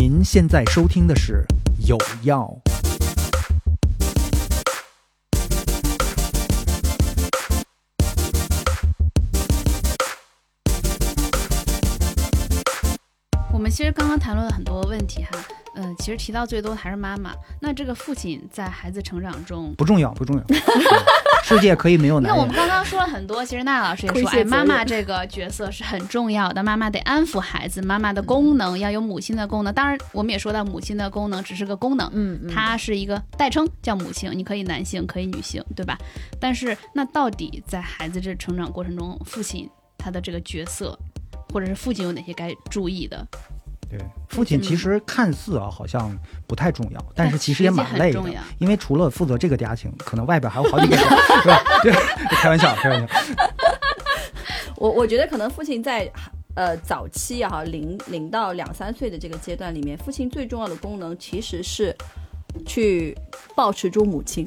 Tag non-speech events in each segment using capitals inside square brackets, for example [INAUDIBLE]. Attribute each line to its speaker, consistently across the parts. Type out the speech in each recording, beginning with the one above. Speaker 1: 您现在收听的是《有药》。
Speaker 2: 我们其实刚刚谈论了很多问题哈，呃，其实提到最多还是妈妈。那这个父亲在孩子成长中，
Speaker 1: 不重要，不重要。
Speaker 2: [LAUGHS]
Speaker 1: 嗯世界可以没有男
Speaker 2: 那我们
Speaker 1: 人。
Speaker 2: 刚刚说了很多，其实娜老师也
Speaker 3: 推
Speaker 2: 说，
Speaker 3: 卸
Speaker 2: 哎，
Speaker 3: 责
Speaker 2: 妈
Speaker 3: 任
Speaker 2: 妈这个角色是很重要的，妈妈得安抚孩子，妈妈的功能、
Speaker 1: 嗯
Speaker 2: 要有母亲的功能。当然，我们也说到母亲的功能只是个功能，
Speaker 3: 嗯，嗯
Speaker 2: 它是一个代称，叫母性，你可以男性，可以女性，对吧？但是那到底在孩子这成长过程中，父亲他的这个角色，或者是父亲有哪些该注意的？
Speaker 1: 对，父亲其实看似啊好像不太重要，但是其实也蛮
Speaker 2: 很
Speaker 1: 累的
Speaker 2: 重，要。
Speaker 1: 因为除了负责这个家庭，可能外边还有好几个
Speaker 2: [LAUGHS]
Speaker 1: 人，是吧？对，开玩笑，开玩笑。
Speaker 3: 我我觉得可能父亲在呃早期哈、零零到两三岁的这个阶段里面，父亲最重要的功能其实是去保持住母亲，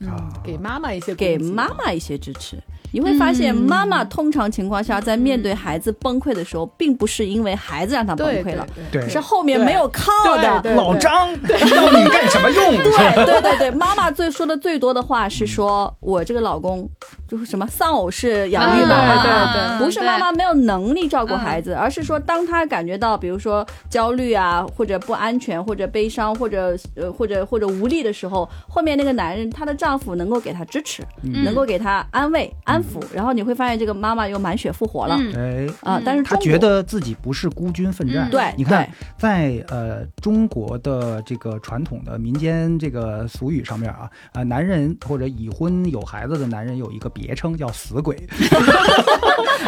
Speaker 1: 啊
Speaker 4: 给妈妈一些
Speaker 3: 给
Speaker 4: 供给
Speaker 3: 妈妈一些支持。你会发现，
Speaker 2: 嗯
Speaker 3: 妈妈通常情况下在面对孩子崩溃的时候，并不是因为孩子让他崩
Speaker 4: 对
Speaker 3: 溃了，，
Speaker 1: 对，
Speaker 3: 是后面没有靠的。
Speaker 4: 对对
Speaker 1: 老张，要你干什么用？
Speaker 3: 对对对对，妈妈最说的最多的话是说，我这个老公就是什么丧偶式养育
Speaker 4: 嗯
Speaker 3: 吧，
Speaker 4: 对
Speaker 3: 对
Speaker 4: 对
Speaker 2: 对嗯
Speaker 3: 不是妈妈没有能力照顾孩子，而是说当她感觉到比如说焦虑啊，或者不安全，或者悲伤，或者呃或者或者无力的时候，后面那个男人她的丈夫能够给她支持，
Speaker 2: 嗯
Speaker 3: 能够给她安慰安抚，然后你会发现这个妈妈又满血复活了
Speaker 2: 嗯
Speaker 1: 哎，
Speaker 3: 啊、
Speaker 2: 嗯
Speaker 3: 但是
Speaker 1: 他
Speaker 3: 中国
Speaker 1: 觉得自己不是孤军奋战
Speaker 2: 嗯。
Speaker 3: 对，
Speaker 1: 你看
Speaker 3: 对，
Speaker 1: 在呃中国的这个传统的民间这个俗语上面啊，啊、男人或者已婚有孩子的男人有一个别称叫“死鬼”， [LAUGHS]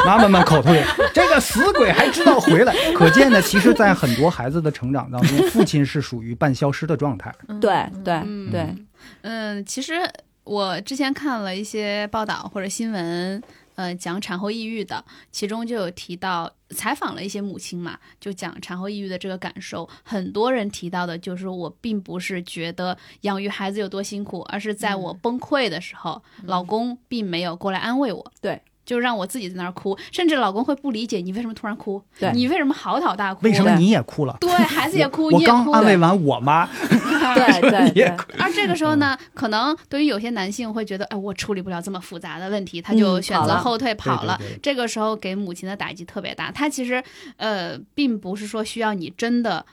Speaker 1: 妈妈们口头也，这个死鬼还知道回来，可见呢，其实，在很多孩子的成长当中，父亲是属于半消失的状态。
Speaker 4: 嗯
Speaker 3: 对对
Speaker 2: 嗯
Speaker 3: 对，
Speaker 2: 嗯，其实我之前看了一些报道或者新闻，呃，讲产后抑郁的，其中就有提到采访了一些母亲嘛，就讲产后抑郁的这个感受，很多人提到的就是我并不是觉得养育孩子有多辛苦，而是在
Speaker 3: 嗯
Speaker 2: 我崩溃的时候，老公并没有过来安慰我。
Speaker 3: 对。
Speaker 2: 就让我自己在那儿哭，甚至老公会不理解你为什么突然哭，
Speaker 3: 对
Speaker 2: 你为什么嚎啕大哭？
Speaker 1: 为什么你也哭了？
Speaker 2: 对孩子也哭，
Speaker 1: 我
Speaker 2: 你也
Speaker 1: 刚
Speaker 2: 哭。
Speaker 1: 安慰完我妈，
Speaker 3: [LAUGHS] 对对
Speaker 1: [LAUGHS] 你也
Speaker 3: 对，
Speaker 1: [LAUGHS]
Speaker 2: 而这个时候
Speaker 1: 嗯
Speaker 2: 呢，可能对于有些男性会觉得，哎，我处理不了这么复杂的问题，他就
Speaker 3: 嗯
Speaker 2: 选
Speaker 3: 跑
Speaker 2: 择
Speaker 3: 了
Speaker 2: 后退跑了。
Speaker 1: 对对对
Speaker 2: 这个时候给母亲的打击特别大。他其实呃，并不是说需要你真的。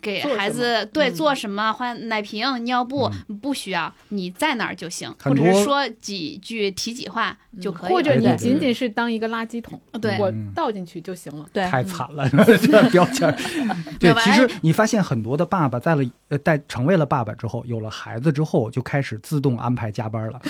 Speaker 2: 给
Speaker 4: 做什么
Speaker 2: 孩子对
Speaker 4: 嗯
Speaker 2: 做什么换奶瓶、尿布、不需要，你在哪儿就行，
Speaker 1: 嗯很
Speaker 2: 或者
Speaker 1: 多
Speaker 2: 是说几句提几话就可以了。
Speaker 4: 或者
Speaker 1: 对
Speaker 4: 你
Speaker 1: 对
Speaker 4: 仅仅是当一个垃圾桶，
Speaker 2: 对
Speaker 4: 我
Speaker 1: 嗯
Speaker 4: 倒进去就行了。
Speaker 3: 对
Speaker 1: 太惨了， [LAUGHS] 这个标签儿。对
Speaker 2: 表，白
Speaker 1: 其实你发现很多的爸爸在了呃，带成为了爸爸之后，有了孩子之后，就开始自动安排加班了，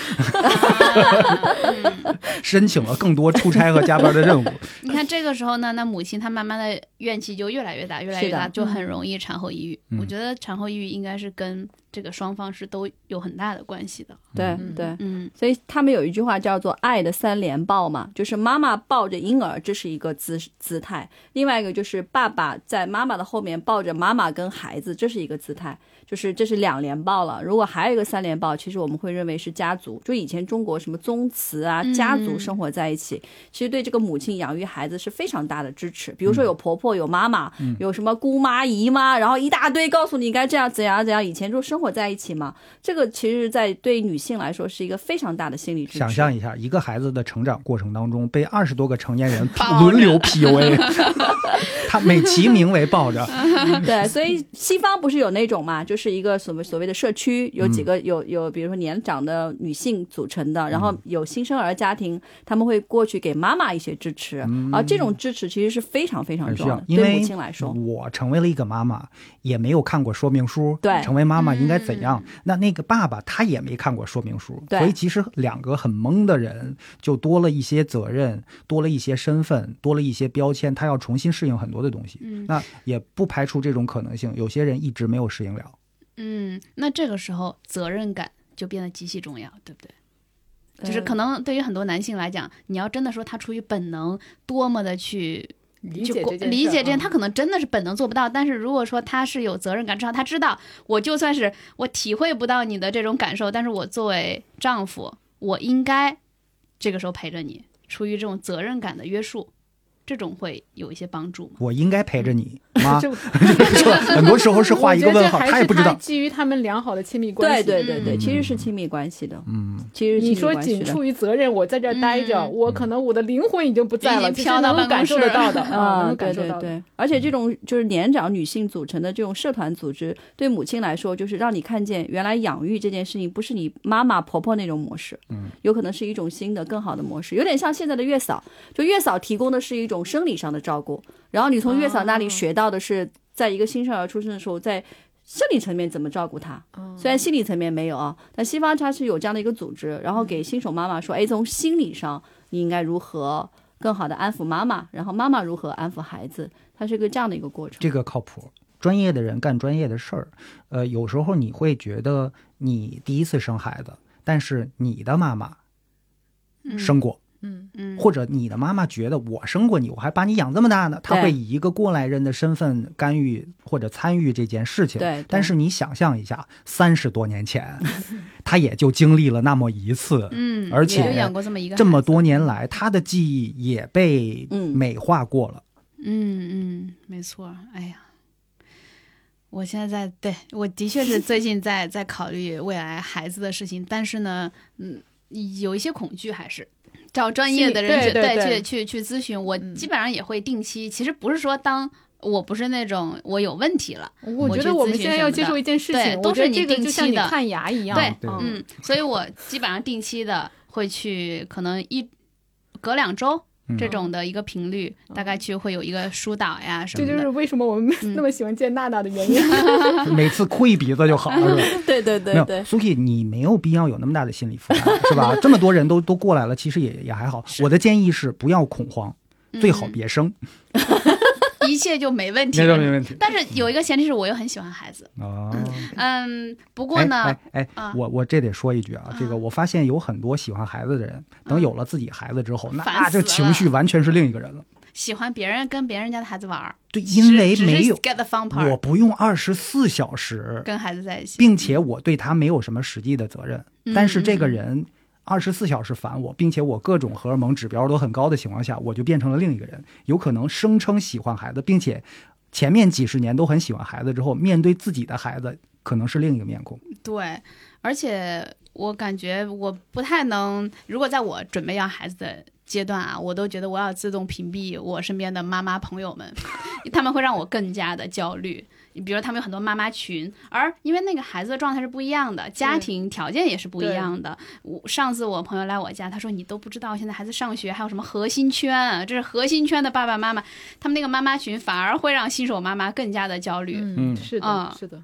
Speaker 2: 啊嗯
Speaker 1: 申请了更多出差和加班的任务。
Speaker 2: [LAUGHS] 你看这个时候呢，那母亲她慢慢的怨气就越来越大，越来越
Speaker 3: 是
Speaker 2: 大，
Speaker 3: 的嗯
Speaker 2: 就很容易产后抑郁。
Speaker 1: 嗯
Speaker 2: 我觉得产后抑郁应该是跟这个双方是都有很大的关系的。
Speaker 3: 对
Speaker 4: 嗯
Speaker 3: 对。
Speaker 2: 嗯
Speaker 3: 所以他们有一句话叫做“爱的三连抱”嘛，就是妈妈抱着婴儿，这是一个姿姿态；另外一个就是爸爸在妈妈的后面抱着妈妈跟孩子，这是一个姿态，就是这是两连抱了。如果还有一个三连抱，其实我们会认为是家族，就以前中国什么宗祠啊
Speaker 2: 嗯，
Speaker 3: 家族生活在一起，其实对这个母亲养育孩子是非常大的支持。比如说
Speaker 2: 嗯
Speaker 3: 有婆婆，有妈妈，有什么姑妈、姨妈，然后一大堆告诉你该这样怎样怎样，以前就生活在一起嘛。这个其实，在对女性来说是一个非常大的心理支持。
Speaker 1: 想象一下，一个孩子的成长过程当中，被二十多个成年人
Speaker 2: 抱着
Speaker 1: [LAUGHS] 轮流 PUA，他美其名为抱着，
Speaker 3: 对，所以西方不是有那种嘛，就是一个所谓所谓的社区，有
Speaker 1: 嗯
Speaker 3: 几个有有，比如说年长的女性组成的，然后
Speaker 1: 嗯
Speaker 3: 有新生儿家庭，他们会过去给妈妈一些支持，啊，这种支持其实是非常非常
Speaker 1: 嗯很需
Speaker 3: 重
Speaker 1: 要
Speaker 3: 的，，
Speaker 1: 因
Speaker 3: 对
Speaker 1: 为
Speaker 3: 母亲来说，
Speaker 1: 我成为了一个妈妈，也没有看过说明书，
Speaker 3: 对
Speaker 1: 成为妈妈应该怎样？那那个爸爸他也没看过说明书，
Speaker 3: 对
Speaker 1: 所以其实两个很懵的人，就多了一些责任，多了一些身份，多了一些标签，他要重新适应很多的东西。
Speaker 2: 嗯
Speaker 1: 那也不排除这种可能性，有些人一直没有适应了。
Speaker 2: 嗯，那这个时候责任感就变得极其重要，对不对？就是
Speaker 3: 呃
Speaker 2: 可能对于很多男性来讲，你要真的说他出于本能，多么的去
Speaker 4: 理
Speaker 2: 就
Speaker 4: 解
Speaker 2: 过
Speaker 4: 这件事儿
Speaker 2: 理解这件，
Speaker 4: 嗯，
Speaker 2: 他可能真的是本能做不到。但是如果说他是有责任感，至少他知道，我就算是我体会不到你的这种感受，但是我作为丈夫，我应该这个时候陪着你，出于这种责任感的约束，这种会有一些帮助吗？
Speaker 1: 我应该陪着你妈
Speaker 4: 就
Speaker 1: [LAUGHS] 就很多时候是画一个问号，
Speaker 4: 啊我觉得这还
Speaker 1: 也
Speaker 4: 是
Speaker 1: 不知
Speaker 4: 他
Speaker 1: 道。
Speaker 4: 基于他们良好的亲密关
Speaker 3: 对
Speaker 4: 系。
Speaker 3: 对对对，
Speaker 1: 嗯
Speaker 3: 其实是亲密关系的，
Speaker 1: 嗯，
Speaker 3: 其实是
Speaker 4: 你
Speaker 3: 亲密
Speaker 4: 说
Speaker 3: 关系
Speaker 4: 仅
Speaker 3: 的。
Speaker 4: 出于责任，我在这儿待着，
Speaker 2: 嗯
Speaker 4: 我可能我的灵魂已经不在了，
Speaker 2: 已经
Speaker 4: 其实
Speaker 2: 飘到
Speaker 4: 能
Speaker 2: 办
Speaker 4: 够
Speaker 2: 公
Speaker 4: 感
Speaker 2: 室
Speaker 4: 受得
Speaker 2: [LAUGHS]
Speaker 4: 到的
Speaker 3: [LAUGHS] 啊、
Speaker 4: 能够
Speaker 3: 对
Speaker 4: 感受
Speaker 3: 对
Speaker 4: 到的。
Speaker 3: 对，而且这种就是年长女性组成的这种社团组织，对母亲来说，就是让你看见原来养育这件事情不是你妈妈婆婆那种模式，
Speaker 1: 嗯，
Speaker 3: 有可能是一种新的更好的模式，有点像现在的月嫂，就月嫂提供的是一种生理上的照顾，然后你从月嫂那里
Speaker 2: 哦
Speaker 3: 学到的是，在一个新生儿出生的时候，在心理层面怎么照顾她，虽然心理层面没有啊，但西方它是有这样的一个组织，然后给新手妈妈说，哎，从心理上你应该如何更好的安抚妈妈，然后妈妈如何安抚孩子，它是个这样的一个过程。
Speaker 1: 这个靠谱。专业的人干专业的事儿，呃，有时候你会觉得你第一次生孩子，但是你的妈妈
Speaker 2: 嗯
Speaker 1: 生过，
Speaker 4: 嗯，
Speaker 2: 嗯，
Speaker 1: 或者你的妈妈觉得我生过你，我还把你养这么大呢，她
Speaker 3: 对
Speaker 1: 会以一个过来人的身份干预或者参与这件事情。
Speaker 3: 对对
Speaker 1: 但是你想象一下，三十多年前，她也就经历了那么一次，
Speaker 2: 嗯，
Speaker 1: 而且
Speaker 2: 也就养过这么一个
Speaker 1: 这么
Speaker 2: 孩子
Speaker 1: 多年来，她的记忆也被
Speaker 3: 嗯
Speaker 1: 美化过了。
Speaker 2: 嗯嗯，没错。哎呀，我现在在，对我的确是最近在在考虑未来孩子的事情，但是呢，嗯，有一些恐惧还是。找专业的人
Speaker 4: 心
Speaker 2: 去
Speaker 4: 理 [LAUGHS] 对对对
Speaker 2: 去去去咨询，我
Speaker 4: 嗯
Speaker 2: 基本上也会定期。其实不是说当我不是那种我有问题了，
Speaker 4: 我觉得我们现在要接受一件事
Speaker 2: 对
Speaker 4: 情，
Speaker 2: 都
Speaker 4: 我觉得
Speaker 2: 是你
Speaker 4: 这个
Speaker 2: 定
Speaker 4: 就
Speaker 2: 期
Speaker 4: 像你
Speaker 2: 的
Speaker 4: 看牙一样，
Speaker 2: 对
Speaker 1: 对
Speaker 4: 嗯
Speaker 2: 嗯，所以我基本上定期的会去，可能一隔两周
Speaker 1: 嗯
Speaker 2: 这种的一个频率，大概去会有一个疏导呀什
Speaker 4: 这
Speaker 2: 么的。
Speaker 4: 嗯就是为什么我们
Speaker 2: 嗯
Speaker 4: [LAUGHS] 那么喜欢见娜娜的原因。
Speaker 1: 每次哭一鼻子就好了，是吧？
Speaker 3: 对对对
Speaker 1: 没有，Suki，你没有必要有那么大的心理负担， [LAUGHS] 是吧？这么多人都 [LAUGHS] 都过来了，其实也也还好。我的建议是不要恐慌，最好
Speaker 2: 嗯
Speaker 1: 别
Speaker 2: [LAUGHS]
Speaker 1: 生，
Speaker 2: 一切就没问题
Speaker 1: 那
Speaker 2: 了
Speaker 1: 就。问题。
Speaker 2: 但是有一个前提是我又很喜欢孩子，
Speaker 1: [LAUGHS] 哦，
Speaker 2: 嗯，不过
Speaker 1: 哎
Speaker 2: 呢，
Speaker 1: 哎哎，
Speaker 2: 啊
Speaker 1: 我我这得说一句啊，这个我发现有很多喜欢孩子的人，等有了自己孩子之后，那
Speaker 2: 嗯烦死
Speaker 1: 这情绪完全是另一个人了。
Speaker 2: 喜欢别人跟别人家的孩子玩儿，
Speaker 1: 对，因为
Speaker 2: 只
Speaker 1: 没
Speaker 2: 只是
Speaker 1: 有
Speaker 2: get the fun
Speaker 1: 我
Speaker 2: part，
Speaker 1: 不用二十四小时，
Speaker 2: 跟孩子在一起。
Speaker 1: 并且我对他没有什么实际的责任，
Speaker 2: 嗯
Speaker 1: 但是这个人二十四小时烦我，并且我各种荷尔蒙指标都很高的情况下，我就变成了另一个人，有可能声称喜欢孩子，并且前面几十年都很喜欢孩子，之后面对自己的孩子，可能是另一个面孔。
Speaker 2: 对，而且我感觉我不太能，如果在我准备要孩子的阶段啊，我都觉得我要自动屏蔽我身边的妈妈朋友们， [LAUGHS] 他们会让我更加的焦虑。你比如他们有很多妈妈群，而因为那个孩子的状态是不一样的，家
Speaker 4: 对
Speaker 2: 庭条件也是不一
Speaker 4: 对
Speaker 2: 样的。我上次我朋友来我家，他说你都不知道现在孩子上学还有什么核心圈啊，这是核心圈的爸爸妈妈，他们那个妈妈群反而会让新手妈妈更加的焦虑。
Speaker 1: 嗯
Speaker 4: 是
Speaker 2: 啊
Speaker 4: 的，是的，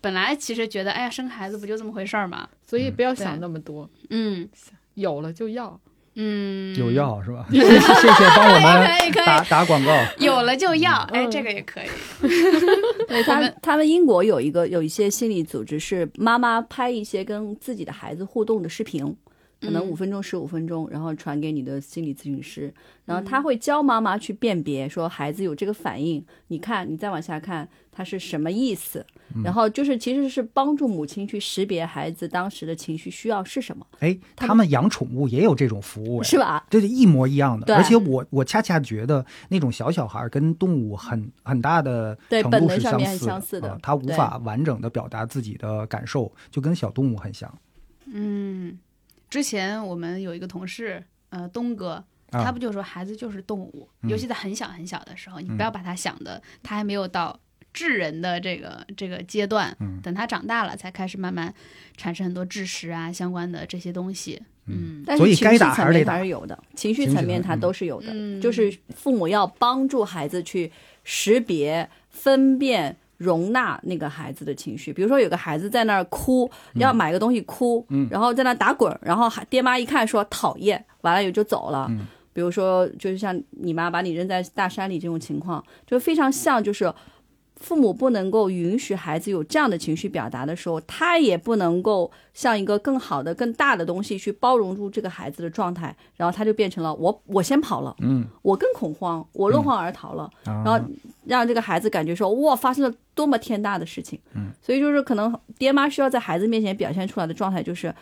Speaker 2: 本来其实觉得哎呀生个孩子不就这么回事儿嘛，
Speaker 4: 所以不要想
Speaker 2: 对
Speaker 4: 那么多，
Speaker 2: 嗯，
Speaker 4: 有了就要。
Speaker 2: 嗯，
Speaker 1: 有药
Speaker 2: [LAUGHS]
Speaker 1: 是吧？谢谢谢谢，帮我们
Speaker 2: 可以可
Speaker 1: 打
Speaker 2: 以，
Speaker 1: 打广告。
Speaker 2: 有了就要，哎，
Speaker 4: 嗯
Speaker 2: 这个也可以，
Speaker 3: 对
Speaker 2: 我
Speaker 3: 他
Speaker 2: 们，
Speaker 3: 他们英国有一个有一些心理组织是妈妈拍一些跟自己的孩子互动的视频，可能
Speaker 2: 嗯
Speaker 3: 五分钟、十五分钟，然后传给你的心理咨询师，然后
Speaker 1: 嗯
Speaker 3: 他会教妈妈去辨别，说孩子有这个反应，你看，你再往下看，它是什么意思，
Speaker 1: 嗯
Speaker 3: 然后就是其实是帮助母亲去识别孩子当时的情绪需要是什么，
Speaker 1: 哎，他们养宠物也有这种服务哎。
Speaker 3: 是吧？
Speaker 1: 这是一模一样的，
Speaker 3: 对
Speaker 1: 而且我我恰恰觉得那种小小孩儿跟动物很很大的
Speaker 3: 对
Speaker 1: 程
Speaker 3: 本
Speaker 1: 度
Speaker 3: 能
Speaker 1: 是
Speaker 3: 上
Speaker 1: 相
Speaker 3: 面很
Speaker 1: 似的，
Speaker 3: 相似的
Speaker 1: 啊他无
Speaker 3: 对
Speaker 1: 法完整的表达自己的感受，就跟小动物很像。
Speaker 2: 嗯，之前我们有一个同事，呃，东哥。
Speaker 1: 啊
Speaker 2: 他不就说孩子就是动物，
Speaker 1: 嗯
Speaker 2: 尤其在很小很小的时候，你
Speaker 1: 嗯
Speaker 2: 不要把他想的他还没有到智人的这个这个阶段，
Speaker 1: 嗯
Speaker 2: 等他长大了才开始慢慢产生很多知识啊相关的这些东西。嗯
Speaker 3: 但
Speaker 1: 所以
Speaker 3: 是情
Speaker 1: 该
Speaker 3: 绪
Speaker 1: 打还
Speaker 3: 层
Speaker 1: 是得
Speaker 3: 面
Speaker 1: 打
Speaker 3: 它是有的，情绪
Speaker 1: 情绪
Speaker 3: 层面
Speaker 1: 层
Speaker 3: 它
Speaker 1: 嗯
Speaker 3: 都是有的，
Speaker 2: 嗯
Speaker 3: 就是父母要帮助孩子去识别、分辨、容纳那个孩子的情绪。比如说有个孩子在那儿哭，
Speaker 1: 嗯
Speaker 3: 要买个东西哭，然后在那打滚儿，然后还爹妈一看说讨厌，完了也就走了。
Speaker 1: 嗯
Speaker 3: 比如说，就是像你妈把你扔在大山里这种情况，就非常像，就是父母不能够允许孩子有这样的情绪表达的时候，他也不能够像一个更好的、更大的东西去包容住这个孩子的状态，然后他就变成了我我先跑了，
Speaker 1: 嗯，
Speaker 3: 我更恐慌，我落荒而逃了，
Speaker 1: 然
Speaker 3: 然后让这个孩子感觉说哇发生了多么天大的事情，
Speaker 1: 嗯，
Speaker 3: 所以就是可能爹妈需要在孩子面前表现出来的状态就是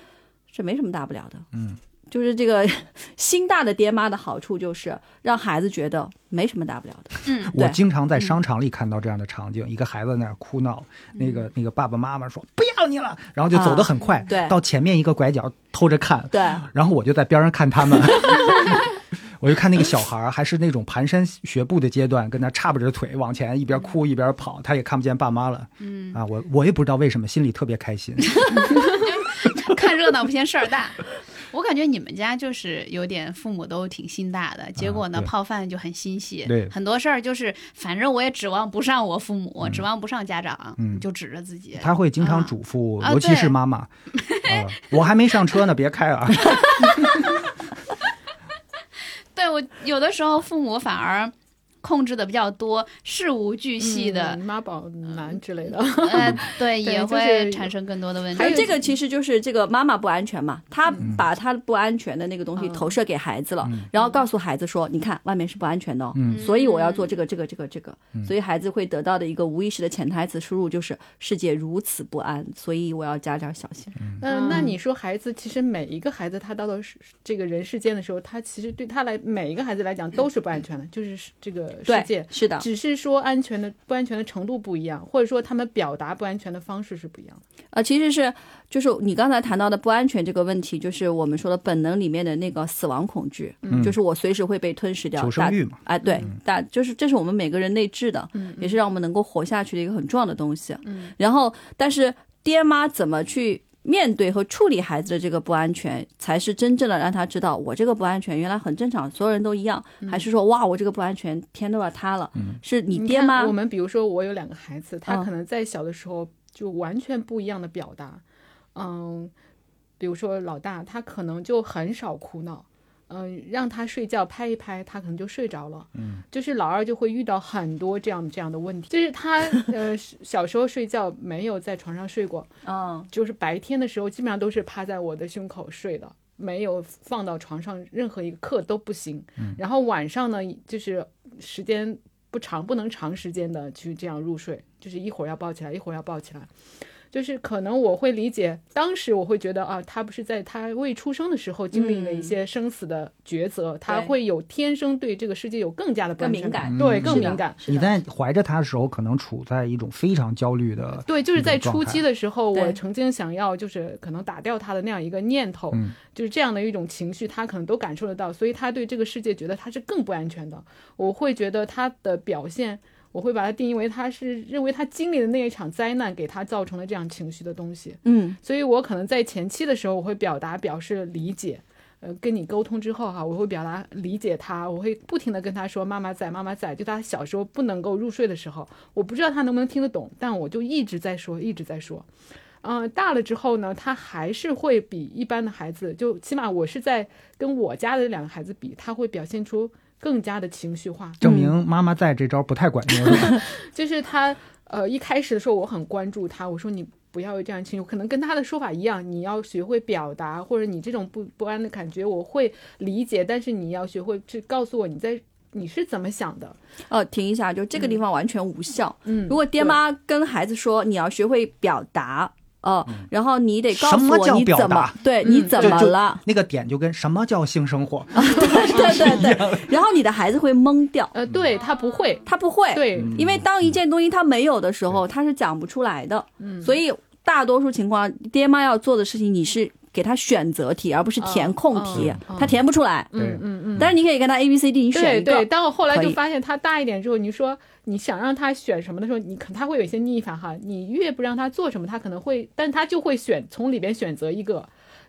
Speaker 3: 这没什么大不了的，
Speaker 1: 嗯，
Speaker 3: 就是这个 [LAUGHS] 心大的爹妈的好处就是让孩子觉得没什么大不了的。
Speaker 2: 嗯，
Speaker 1: 我
Speaker 3: 对
Speaker 1: 经常在商场里看到这样的场景，一个孩子在那儿哭闹，
Speaker 3: 嗯
Speaker 1: 那个那个爸爸妈妈说不要你了，然后就走得很快，
Speaker 3: 啊对
Speaker 1: 到前面一个拐角偷着看， [LAUGHS]
Speaker 3: 对，
Speaker 1: 然后我就在边上看他们。 [LAUGHS] 我就看那个小孩儿，还是那种蹒跚学步的阶段，跟那叉不着腿往前，一
Speaker 3: 嗯
Speaker 1: 边哭一边跑，他也看不见爸妈了。嗯啊，我我也不知道为什么，心里特别开心。
Speaker 2: [LAUGHS] 看热闹不嫌事儿大。我感觉你们家就是有点父母都挺心大的，结果呢、
Speaker 1: 啊对
Speaker 2: 泡饭就很心细，
Speaker 1: 对
Speaker 2: 很多事儿就是反正我也指望不上我父母，指望不上家长，
Speaker 1: 嗯
Speaker 2: 就指着自己。
Speaker 1: 他会经常嘱咐，
Speaker 2: 啊
Speaker 1: 尤其是妈妈，
Speaker 3: [LAUGHS]
Speaker 1: 啊、我还没上车呢，别开啊。
Speaker 2: 对我有的时候父母反而控制的比较多，事无巨细的，
Speaker 4: 嗯妈宝男之类的。
Speaker 3: 嗯
Speaker 2: [LAUGHS] 呃，对，
Speaker 4: 对
Speaker 2: 也
Speaker 4: 就是
Speaker 2: 会产生更多的问题。
Speaker 3: 还有这个其实就是这个妈妈不安全嘛，她把她不安全的那个东西
Speaker 4: 嗯
Speaker 3: 投射给孩子了
Speaker 1: 嗯，
Speaker 3: 然后告诉孩子说，你看外面是不安全的哦，
Speaker 1: 嗯
Speaker 3: 所以我要做这个这个这个这个，所以孩子会得到的一个无意识的潜台词输入就是世界如此不安，所以我要加点小心。
Speaker 4: [LAUGHS] 嗯，那
Speaker 2: 嗯
Speaker 4: 你说孩子，其实每一个孩子他到了世这个人世间的时候，他其实对他来每一个孩子来讲都是不安全的，就是世这个世
Speaker 3: 对
Speaker 4: 界，，
Speaker 3: 是的，
Speaker 4: 只是说安全的不安全的程度不一样，或者说他们表达不安全的方式是不一样的。
Speaker 3: 呃，其实是就是你刚才谈到的不安全这个问题，就是我们说的本能里面的那个死亡恐惧，
Speaker 1: 嗯
Speaker 3: 就是我随时会被吞噬掉，
Speaker 1: 求
Speaker 3: 大
Speaker 1: 生欲嘛，
Speaker 3: 哎，对，大就是这是我们每个人内置的，也是让我们能够活下去的一个很重要的东西。嗯，然后但是爹妈怎么去面对和处理孩子的这个不安全，才是真正的让他知道我这个不安全原来很正常，所有人都一样，还是说哇我这个不安全天都要塌了，是你
Speaker 4: 你
Speaker 3: 爹
Speaker 4: 看
Speaker 3: 妈
Speaker 4: 我们比如说我有两个孩子，他
Speaker 3: 嗯
Speaker 4: 可能在小的时候就完全不一样的表达，嗯，比如说老大他可能就很少哭闹。嗯，让他睡觉拍一拍，他可能就睡着了。嗯，就是老二就会遇到很多这样这样的问题，就是他呃小时候睡觉没有在床上睡过，
Speaker 3: 嗯
Speaker 4: 就是白天的时候基本上都是趴在我的胸口睡的，没有放到床上任何一个刻都不行。
Speaker 3: 嗯
Speaker 4: 然后晚上呢，就是时间不长，不能长时间的去这样入睡，就是一会儿要抱起来，一会儿要抱起来。就是可能我会理解，当时我会觉得啊，他不是在他未出生的时候经历了一些生死的抉择，他
Speaker 3: 嗯对
Speaker 4: 会有天生对这个世界有更加的不
Speaker 3: 更
Speaker 4: 安全
Speaker 3: 敏感，
Speaker 4: 对，
Speaker 1: 嗯
Speaker 4: 更
Speaker 3: 是的
Speaker 4: 敏感。
Speaker 3: 是的
Speaker 1: 你在怀着他的时候，可能处在一种非常焦虑的，
Speaker 4: 对，就是
Speaker 1: 一
Speaker 4: 在
Speaker 1: 种
Speaker 4: 初
Speaker 1: 状
Speaker 4: 期的时候，
Speaker 3: 对
Speaker 4: 我曾经想要就是可能打掉他的那样一个念头，
Speaker 1: 嗯
Speaker 4: 就是这样的一种情绪，他可能都感受得到，所以他对这个世界觉得他是更不安全的。我会觉得他的表现，我会把它定义为他是认为他经历的那一场灾难给他造成了这样情绪的东西，
Speaker 3: 嗯
Speaker 4: 所以我可能在前期的时候，我会表达表示理解。呃，跟你沟通之后哈、我会表达理解他，我会不停的跟他说“妈妈在，妈妈在”。就他小时候不能够入睡的时候，我不知道他能不能听得懂，但我就一直在说，一直在说。嗯、大了之后呢，他还是会比一般的孩子，就起码我是在跟我家的两个孩子比，他会表现出更加的情绪化，
Speaker 1: 证明妈妈在这招不太管用。
Speaker 3: [LAUGHS]
Speaker 4: 就是他呃一开始的时候我很关注他，我说你不要有这样情绪，可能跟他的说法一样，你要学会表达，或者你这种不不安的感觉我会理解，但是你要学会去告诉我你在你是怎么想的，
Speaker 3: 哦，停一下，就这个地方完全无效。
Speaker 4: 嗯，
Speaker 3: 如果爹
Speaker 4: 对
Speaker 3: 妈跟孩子说你要学会表达，哦、然后你得告
Speaker 1: 什
Speaker 3: 诉
Speaker 1: 么
Speaker 3: 我
Speaker 1: 叫
Speaker 3: 你
Speaker 1: 表
Speaker 3: 怎么
Speaker 1: 达，
Speaker 3: 对你
Speaker 4: 嗯
Speaker 3: 怎
Speaker 1: 就
Speaker 3: 么
Speaker 1: 就
Speaker 3: 了，
Speaker 1: 那个点就跟什么叫性生活，
Speaker 3: [LAUGHS] 对对对，然后你的孩子会懵掉，
Speaker 4: 呃，对他不会，
Speaker 3: 他不会，
Speaker 4: 对，
Speaker 1: 嗯
Speaker 3: 因为当一件东西他没有的时候，他是讲不出来的，
Speaker 4: 嗯
Speaker 3: 所以大多数情况，爹妈要做的事情，你是给他选择题，而不是填空题，
Speaker 1: 嗯
Speaker 4: 嗯
Speaker 3: 他填不出来，
Speaker 1: 对
Speaker 4: 嗯嗯嗯。
Speaker 3: 但是你可以跟他 A B C D，你选
Speaker 4: 对
Speaker 3: 一个，
Speaker 4: 对，当我后来
Speaker 3: 可
Speaker 4: 就
Speaker 3: 以
Speaker 4: 发现他大一点之后，你说你想让他选什么的时候，你可他会有一些逆反哈。你越不让他做什么，他可能会，但他就会选从里边选择一个。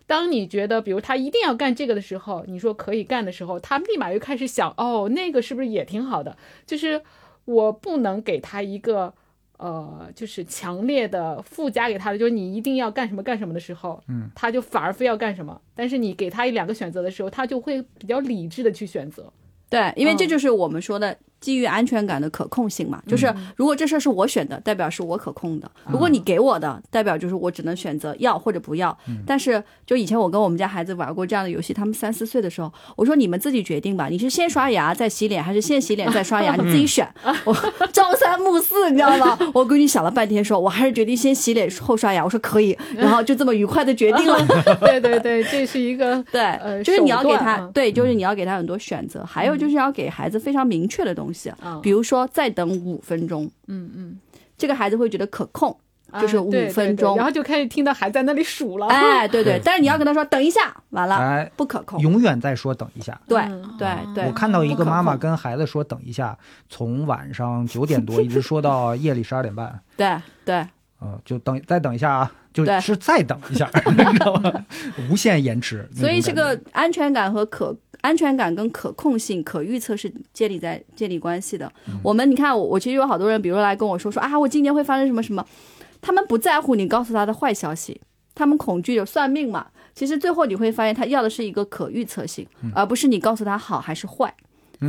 Speaker 4: 当你觉得比如他一定要干这个的时候，你说可以干的时候，他立马又开始想哦，那个是不是也挺好的？就是我不能给他一个。呃，就是强烈的附加给他的，就是你一定要干什么干什么的时候，
Speaker 1: 嗯，
Speaker 4: 他就反而非要干什么。但是你给他一两个选择的时候，他就会比较理智的去选择。
Speaker 3: 对因为这
Speaker 4: 嗯
Speaker 3: 就是我们说的基于安全感的可控性嘛，就是如果这事儿是我选的，代表是我可控的；如果你给我的，代表就是我只能选择要或者不要。但是就以前我跟我们家孩子玩过这样的游戏，他们三四岁的时候，我说你们自己决定吧，你是先刷牙再洗脸，还是先洗脸再刷牙，你自己选。我朝三暮四，你知道吗？我闺女想了半天说，我还是决定先洗脸后刷牙。我说可以，然后就这么愉快的决定了。
Speaker 4: 对对对，这是一个
Speaker 3: 对，
Speaker 4: 呃
Speaker 3: 就是你要给
Speaker 4: 手
Speaker 3: 他
Speaker 4: 段，啊
Speaker 3: 对，
Speaker 1: 嗯
Speaker 3: 就是你要给他很多选择，还有就是要给孩子非常明确的东西，
Speaker 4: 嗯
Speaker 3: 比如说再等五分钟，
Speaker 4: 嗯嗯，
Speaker 3: 这个孩子会觉得可控，
Speaker 4: 啊
Speaker 3: 就是五
Speaker 4: 对对
Speaker 3: 分
Speaker 4: 对
Speaker 3: 钟
Speaker 4: 然后就开始听到还在那里数了。
Speaker 3: 哎，对对
Speaker 1: 对，
Speaker 3: 但是你要跟他说等一下，完了
Speaker 1: 哎，
Speaker 3: 不可控，
Speaker 1: 永远在说等一下。啊
Speaker 3: 对
Speaker 4: 嗯
Speaker 3: 对对
Speaker 1: 我，看到一
Speaker 3: 不
Speaker 1: 个
Speaker 3: 可
Speaker 1: 妈妈
Speaker 3: 控
Speaker 1: 跟孩子说等一下，从晚上九点多一直说到夜里十二点半，
Speaker 3: 对对
Speaker 1: 嗯，就等再等一下啊，就
Speaker 3: 对
Speaker 1: 是再等一
Speaker 3: [LAUGHS]
Speaker 1: 下，你知道吗？无限延迟。
Speaker 3: 所以
Speaker 1: 那
Speaker 3: 这
Speaker 1: 种感觉
Speaker 3: 个安全感和可安全感跟可控性、可预测是建立在建立关系的。
Speaker 1: 嗯
Speaker 3: 我们你看，我我其实有好多人，比如说来跟我说说啊，我今年会发生什么什么，他们不在乎你告诉他的坏消息，他们恐惧就算命嘛。其实最后你会发现，他要的是一个可预测性，
Speaker 1: 嗯
Speaker 3: 而不是你告诉他好还是坏，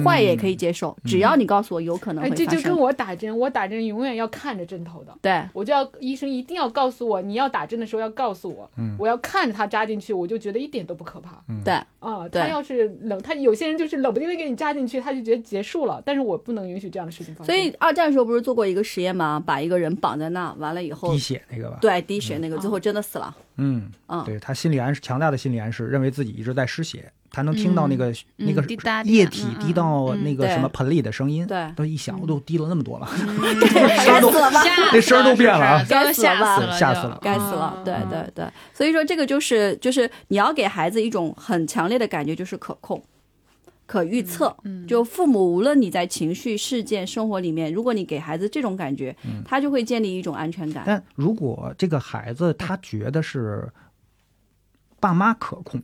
Speaker 3: 坏也可以接受，
Speaker 1: 嗯
Speaker 3: 只要你告诉我有可能
Speaker 4: 哎，
Speaker 3: 会
Speaker 4: 这
Speaker 3: 发
Speaker 4: 就跟
Speaker 3: 生。
Speaker 4: 我打针，我打针永远要看着针头的。
Speaker 3: 对
Speaker 4: 我就要医生一定要告诉我，你要打针的时候要告诉我，我要看着他扎进去，我就觉得一点都不可怕。
Speaker 3: 对
Speaker 4: 啊，
Speaker 3: 对
Speaker 4: 他要是冷，他有些人就是冷不丁的给你扎进去，他就觉得结束了。但是我不能允许这样的事情发生。
Speaker 3: 所以二战的时候不是做过一个实验吗？把一个人绑在那，完了以后
Speaker 1: 滴，血那个吧，
Speaker 3: 对滴血那个，最后真的死了。
Speaker 1: 嗯
Speaker 3: 嗯，
Speaker 1: 对他心理暗示强大的心理暗示，认为自己一直在失血，他能听到那个
Speaker 2: 嗯
Speaker 1: 那个
Speaker 2: 滴答滴答
Speaker 1: 液体
Speaker 2: 嗯嗯
Speaker 1: 滴到那个
Speaker 3: 嗯对
Speaker 1: 什么盆里的声音，
Speaker 3: 对
Speaker 1: 都一想都滴了那么多了，
Speaker 3: 该死了吧？ [LAUGHS]
Speaker 1: 那声儿都变了啊
Speaker 2: 吓死
Speaker 1: 死了
Speaker 2: 就
Speaker 1: 吓死了
Speaker 3: 该死了，对
Speaker 4: 嗯
Speaker 3: 对对，所以说这个就是就是你要给孩子一种很强烈的感觉，就是可控、可预测。就父母无论你在情绪、事件、生活里面，如果你给孩子这种感觉，他就会建立一种安全感。
Speaker 1: 但如果这个孩子他觉得是爸妈可控，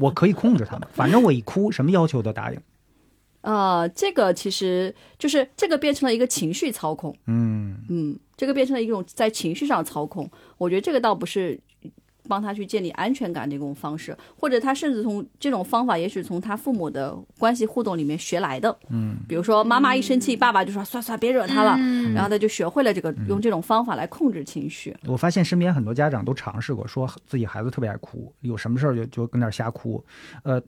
Speaker 1: 我可以控制他们，反正我一哭，什么要求都答应。
Speaker 3: 呃，这个其实就是这个变成了一个情绪操控，
Speaker 1: 嗯，
Speaker 3: 嗯，这个变成了一种在情绪上操控。我觉得这个倒不是。帮他去建立安全感的一种方式，或者他甚至从这种方法，也许从他父母的关系互动里面学来的。嗯，比如说妈妈一生气，爸爸就说“算算，别惹他了”，
Speaker 1: 嗯
Speaker 3: 然后他就学会了这个用这种方法来控制情绪。
Speaker 1: 我发现身边很多家长都尝试过，说自己孩子特别爱哭，有什么事儿就就跟那儿瞎哭。呃，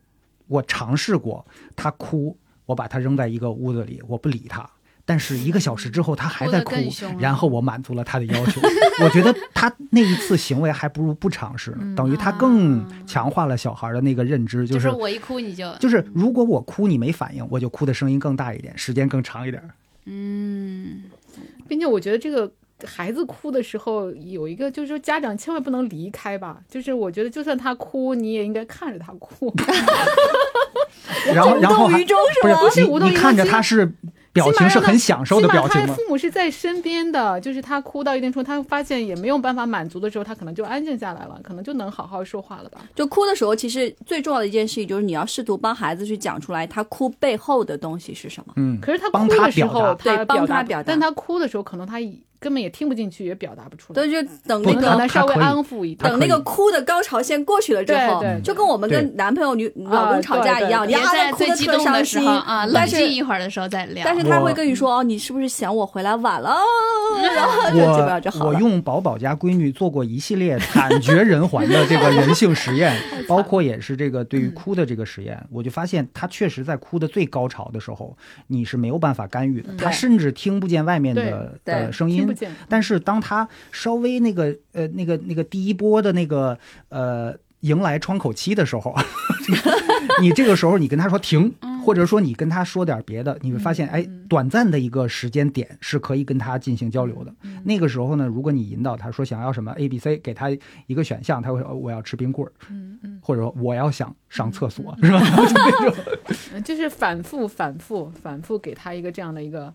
Speaker 1: 我尝试过，他哭，我把他扔在一个屋子里，我不理他。但是一个小时之后，他还在哭
Speaker 2: 哭得
Speaker 1: [LAUGHS]
Speaker 2: 更凶，了
Speaker 1: 然后我满足了他的要求。我觉得他那一次行为还不如不尝试呢，等于他更强化了小孩的那个认知，
Speaker 2: 就是是我一哭你就
Speaker 1: 就是如果我哭你没反应，我就哭的声音更大一点，时间更长一点。
Speaker 2: 嗯，
Speaker 4: 并且我觉得这个孩子哭的时候有一个，就是说家长千万不能离开吧。就是我觉得就算他哭，你也应该看着他哭。
Speaker 1: 然后，然后
Speaker 3: 哦无动
Speaker 1: 还
Speaker 3: 于啊衷是吗？
Speaker 1: 不是
Speaker 4: 是无动
Speaker 1: 你你
Speaker 4: 于衷
Speaker 1: 看着
Speaker 4: 起
Speaker 1: 他
Speaker 4: 码
Speaker 1: 是表情是很享受的表
Speaker 4: 起
Speaker 1: 情
Speaker 4: 码他
Speaker 1: 吗？
Speaker 4: 父母是在身边的，就是他哭到一定程度，他发现也没有办法满足的时候，他可能就安静下来了，可能就能好好说话了吧。
Speaker 3: 就哭的时候，其实最重要的一件事情就是你要试图帮孩子去讲出来，他哭背后的东西是什么。
Speaker 1: 嗯，
Speaker 4: 可是他
Speaker 1: 帮
Speaker 4: 哭
Speaker 1: 他
Speaker 4: 的时
Speaker 1: 表达
Speaker 4: 候，
Speaker 3: 对帮
Speaker 4: 表
Speaker 3: 他
Speaker 4: 达
Speaker 3: 表达
Speaker 4: 但他哭的时候，可能他已根本也听不进去，也表达不出来
Speaker 3: 对，。就等
Speaker 1: 不
Speaker 3: 那
Speaker 4: 可
Speaker 1: 他
Speaker 4: 能他
Speaker 3: 个
Speaker 4: 稍微
Speaker 1: 可以
Speaker 4: 安抚一
Speaker 1: 他
Speaker 4: 点
Speaker 1: 可以嗯
Speaker 3: 等那个哭的高潮线过去了之后
Speaker 4: 对对，
Speaker 3: 就跟我们跟男朋友、女老公吵架一样，你
Speaker 4: 对
Speaker 2: 别
Speaker 3: 要
Speaker 2: 在
Speaker 3: 哭
Speaker 2: 最
Speaker 3: 的
Speaker 2: 激
Speaker 3: 特
Speaker 2: 动
Speaker 3: 伤
Speaker 2: 的时
Speaker 3: 心嗯
Speaker 2: 候啊，冷
Speaker 3: 但是
Speaker 2: 静一会儿的时候再聊。
Speaker 3: 但是他会跟你说哦，你是不是想我回来
Speaker 2: [LAUGHS]
Speaker 3: 晚了？然后就这边就
Speaker 1: 我
Speaker 3: 好
Speaker 1: 我
Speaker 3: 了。
Speaker 1: 用宝宝家闺女做过一系列惨绝人寰的这个人性实
Speaker 3: [LAUGHS]
Speaker 1: 验，包括也是这个对于哭的这个实验，
Speaker 3: 嗯
Speaker 1: 我就发现她确实在哭的最高潮的时候，你是没有办法干预的，她甚至听不见外面的
Speaker 3: 嗯对
Speaker 1: 呃
Speaker 3: 对
Speaker 1: 声
Speaker 4: 听
Speaker 1: 音
Speaker 4: 不，见。
Speaker 1: 但是当他稍微那个呃那个那个第一波的那个呃迎来窗口期的时候， [LAUGHS] 你这个时候你跟他说停，
Speaker 3: 嗯
Speaker 1: 或者说你跟他说点别的，你会发现哎，短暂的一个时间点是可以跟他进行交流的。
Speaker 3: 嗯
Speaker 1: 那个时候呢，如果你引导他说想要什么 A B C，给他一个选项，他会说哦我要吃冰棍儿，
Speaker 3: 嗯
Speaker 1: 或者说我要想上厕所，是吧？ [LAUGHS] 就那种
Speaker 4: 嗯，就是反复、反复、反复给他一个这样的一个，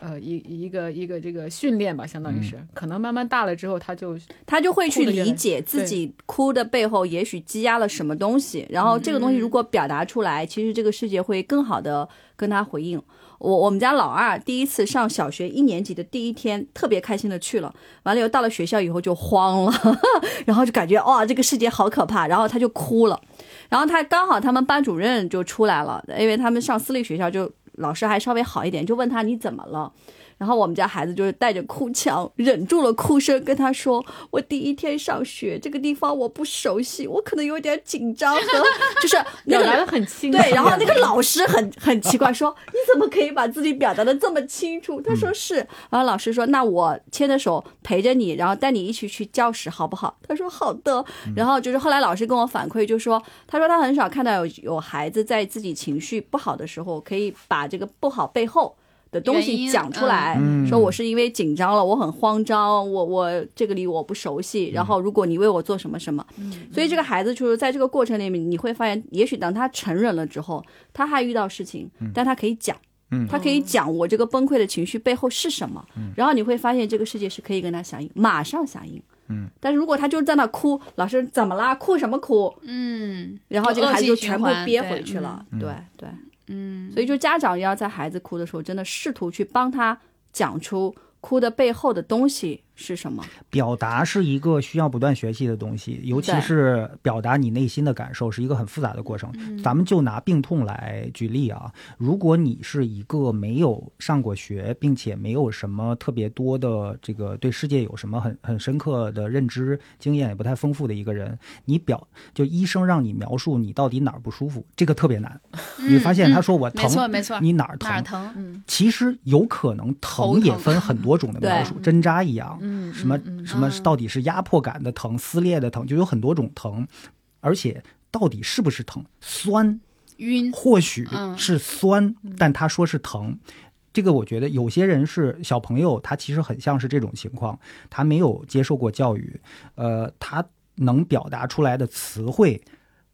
Speaker 4: 呃，一一个一个这个训练吧，相
Speaker 1: 嗯
Speaker 4: 当于是，可能慢慢大了之后，他就
Speaker 3: 他就会去理解自己哭的背后，也许积压了什么东西。然后这个东西如果表达出来，其实这个世界会更好的跟他回应。我我们家老二第一次上小学一年级的第一天，特别开心的去了。完了以后到了学校以后就慌了， [LAUGHS] 然后就感觉哇这个世界好可怕，然后他就哭了。然后他刚好他们班主任就出来了，因为他们上私立学校就老师还稍微好一点，就问他你怎么了。然后我们家孩子就是带着哭腔，忍住了哭声，跟他说：“我第一天上学，这个地方我不熟悉，我可能有点紧张 [LAUGHS] 和就是那
Speaker 4: 表达
Speaker 3: 个
Speaker 4: 的很清晰。
Speaker 3: 对，然后那个老师很很奇怪，说你怎么可以把自己表达的这么清楚？他说是，然后老师说那我牵着手陪着你，然后带你一起去教室好不好？他说好的。然后就是后来老师跟我反馈，就说他说他很少看到有有孩子在自己情绪不好的时候，可以把这个不好背后。的东
Speaker 2: 原
Speaker 3: 西
Speaker 2: 因
Speaker 3: 讲出来，
Speaker 1: 嗯
Speaker 3: 说我是因为紧张了，我很慌张，我我这个里我不熟悉，然后如果你为我做什么什么，所以这个孩子就是在这个过程里面，你会发现，也许当他成人了之后，他还遇到事情，但他可以讲，
Speaker 1: 嗯
Speaker 3: 他可以讲我这个崩溃的情绪背后是什么，然后你会发现这个世界是可以跟他响应，马上响应。
Speaker 1: 嗯，
Speaker 3: 但是如果他就是在那哭，老师怎么啦？哭什么哭？
Speaker 2: 嗯
Speaker 3: 然后这个
Speaker 2: 恶
Speaker 3: 孩子
Speaker 2: 性
Speaker 3: 就
Speaker 2: 循
Speaker 3: 全部
Speaker 2: 环
Speaker 3: 憋
Speaker 2: 对
Speaker 3: 回去了。
Speaker 1: 嗯
Speaker 3: 对对，
Speaker 2: 嗯，
Speaker 3: 所以就家长要在孩子哭的时候，真的试图去帮他讲出哭的背后的东西是什么。
Speaker 1: 表达是一个需要不断学习的东西，
Speaker 2: 嗯
Speaker 1: 尤其
Speaker 3: 对
Speaker 1: 是表达你内心的感受是一个很复杂的过程。
Speaker 2: 嗯
Speaker 1: 咱们就拿病痛来举例啊，如果你是一个没有上过学，并且没有什么特别多的这个对世界有什么很很深刻的认知经验，也不太丰富的一个人，你表就医生让你描述你到底哪儿不舒服，这个特别难。你会发现他说我
Speaker 2: 嗯没错
Speaker 1: 疼，
Speaker 2: 没
Speaker 4: 嗯
Speaker 2: 错，
Speaker 1: 你哪儿
Speaker 2: 哪儿
Speaker 1: 疼？
Speaker 2: 疼？
Speaker 1: 其实有可能
Speaker 2: 头
Speaker 1: 疼也
Speaker 2: 疼
Speaker 1: 分很多种的描
Speaker 3: 对
Speaker 2: [LAUGHS]
Speaker 1: 述，针扎一样。
Speaker 4: 嗯，
Speaker 1: 什么
Speaker 4: 嗯嗯
Speaker 1: 什么
Speaker 2: 嗯
Speaker 1: 到底是压迫感的疼、撕裂的疼，就有很多种疼，而且到底是不是疼？酸
Speaker 2: 晕，
Speaker 1: 或许
Speaker 2: 嗯
Speaker 1: 是酸，但他说是疼。这个我觉得有些人是小朋友，他其实很像是这种情况，他没有接受过教育，呃，他能表达出来的词汇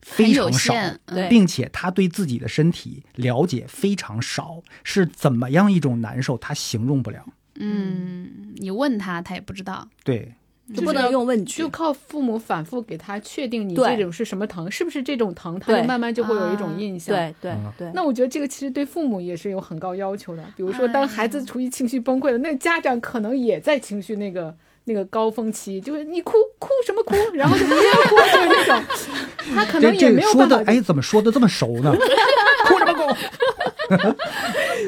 Speaker 2: 很
Speaker 1: 非
Speaker 2: 有
Speaker 1: 常少，
Speaker 2: 限，嗯
Speaker 3: 对
Speaker 1: 并且他对自己的身体了解非常少，是怎么样一种难受，他形容不了。
Speaker 2: 嗯，你问他，他也不知道。
Speaker 1: 对，
Speaker 3: 就不能用问句
Speaker 4: 就。靠父母反复给他确定你
Speaker 3: 对
Speaker 4: 这种是什么疼，是不是这种疼，他就
Speaker 3: 对
Speaker 4: 慢慢就会有一种印象。
Speaker 3: 对对
Speaker 1: 嗯
Speaker 3: 对，
Speaker 4: 那我觉得这个其实对父母也是有很高要求的。比如说，当孩子处于情绪崩溃了，那家长可能也在情绪那个那个高峰期，就是你哭哭什么哭，然后就 [LAUGHS] 不要哭，就是那种，他可
Speaker 1: 这
Speaker 4: 能也
Speaker 1: 这个
Speaker 4: 没有
Speaker 1: 说
Speaker 4: 办
Speaker 1: 的，
Speaker 4: 法。
Speaker 1: 哎，怎么说的这么熟
Speaker 4: [LAUGHS]
Speaker 1: 呢？哭什么哭？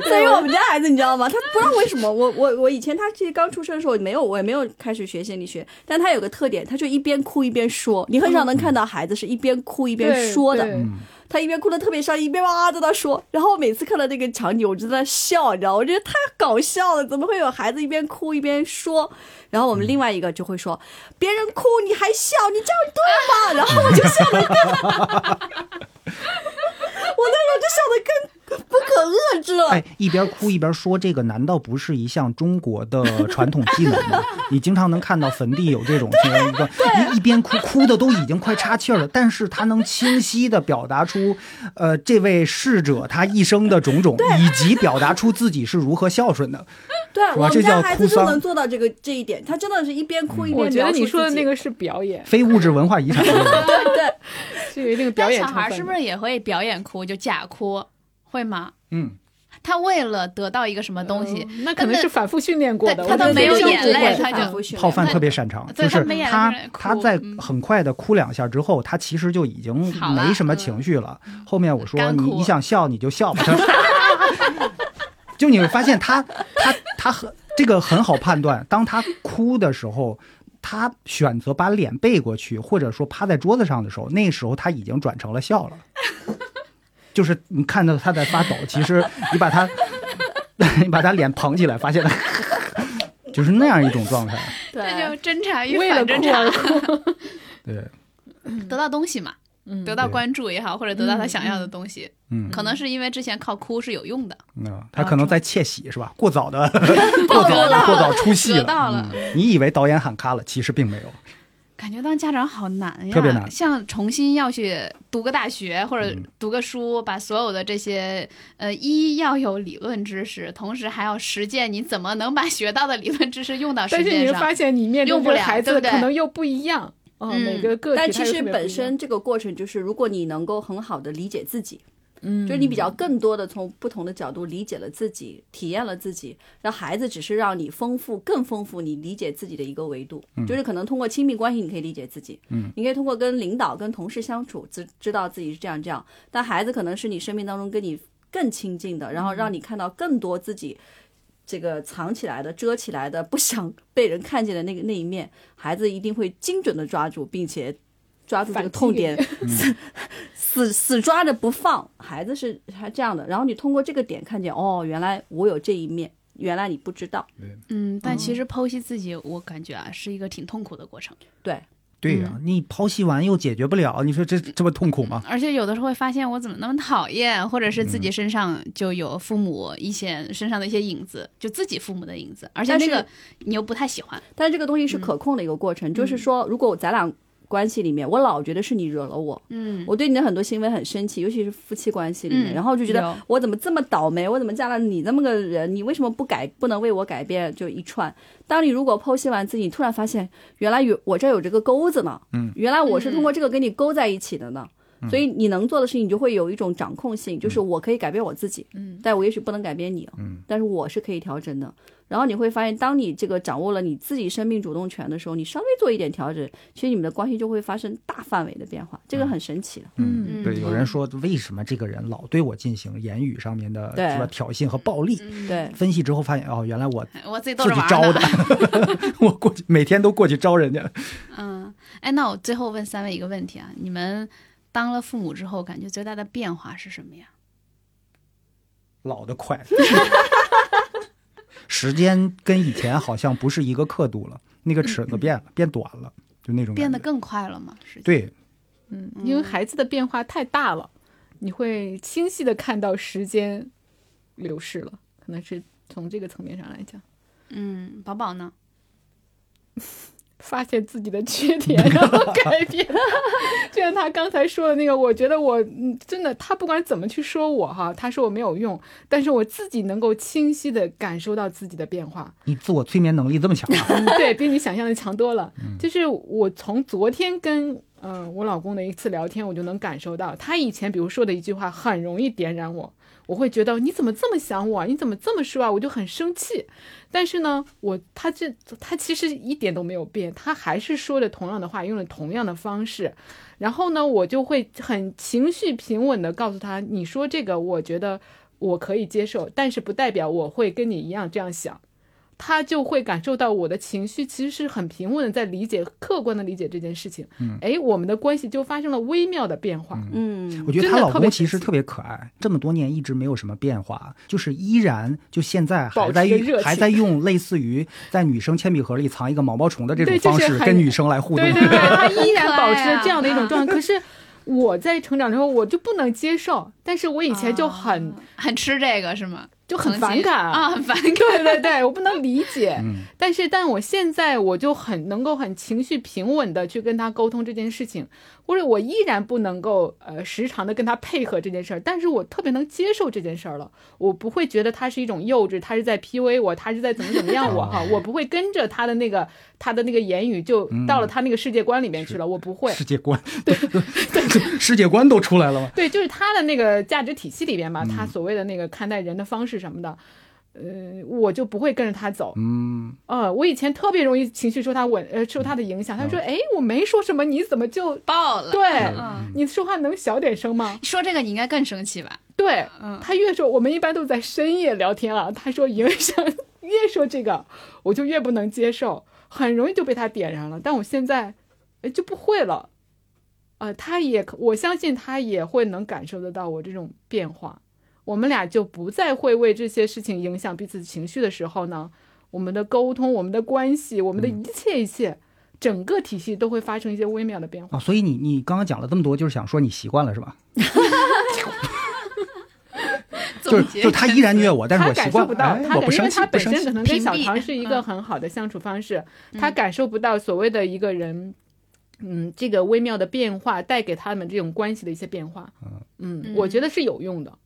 Speaker 3: 所以我们家孩子你知道吗？他不知道为什么，我我我以前他其实刚出生的时候没有，我也没有开始学心理学，但他有个特点，他就一边哭一边说，你很少能看到孩子是一边哭一
Speaker 4: 嗯对
Speaker 3: 边说的，
Speaker 4: 对
Speaker 1: 嗯
Speaker 3: 他一边哭的特别伤心，一边哇哇在那说，然后我每次看到这个场景，我就在那笑，你知道吗，我觉得太搞笑了，怎么会有孩子一边哭一边说？然后我
Speaker 4: 嗯
Speaker 3: 们另外一个就会说，别人哭你还笑，你这样对吗？然后我就笑的， [LAUGHS] 我那时候就笑的更不可遏制了。
Speaker 1: 哎，一边哭一边说，这个难道不是一项中国的传统技能吗？ [LAUGHS] 你经常能看到坟地有这种情况，一个一一边哭，哭的都已经快岔气儿了，但是他能清晰的表达出，呃，这位逝者他一生的种种，以及表达出自己是如何孝顺的。
Speaker 3: 对，啊
Speaker 1: 是吧
Speaker 3: 我们
Speaker 1: 这
Speaker 3: 家
Speaker 1: 叫
Speaker 3: 孩
Speaker 1: 哭
Speaker 3: 子就
Speaker 1: 丧
Speaker 3: 能做到这个这一点，他真的是一边哭一边
Speaker 4: 嗯我觉
Speaker 3: 描
Speaker 4: 得
Speaker 3: 述
Speaker 4: 你说的
Speaker 3: 自己 [LAUGHS]
Speaker 4: 那，个是表演，
Speaker 1: 非物质文化遗产这个，
Speaker 3: 对对，
Speaker 4: [LAUGHS] 是有一定表
Speaker 2: 但
Speaker 4: 演
Speaker 2: 小
Speaker 4: 成
Speaker 2: 孩
Speaker 4: 分的。
Speaker 2: 是不是也会表演哭，就假哭，会吗？
Speaker 1: 嗯，
Speaker 2: 他为了得到一个什么东西，
Speaker 4: 嗯那可能是反复训练过的。
Speaker 2: 对
Speaker 4: 我
Speaker 2: 他
Speaker 4: 觉
Speaker 2: 都
Speaker 4: 得
Speaker 2: 没有
Speaker 4: 这种
Speaker 2: 眼
Speaker 4: 不
Speaker 2: 泪
Speaker 4: 会
Speaker 2: 他就
Speaker 1: 泡饭特别擅长，
Speaker 2: 对
Speaker 1: 就
Speaker 2: 他
Speaker 1: 是
Speaker 2: 没眼泪
Speaker 1: 他
Speaker 2: 呃在那哭
Speaker 1: 他在
Speaker 2: 嗯
Speaker 1: 很快的哭两下之后，他其实就已经
Speaker 2: 好了
Speaker 1: 没什么
Speaker 2: 嗯
Speaker 1: 情绪了。后面我说
Speaker 2: 干
Speaker 1: 你
Speaker 2: 哭
Speaker 1: 你想笑你就笑吧， [LAUGHS] 就你会发现他他他很这个很好判断，当他哭的时候。他选择把脸背过去，或者说趴在桌子上的时候，那时候他已经转成了笑了。就是你看到他在发抖，其实你把他， [LAUGHS] 你把他脸捧起来，发现 [LAUGHS] 就是那样一种状态。
Speaker 4: [LAUGHS]
Speaker 2: 这就
Speaker 3: 对，
Speaker 2: 侦查与
Speaker 4: 为了
Speaker 2: 反侦
Speaker 4: 哭而
Speaker 2: 查，
Speaker 4: 哭。
Speaker 1: 对，
Speaker 2: 得到东西嘛，
Speaker 4: 嗯
Speaker 2: 得到
Speaker 1: 对
Speaker 2: 关注也好，或者得到他想要的东西，
Speaker 1: 嗯，
Speaker 2: 可能啊是因为之前靠哭是有用的，
Speaker 1: 嗯，他可能在窃喜是吧？过早
Speaker 2: [LAUGHS]
Speaker 1: 的，过早
Speaker 2: 得
Speaker 1: 的，
Speaker 2: 到
Speaker 1: 过早出戏
Speaker 2: 得到
Speaker 1: 了。
Speaker 2: 了。
Speaker 1: 嗯你以为导演喊卡了，其实并没有。
Speaker 2: 感觉当家长好难呀，
Speaker 1: 特别难
Speaker 2: 像重新要去读个大学或者
Speaker 1: 嗯
Speaker 2: 读个书，把所有的这些呃，一要有理论知识，同时还要实践，你怎么能把学到的理论知识用到实
Speaker 4: 但是你
Speaker 2: 践
Speaker 4: 会
Speaker 2: 啊上？
Speaker 4: 发现，你面对
Speaker 2: 用
Speaker 4: 这
Speaker 2: 不
Speaker 4: 个
Speaker 2: 了
Speaker 4: 孩
Speaker 2: 对
Speaker 4: 子
Speaker 2: 不对
Speaker 4: 可能又不一样。嗯，
Speaker 2: 嗯
Speaker 4: 每个个体
Speaker 3: 但
Speaker 4: 他
Speaker 3: 其
Speaker 4: 又特
Speaker 3: 实
Speaker 4: 别不一
Speaker 3: 本
Speaker 4: 样
Speaker 3: 身这个过程就是，如果你能够很好的理解自己，
Speaker 4: 嗯
Speaker 3: 就是你比较更多的从不同的角度理解了自己，体验了自己，让孩子只是让你丰富、更丰富你理解自己的一个维度。就是可能通过亲密关系，你可以理解自己，
Speaker 1: 嗯，
Speaker 3: 你可以通过跟领导、跟同事相处，知知道自己是这样这样。但孩子可能是你生命当中跟你更亲近的，然后
Speaker 2: 嗯
Speaker 3: 让你看到更多自己这个藏起来的、遮起来的、不想被人看见的那个那一面，孩子一定会精准的抓住，并且抓住这个
Speaker 4: 反击
Speaker 3: 痛点， [LAUGHS] 死死死抓着不放。孩子是他这样的，然后你通过这个点看见，哦，原来我有这一面，原来你不知道。
Speaker 2: 嗯，但其实剖析自己，我感觉啊，是一个挺痛苦的过程。
Speaker 3: 对，
Speaker 1: 对
Speaker 2: 嗯
Speaker 1: 呀、你剖析完又解决不了，你说这这么痛苦吗？
Speaker 2: 而且有的时候会发现我怎么那么讨厌，或者是自己身上就有父母以前身上的一些影子，就自己父母的影子，而且
Speaker 3: 但
Speaker 2: 那
Speaker 3: 是
Speaker 2: 个你又不太喜欢。
Speaker 3: 但是这个东西
Speaker 2: 嗯
Speaker 3: 是可控的一个过程，就是说，如果咱俩关系里面，我老觉得是你惹了我，
Speaker 2: 嗯，
Speaker 3: 我对你的很多行为很生气，尤其是夫妻关系里面，
Speaker 2: 嗯
Speaker 3: 然后就觉得
Speaker 2: 有
Speaker 3: 我怎么这么倒霉，我怎么嫁了你这么个人，你为什么不改，不能为我改变？就一串。当你如果剖析完自己，你突然发现原来有我这儿有这个钩子呢，
Speaker 1: 嗯，
Speaker 3: 原来我是通过这个跟你勾在一起的呢。所以你能做的事情，你就会有一种掌控性，就是我可以改变我自己，
Speaker 2: 嗯，
Speaker 3: 但我也许不能改变你，
Speaker 1: 嗯，
Speaker 3: 但是我是可以调整的。然后你会发现，当你这个掌握了你自己生命主动权的时候，你稍微做一点调整，其实你们的关系就会发生大范围的变化，这个很神奇的。
Speaker 2: 嗯
Speaker 1: 对，有人说为什么这个人老对我进行言语上面的
Speaker 3: 对
Speaker 1: 什么挑衅和暴力？
Speaker 3: 对，
Speaker 1: 分析之后发现，哦，原来我
Speaker 2: 我自己逗
Speaker 1: 嗯自
Speaker 2: 着
Speaker 1: 己
Speaker 2: 嗯玩
Speaker 1: 招
Speaker 2: 儿
Speaker 1: 的
Speaker 2: 呢。，
Speaker 1: [LAUGHS] 我过去每天都过去招人家。
Speaker 2: 嗯，哎，那我最后问三位一个问题啊，你们当了父母之后，感觉最大的变化是什么呀？
Speaker 1: 老得快， [LAUGHS] 时间跟以前好像不是一个刻度了，那个尺子变了，变短了，就那种
Speaker 2: 变得
Speaker 1: 感觉
Speaker 2: 更快了吗？是，
Speaker 1: 对，
Speaker 4: 嗯，因为孩子的变化太大了，你会清晰的看到时间流逝了，可能是从这个层面上来讲，
Speaker 2: 嗯，宝宝呢？ [LAUGHS]
Speaker 4: 发现自己的
Speaker 2: [LAUGHS]
Speaker 4: 缺点，然后改变。 [LAUGHS] 就像他刚才说的那个，我觉得我嗯真的，他不管怎么去说我哈，他说我没有用，但是我自己能够清晰的感受到自己的变化，
Speaker 1: 你自我催眠能力这么强、啊，
Speaker 4: 嗯对，比你想象的强多了。就是我从昨天跟嗯、呃我老公的一次聊天，我就能感受到，他以前比如说的一句话，很容易点燃我，我会觉得你怎么这么想我啊，你怎么这么说啊，我就很生气。但是呢，我他这他其实一点都没有变，他还是说着同样的话，用了同样的方式。然后呢，我就会很情绪平稳的告诉他，你说这个，我觉得我可以接受，但是不代表我会跟你一样这样想。他就会感受到我的情绪其实是很平稳的，在理解、客观的理解这件事情。嗯，哎，我们的关系就发生了微妙的变化。
Speaker 3: 嗯
Speaker 1: 我觉得
Speaker 4: 真
Speaker 1: 她
Speaker 4: 的
Speaker 1: 老
Speaker 4: 特
Speaker 1: 公
Speaker 4: 别
Speaker 1: 其实
Speaker 4: 神奇
Speaker 1: 特别可爱，这么多年一直没有什么变化，就是依然就现在还
Speaker 4: 保
Speaker 1: 在
Speaker 4: 持着热
Speaker 1: 用还在
Speaker 4: 情
Speaker 1: 用类似于在女生铅笔盒里藏一个毛毛虫的这种
Speaker 4: 对就
Speaker 1: 方
Speaker 4: 是
Speaker 1: 式
Speaker 4: 很
Speaker 1: 跟女生来互动
Speaker 4: 对。
Speaker 1: [LAUGHS]
Speaker 4: [LAUGHS] 对对，他依
Speaker 2: 可
Speaker 4: 然
Speaker 2: 爱
Speaker 4: 保持着
Speaker 2: 啊
Speaker 4: 这样的一种状态。可是我在成长之后，我就不能接受，但是我以前就很、
Speaker 2: 啊很吃这个是吗？
Speaker 4: 就很反感
Speaker 2: 啊，很 [LAUGHS] 反感。
Speaker 4: 对对对，我不能理解。
Speaker 1: 嗯
Speaker 4: 但是，但我现在我就很能够很情绪平稳的去跟他沟通这件事情，或者我依然不能够呃时常的跟他配合这件事儿，但是我特别能接受这件事儿了，我不会觉得他是一种幼稚，他是在 PUA 我，他是在怎么怎么样我哈，我不会跟着他的那个他的那个言语就到了他那个世界观里面去了，我不会。
Speaker 1: 世界观，对， [LAUGHS] 世界观都出来了吗？
Speaker 4: 对，就是他的那个价值体系里边嘛，他所谓的那个看待人的方式什么的，呃，我就不会跟着他走。
Speaker 1: 嗯，
Speaker 4: 呃，我以前特别容易情绪受他稳呃受他的影响，他说：“哎，我没说什么，你怎么就
Speaker 2: 爆了。
Speaker 4: 对
Speaker 2: 嗯
Speaker 4: 你说话能小点声吗
Speaker 2: 说这个你应该更生气吧？”？
Speaker 4: 对
Speaker 2: 嗯，
Speaker 4: 他越说，我们一般都在深夜聊天啊。他说影响越说这个，我就越不能接受，很容易就被他点燃了。但我现在哎就不会了，呃，他也可我相信他也会能感受得到我这种变化。我们俩就不再会为这些事情影响彼此情绪的时候呢，我们的沟通、我们的关系、我们的一切一切，整个体系都会发生一些微妙的变化。
Speaker 1: 啊，所以你你刚刚讲了这么多，就是想说你习惯了是吧？就
Speaker 2: 总
Speaker 1: 是
Speaker 2: 结
Speaker 1: 就是他依然虐我，但是
Speaker 4: 他
Speaker 1: 我习
Speaker 4: 感受
Speaker 1: 惯
Speaker 4: 不
Speaker 1: 了，
Speaker 4: 到，
Speaker 1: 哎
Speaker 4: 他
Speaker 1: 我不
Speaker 4: 感因为
Speaker 1: 生气
Speaker 4: 他，
Speaker 1: 不
Speaker 4: 本
Speaker 1: 生
Speaker 4: 身
Speaker 1: 气
Speaker 4: 可。能跟
Speaker 2: 屏
Speaker 4: 小
Speaker 2: 蔽
Speaker 4: 唐是一个很好的相处方式，他
Speaker 2: 嗯
Speaker 4: 感受不到所谓的一个人，嗯，这个微妙的变化带给他们这种关系的一些变化，嗯，我觉得是有用的。
Speaker 2: 嗯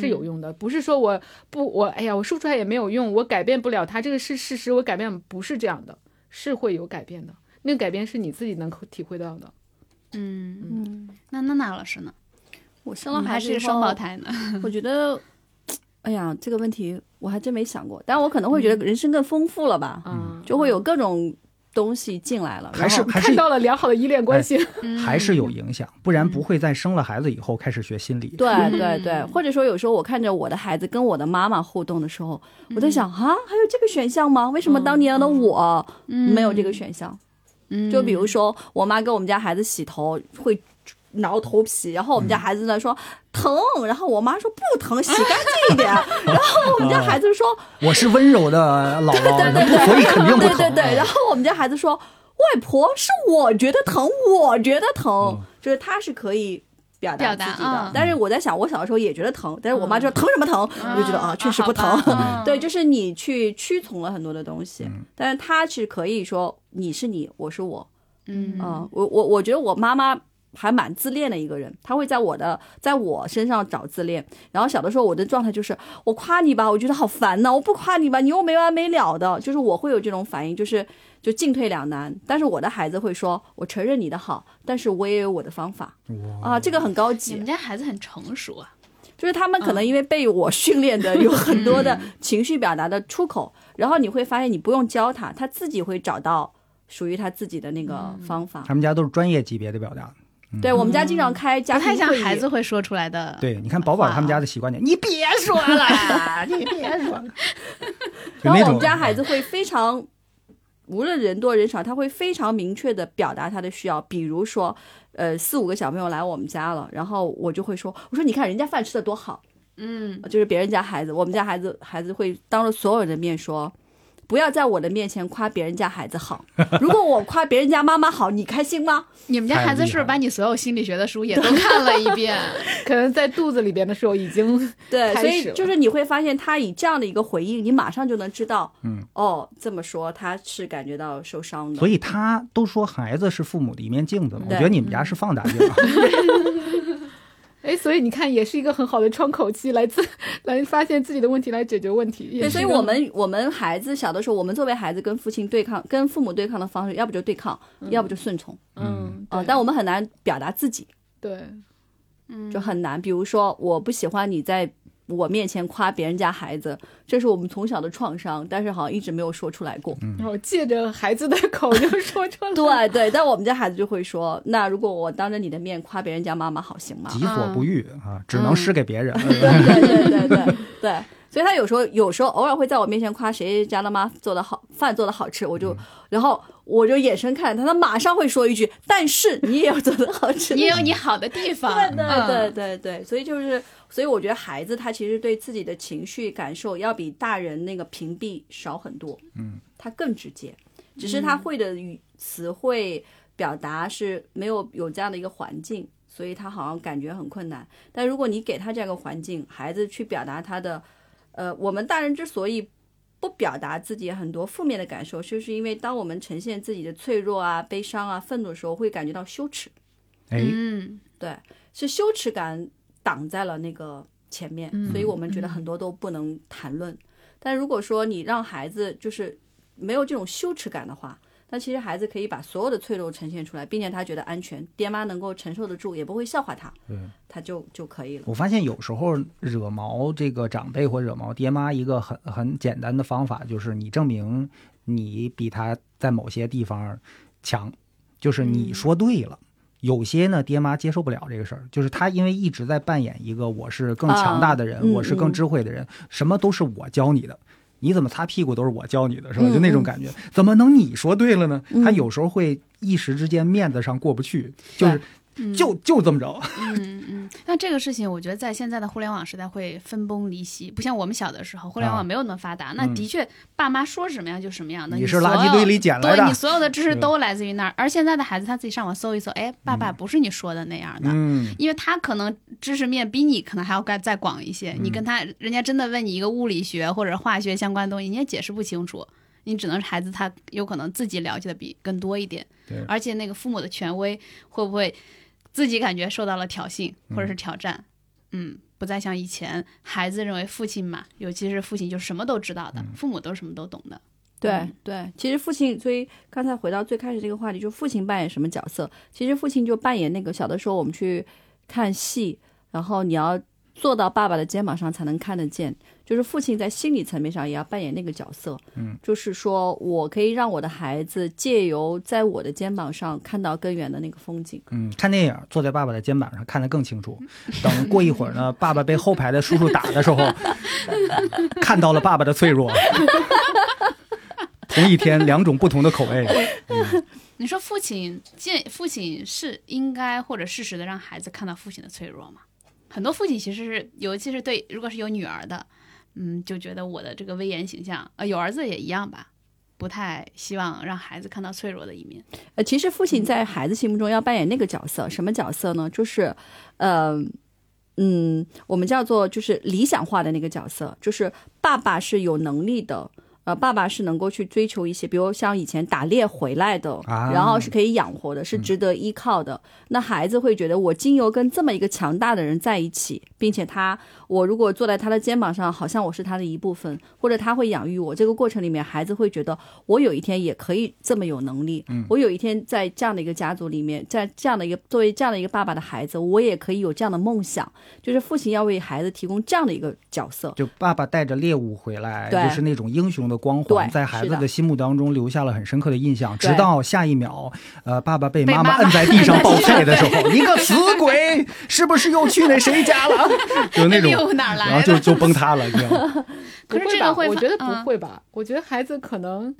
Speaker 4: 是有用的，不是说我不我哎呀，我说出来也没有用，我改变不了他，这个是事实，我改变不是这样的，是会有改变的，那个改变是你自己能够体会到的。
Speaker 2: 嗯，
Speaker 3: 嗯，
Speaker 2: 那娜娜老师呢？
Speaker 3: 我生
Speaker 2: 我
Speaker 3: 了
Speaker 2: 们还
Speaker 3: 孩子
Speaker 2: 是
Speaker 3: 以
Speaker 2: 双胞
Speaker 3: 后，
Speaker 2: 胎呢。
Speaker 3: 我觉得，哎呀，这个
Speaker 1: 嗯
Speaker 3: 问题我还真没想过，但我可能会觉得人生更丰富了吧，
Speaker 4: 啊，
Speaker 3: 就会有各种东西进来了，然
Speaker 1: 还是
Speaker 3: 后
Speaker 1: 还
Speaker 4: 看
Speaker 1: 是
Speaker 4: 到了良好的依恋
Speaker 1: 哎
Speaker 4: 关系， [LAUGHS]
Speaker 2: 嗯
Speaker 1: 还是有影响，不然不会在生了孩子以后开始学心理。
Speaker 3: 对对
Speaker 2: 嗯
Speaker 3: 对，或者说有时候我看着我的孩子跟我的妈妈互动的时候，我在想啊，还有这个选项吗？为什么当年的我没有这个选项？
Speaker 2: 嗯，
Speaker 3: 就比如说，我妈给我们家孩子洗头会挠头皮，然后我们家孩子呢说疼，然后我妈说不疼，洗干净一点。然后我们家孩子说，
Speaker 1: 我是温柔的姥姥，
Speaker 3: [LAUGHS] 对对
Speaker 1: 所以肯定不哎
Speaker 3: 对
Speaker 1: 疼。
Speaker 3: 对对，然后我们家孩子说，外婆是我觉得疼，我觉得疼，就是他是可以。表达
Speaker 2: 表
Speaker 3: 自
Speaker 2: 达
Speaker 3: 己
Speaker 2: 嗯
Speaker 3: 的，但是我在想，我小的时候也觉得疼，但是我妈就说疼什么疼，
Speaker 2: 嗯
Speaker 3: 我就觉得啊，确实不疼。
Speaker 1: 嗯
Speaker 3: 对，就是你去屈从了很多的东西，但是他是可以说你是你，我是我，
Speaker 2: 嗯
Speaker 3: 嗯，我我我觉得我妈妈还蛮自恋的一个人，她会在我的在我身上找自恋。然后小的时候我的状态就是，我夸你吧，我觉得好烦呐、我不夸你吧，你又没完没了的，就是我会有这种反应，就是就进退两难。但是我的孩子会说，我承认你的好，但是我也有我的方法啊，这个很高
Speaker 2: 你
Speaker 3: 级
Speaker 2: 们，家孩子很成熟啊，
Speaker 3: 就是他们可能因为被我训练的有很多的 [LAUGHS] 情绪表达的出口，然后你会发现你不用教他，他自己会找到属于他自己的那个方法。
Speaker 1: 他们家都是专业级别的表达。
Speaker 3: 对我们家经常开
Speaker 2: 不
Speaker 3: 家庭
Speaker 2: 太像
Speaker 3: 会议
Speaker 2: 孩子会说出来的。
Speaker 1: 对，你看宝宝他们家的习惯点，你别
Speaker 3: 啊
Speaker 1: 说了呀，
Speaker 2: 啊
Speaker 3: [LAUGHS]
Speaker 1: 你别说了。就
Speaker 3: 然
Speaker 1: 那
Speaker 3: 后我
Speaker 1: 种
Speaker 3: 们家孩子会非常，无论人多人少，他会非常明确的表达他的需要。比如说，呃，四五个小朋友来我们家了，然后我就会说，我说你看人家饭吃的多好，呃
Speaker 2: 嗯，
Speaker 3: 就是别人家孩子，我们家孩子孩子会当着所有人的面说。不要在我的面前夸别人家孩子好。如果我夸别人家妈妈好，你开心吗？
Speaker 2: 你们家
Speaker 1: 太
Speaker 2: 孩子
Speaker 1: 厉害
Speaker 2: 是不是
Speaker 1: 了
Speaker 2: 把你所有心理学的书也都看了一
Speaker 3: [LAUGHS]
Speaker 2: 遍？
Speaker 4: 可能在肚子里边的时候已经
Speaker 3: 对，
Speaker 4: 开
Speaker 3: 所
Speaker 4: 始
Speaker 3: 以
Speaker 4: 了
Speaker 3: 就是你会发现，他以这样的一个回应，你马上就能知道，
Speaker 1: 嗯，
Speaker 3: 哦，这么说他是感觉到受伤的。
Speaker 1: 所以他都说孩子是父母的一面镜子嘛，我
Speaker 3: 对
Speaker 1: 觉得你们家是放大镜啊。
Speaker 3: 嗯
Speaker 4: 哎，所以你看，也是一个很好的窗口期，来自来发现自己的问题，来解决问题。也
Speaker 3: 对，
Speaker 4: 是
Speaker 3: 所
Speaker 4: 一
Speaker 3: 以
Speaker 4: 个
Speaker 3: 我们我们孩子小的时候，我们作为孩子跟父亲对抗、跟父母对抗的方式，要不就对抗，要不就顺从
Speaker 4: 嗯，
Speaker 3: 啊、
Speaker 4: 对
Speaker 3: 但我们很难表达自己，
Speaker 4: 对
Speaker 3: 就
Speaker 4: 嗯
Speaker 2: 嗯
Speaker 3: 很难。比如说，我不喜欢你在我面前夸别人家孩子，这是我们从小的创伤，但是好像一直没有说出来过。
Speaker 1: 嗯
Speaker 4: 然后借着孩子的口就说出来。
Speaker 3: 对对，但我们家孩子就会说，那如果我当着你的面夸别人家妈妈好行吗？
Speaker 1: 己所不欲啊，只
Speaker 3: 嗯
Speaker 1: 能施给别人。
Speaker 3: 对对对对对，所以他有时候有时候偶尔会在我面前夸谁谁家的妈做的好，饭做的好吃，我就、然后我就眼神看着他，他马上会说一句：“但是你也有做的好吃。”
Speaker 2: 也有你好的地方。
Speaker 3: 对对对
Speaker 2: 嗯
Speaker 3: 对对，所以就是，所以我觉得孩子他其实对自己的情绪感受要比大人那个屏蔽少很多，
Speaker 1: 嗯，
Speaker 3: 他更直接，只是他会的语词汇表达是没有有这样的一个环境，所以他好像感觉很困难。但如果你给他这样一个环境，孩子去表达他的，呃，我们大人之所以。不表达自己很多负面的感受，就是因为当我们呈现自己的脆弱啊、悲伤啊、愤怒的时候，会感觉到羞耻。
Speaker 1: 哎，
Speaker 2: 嗯，
Speaker 3: 对，是羞耻感挡在了那个前面，所以我们觉得很多都不能谈论。但如果说你让孩子就是没有这种羞耻感的话，那其实孩子可以把所有的脆弱呈现出来，并且他觉得安全，爹妈能够承受得住，也不会笑话他，
Speaker 1: 对
Speaker 3: 他就就可以了。
Speaker 1: 我发现有时候惹毛这个长辈或惹毛爹妈，一个很很简单的方法就是你证明你比他在某些地方强，就是你说对
Speaker 3: 嗯
Speaker 1: 了。有些呢，爹妈接受不了这个事儿，就是他因为一直在扮演一个我是更强大的人，
Speaker 3: 啊嗯
Speaker 1: 我是更
Speaker 3: 嗯
Speaker 1: 智慧的人，什么都是我教你的。你怎么擦屁股都是我教你的，是吧？
Speaker 3: 嗯
Speaker 1: 就那种感觉，怎么能你说对了呢？
Speaker 3: 嗯
Speaker 1: 他有时候会一时之间面子上过不去，就是就就这么着。
Speaker 2: 嗯嗯，那这个事情，我觉得在现在的互联网时代会分崩离析，不像我们小的时候，互联
Speaker 1: 啊
Speaker 2: 网没有那么发达。那
Speaker 1: 嗯
Speaker 2: 的确，爸妈说什么样就什么样的。
Speaker 1: 你
Speaker 2: 你
Speaker 1: 是垃
Speaker 2: 所
Speaker 1: 圾
Speaker 2: 有
Speaker 1: 堆里捡来
Speaker 2: 对你
Speaker 1: 的，
Speaker 2: 所有的知识
Speaker 1: 对
Speaker 2: 都来自于那儿。而现在的孩子，他自己上网搜一搜，哎，爸爸不是你说的那样的。
Speaker 1: 嗯。
Speaker 2: 因为他可能知识面比你可能还要该再广一些，
Speaker 1: 嗯
Speaker 2: 你跟他人家真的问你一个物理学或者化学相关的东西，你也解释不清楚，你只能是孩子他有可能自己了解的比更多一点
Speaker 1: 对，
Speaker 2: 而且那个父母的权威会不会自己感觉受到了挑衅或者是挑战？嗯，不再像以前孩子认为父亲嘛，尤其是父亲就是什么都知道
Speaker 1: 嗯
Speaker 2: 的，父母都是什么都懂的。
Speaker 3: 对
Speaker 2: 嗯
Speaker 3: 对，其实父亲，所以刚才回到最开始这个话题，就父亲扮演什么角色？其实父亲就扮演那个小的时候我们去看戏，然后你要坐到爸爸的肩膀上才能看得见。就是父亲在心理层面上也要扮演那个角色，
Speaker 1: 嗯，
Speaker 3: 就是说我可以让我的孩子借由在我的肩膀上看到更远的那个风景。
Speaker 1: 嗯，看电影坐在爸爸的肩膀上看得更清楚。等过一会儿呢，爸爸被后排的叔叔打的时候，看到了爸爸的脆弱。同一天，两种不同的口味。
Speaker 2: 你说父亲见父亲是应该或者适时的让孩子看到父亲的脆弱吗？很多父亲其实是，尤其是对如果是有女儿的，嗯，就觉得我的这个威严形象，呃，有儿子也一样吧，不太希望让孩子看到脆弱的一面。
Speaker 3: 呃，其实父亲在孩子心目中要扮演那个角色，什么角色呢？就是，呃，嗯，我们叫做就是理想化的那个角色，就是爸爸是有能力的。呃，爸爸是能够去追求一些，比如像以前打猎回来的，
Speaker 1: 啊
Speaker 3: 然后是可以养活的，是值得依靠的。那孩子会觉得，我经由跟这么一个强大的人在一起，并且他，我如果坐在他的肩膀上，好像我是他的一部分，或者他会养育我。这个过程里面，孩子会觉得，我有一天也可以这么有能力，
Speaker 1: 嗯
Speaker 3: 我有一天在这样的一个家族里面，在这样的一个作为这样的一个爸爸的孩子，我也可以有这样的梦想，就是父亲要为孩子提供这样的一个角色。
Speaker 1: 就爸爸带着猎物回来，
Speaker 3: 对
Speaker 1: 就是那种英雄的光环，
Speaker 3: 对
Speaker 1: 在孩
Speaker 3: 是
Speaker 1: 子
Speaker 3: 的
Speaker 1: 的心目当中留下了很深刻的印象。
Speaker 3: 对
Speaker 1: 直到下一秒，呃，爸爸被妈
Speaker 2: 被妈妈
Speaker 1: 摁在地上
Speaker 2: 摁在
Speaker 1: 爆
Speaker 2: 地上
Speaker 1: 菜的时候，一个死鬼是不是又去那谁家了？就是那种，
Speaker 2: 又哎哪儿
Speaker 1: 然后
Speaker 2: 来
Speaker 1: 就
Speaker 2: 的？
Speaker 1: 就崩塌了，你知道吗？
Speaker 2: 可是
Speaker 4: 不会
Speaker 2: 这
Speaker 4: 吧
Speaker 2: 个会
Speaker 4: 我
Speaker 2: 发
Speaker 4: 觉得不
Speaker 2: 嗯
Speaker 4: 会吧？我觉得孩子可能，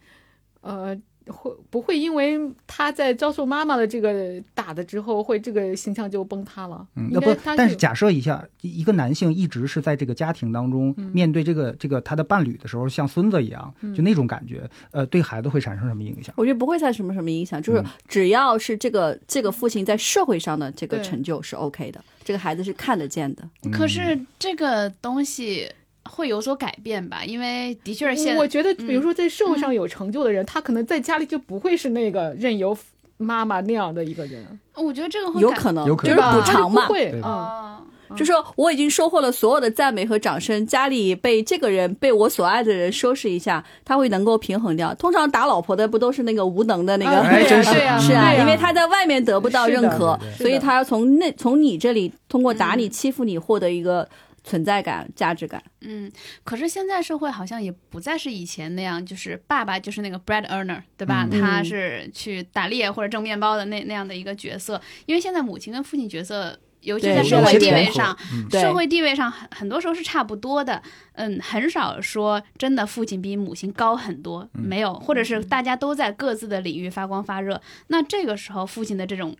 Speaker 4: 呃，会不会因为他在遭受妈妈的这个打的之后，会这个形象就崩塌了？
Speaker 1: 嗯，
Speaker 4: 应
Speaker 1: 那
Speaker 4: 该
Speaker 1: 不，
Speaker 4: 他
Speaker 1: 但是假设一下，一一个男性一直是在这个家庭当中，
Speaker 3: 嗯
Speaker 1: 面对这个这个他的伴侣的时候，像孙子一样，就那种感觉，呃，对孩子会产生什么影响？
Speaker 3: 我觉得不会再什么什么影响，就是
Speaker 1: 嗯
Speaker 3: 只要是这个这个父亲在社会上的这个
Speaker 4: 对
Speaker 3: 成就是 OK 的，这个孩子是看得见的。
Speaker 2: 可
Speaker 1: 嗯
Speaker 2: 是这个东西会有所改变吧？因为的
Speaker 3: 嗯
Speaker 2: 确是现
Speaker 4: 我觉得，比如说在社会上有成就的人，他可能在家里就不会是那个任由妈妈那样的一个人，
Speaker 2: 我觉得这个会
Speaker 3: 有
Speaker 2: 改
Speaker 3: 可能，
Speaker 1: 有可
Speaker 3: 就
Speaker 1: 能
Speaker 3: 是
Speaker 1: 吧
Speaker 3: 补偿嘛
Speaker 4: 不。会
Speaker 1: 对
Speaker 4: 啊。
Speaker 2: 哦
Speaker 3: 就说我已经收获了所有的赞美和掌声，家里被这个人被我所爱的人收拾一下，他会能够平衡掉。通常打老婆的不都是那个无能的那个？
Speaker 4: 啊对
Speaker 1: 哎
Speaker 4: 呀
Speaker 1: 真是
Speaker 4: 对呀
Speaker 3: 是啊，
Speaker 4: 对呀
Speaker 3: 因为他在外面得不到认可
Speaker 1: 是的，
Speaker 4: 是的
Speaker 3: 所以他要从那从你这里通过打你、欺负你获得一个存在感、价值感。
Speaker 2: 嗯，可是现在社会好像也不再是以前那样，就是爸爸就是那个 bread earner，对吧？
Speaker 3: 嗯
Speaker 2: 他是去打猎或者挣面包的那那样的一个角色，因为现在母亲跟父亲角色，尤其
Speaker 3: 对
Speaker 2: 在社
Speaker 3: 有
Speaker 2: 会
Speaker 3: 些
Speaker 2: 地位
Speaker 3: 重合
Speaker 2: 上，
Speaker 1: 嗯
Speaker 3: 对
Speaker 2: 社会地位上很很多时候是差不多的，嗯，很少说真的父亲比母亲高很多，
Speaker 3: 嗯
Speaker 2: 没有，或者是大家都在各自的领域发光发热。那这个时候，父亲的这种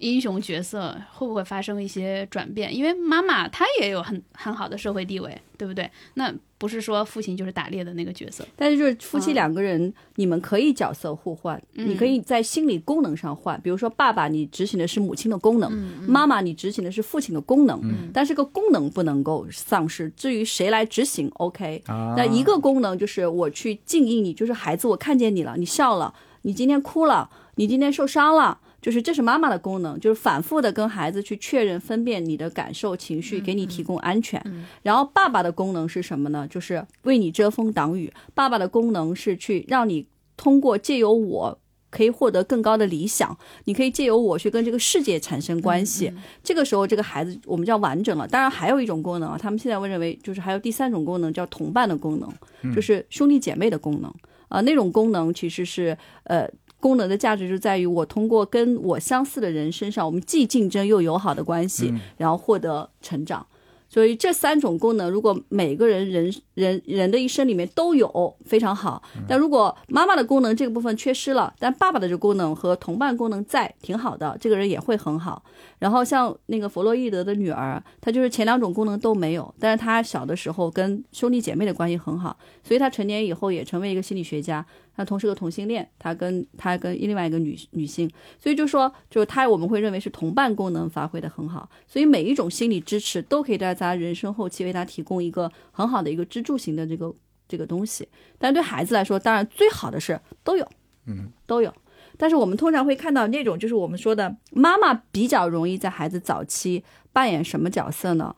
Speaker 2: 英雄角色会不会发生一些转变？因为妈妈她也有很很好的社会地位，对不对？那不是说父亲就是打猎的那个角色，
Speaker 3: 但是就是夫妻
Speaker 2: 嗯
Speaker 3: 两个人，你们可以角色互换，
Speaker 2: 嗯
Speaker 3: 你可以在心理功能上换。比如说，爸爸你执行的是母亲的功能，妈妈你执行的是父亲的功能，但是个功能不能够丧失。至于谁来执行，OK。
Speaker 1: 啊，
Speaker 3: 那一个功能就是我去静应你，就是孩子，我看见你了，你笑了，你今天哭了，你今天受伤了。就是这是妈妈的功能，就是反复的跟孩子去确认、分辨你的感受、情绪，给你提供安全。然后爸爸的功能是什么呢？就是为你遮风挡雨。爸爸的功能是去让你通过借由我。可以获得更高的理想，你可以借由我去跟这个世界产生关系。这个时候，这个孩子我们叫完整了。当然，还有一种功能啊，他们现在会认为就是还有第三种功能叫同伴的功能，就是兄弟姐妹的功能。啊、那种功能其实是呃，功能的价值就在于我通过跟我相似的人身上，我们既竞争又友好的关系，
Speaker 1: 嗯
Speaker 3: 然后获得成长。所以这三种功能，如果每个人人人人的一生里面都有，非常好。但如果妈妈的功能这个部分缺失了，但爸爸的这个功能和同伴功能在，挺好的，这个人也会很好。然后像那个弗洛伊德的女儿，她就是前两种功能都没有，但是她小的时候跟兄弟姐妹的关系很好，所以她成年以后也成为一个心理学家。她同时个同性恋，她跟她跟另外一个女女性，所以就说，就是他我们会认为是同伴功能发挥的很好，所以每一种心理支持都可以在他人生后期为他提供一个很好的一个支柱型的这个这个东西。但对孩子来说，当然最好的是都有，
Speaker 1: 嗯，
Speaker 3: 都有。但是我们通常会看到那种，就是我们说的妈妈比较容易在孩子早期扮演什么角色呢？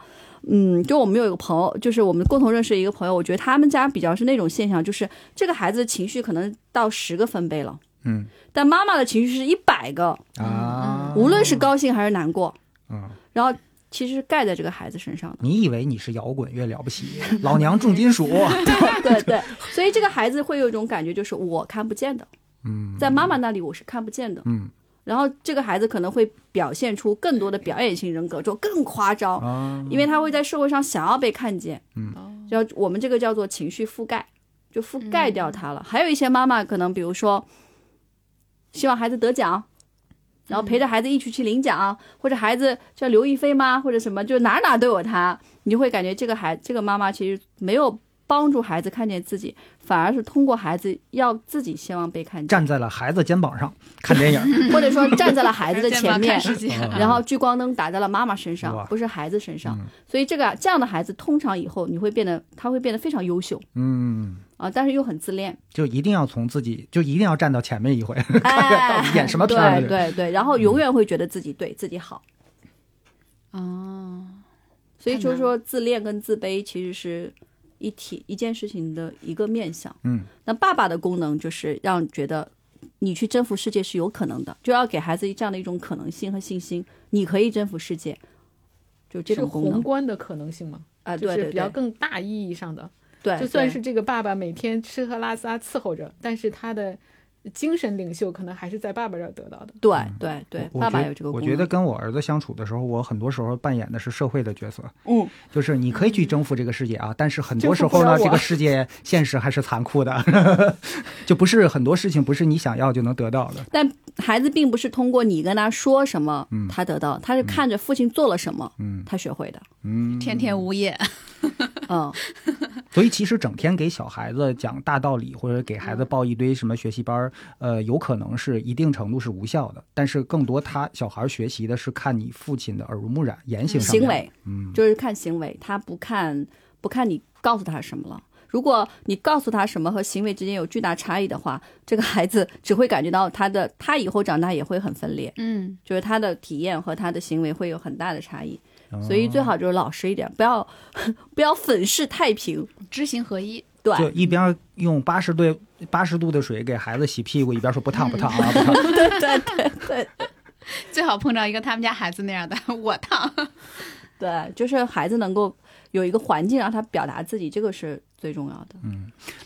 Speaker 3: 嗯，就我们有一个朋友，就是我们共同认识的一个朋友，我觉得他们家比较是那种现象，就是这个孩子的情绪可能到十个分贝了，
Speaker 1: 嗯
Speaker 3: 但妈妈的情绪是一百个，
Speaker 1: 啊，
Speaker 3: 无论是高兴还是难过，
Speaker 1: 嗯
Speaker 3: 然后其实是盖在这个孩子
Speaker 1: [LAUGHS]
Speaker 3: 身上的。
Speaker 1: 你以为你是摇滚乐了不起，老娘重金
Speaker 3: [LAUGHS]
Speaker 1: 属，
Speaker 3: 对对，所以这个孩子会有一种感觉，就是我看不见的，
Speaker 1: 嗯，
Speaker 3: 在妈妈那里我是看不见的。
Speaker 1: 嗯
Speaker 3: 然后这个孩子可能会表现出更多的表演型人格，就更夸张，
Speaker 1: 啊，
Speaker 3: 因为他会在社会上想要被看见。
Speaker 4: 哦
Speaker 3: 然后我们这个叫做情绪覆盖，就覆盖掉它了。还有一些妈妈可能，比如说希望孩子得奖，然后陪着孩子一起去领奖，或者孩子叫刘亦菲吗，或者什么，就哪哪都有她，你就会感觉这个孩这个妈妈其实没有帮助孩子看见自己，反而是通过孩子要自己希望被看见，
Speaker 1: 站在了孩子肩膀上看电
Speaker 3: [LAUGHS]
Speaker 1: 影，
Speaker 3: 或者说站在了孩子的
Speaker 2: 肩膀
Speaker 3: 前面
Speaker 2: [LAUGHS] 看。世界，
Speaker 1: 嗯
Speaker 3: 然后聚光灯打在了妈妈身
Speaker 1: 哇
Speaker 3: 上，不是孩子身上
Speaker 1: 嗯，
Speaker 3: 所以这个这样的孩子通常以后你会变得，他会变得非常优秀，
Speaker 1: 嗯，
Speaker 3: 啊，但是又很
Speaker 1: [LAUGHS]
Speaker 3: 自恋，
Speaker 1: 就一定要从自己，就一定要站到前面一
Speaker 3: [LAUGHS]
Speaker 1: 回，
Speaker 3: 哎
Speaker 1: 演什么片儿
Speaker 3: 对
Speaker 1: 呢
Speaker 3: 对对，然后永远会觉得自己对自己好，
Speaker 1: 嗯
Speaker 3: 嗯
Speaker 2: [LAUGHS] 哦，
Speaker 3: 所以
Speaker 2: 太
Speaker 3: 就是
Speaker 2: 难
Speaker 3: 说自恋跟自卑其实是一体一件事情的一个面相。
Speaker 1: 嗯，
Speaker 3: 那爸爸的功能就是让觉得你去征服世界是有可能的，就要给孩子这样的一种可能性和信心，你可以征服世界，就这
Speaker 4: 是
Speaker 3: 种功
Speaker 4: 宏
Speaker 3: 能
Speaker 4: 观的可能性嘛，
Speaker 3: 啊，
Speaker 4: 就
Speaker 3: 对
Speaker 4: 是
Speaker 3: 对
Speaker 4: 比较
Speaker 3: 对，
Speaker 4: 更大意义上的。
Speaker 3: 对，
Speaker 4: 就算
Speaker 3: 对
Speaker 4: 是这个爸爸每天吃喝拉撒伺候着，但是他的精神领袖可能还是在爸爸这儿得到的。
Speaker 3: 对对对，
Speaker 1: 嗯我
Speaker 3: 爸
Speaker 1: 觉
Speaker 3: 爸
Speaker 1: 得
Speaker 3: 有这个
Speaker 1: 我
Speaker 3: 功
Speaker 1: 觉
Speaker 3: 能
Speaker 1: 得，跟我儿子相处的时候，我很多时候扮演的是社会的角色，
Speaker 3: 嗯，
Speaker 1: 就是你可以去征服这个世界啊，但是很多
Speaker 4: 征
Speaker 1: 时
Speaker 4: 服不
Speaker 1: 候呢，
Speaker 4: 了
Speaker 1: 这
Speaker 4: 我
Speaker 1: 个世界现实还是残酷的，
Speaker 4: [LAUGHS]
Speaker 1: 就不是很多事情不是你想要就能得到的。
Speaker 3: 孩子并不是通过你跟他说什么
Speaker 1: 嗯
Speaker 3: 他得到，他是看着父亲做了什么
Speaker 1: 嗯
Speaker 3: 他
Speaker 1: [LAUGHS]
Speaker 3: 学会的，
Speaker 1: 嗯，
Speaker 2: 天天无业，
Speaker 3: 嗯。
Speaker 1: 所以其实整天给小孩子讲大道理，或者给孩子报一堆什么学习班儿，
Speaker 4: 嗯
Speaker 1: 呃，有可能是一定程度是无效的。但是更多他小孩学习的是看你父亲的耳濡目染、言行上面
Speaker 3: 行，为，
Speaker 1: 嗯，
Speaker 3: 就是看行为，他不看不看你告诉他什么了。如果你告诉他什么和行为之间有巨大差异的话，这个孩子只会感觉到他的他以后长大也会很分裂，
Speaker 2: 嗯，
Speaker 3: 就是他的体验和他的行为会有很大的差异。
Speaker 1: 嗯哦
Speaker 3: 所以最好就是老实一点，不要 [LAUGHS] 不要粉饰太平。
Speaker 2: 知行合一， [LAUGHS]
Speaker 3: 对，
Speaker 1: 就一边用八十度八十度的水给孩子洗屁股，一边说不烫不烫啊不烫。
Speaker 2: 最好碰到一个他们家孩子那样的，我烫，
Speaker 3: 对，就是孩子能够有一个环境让他表达自己，这个是最重要的。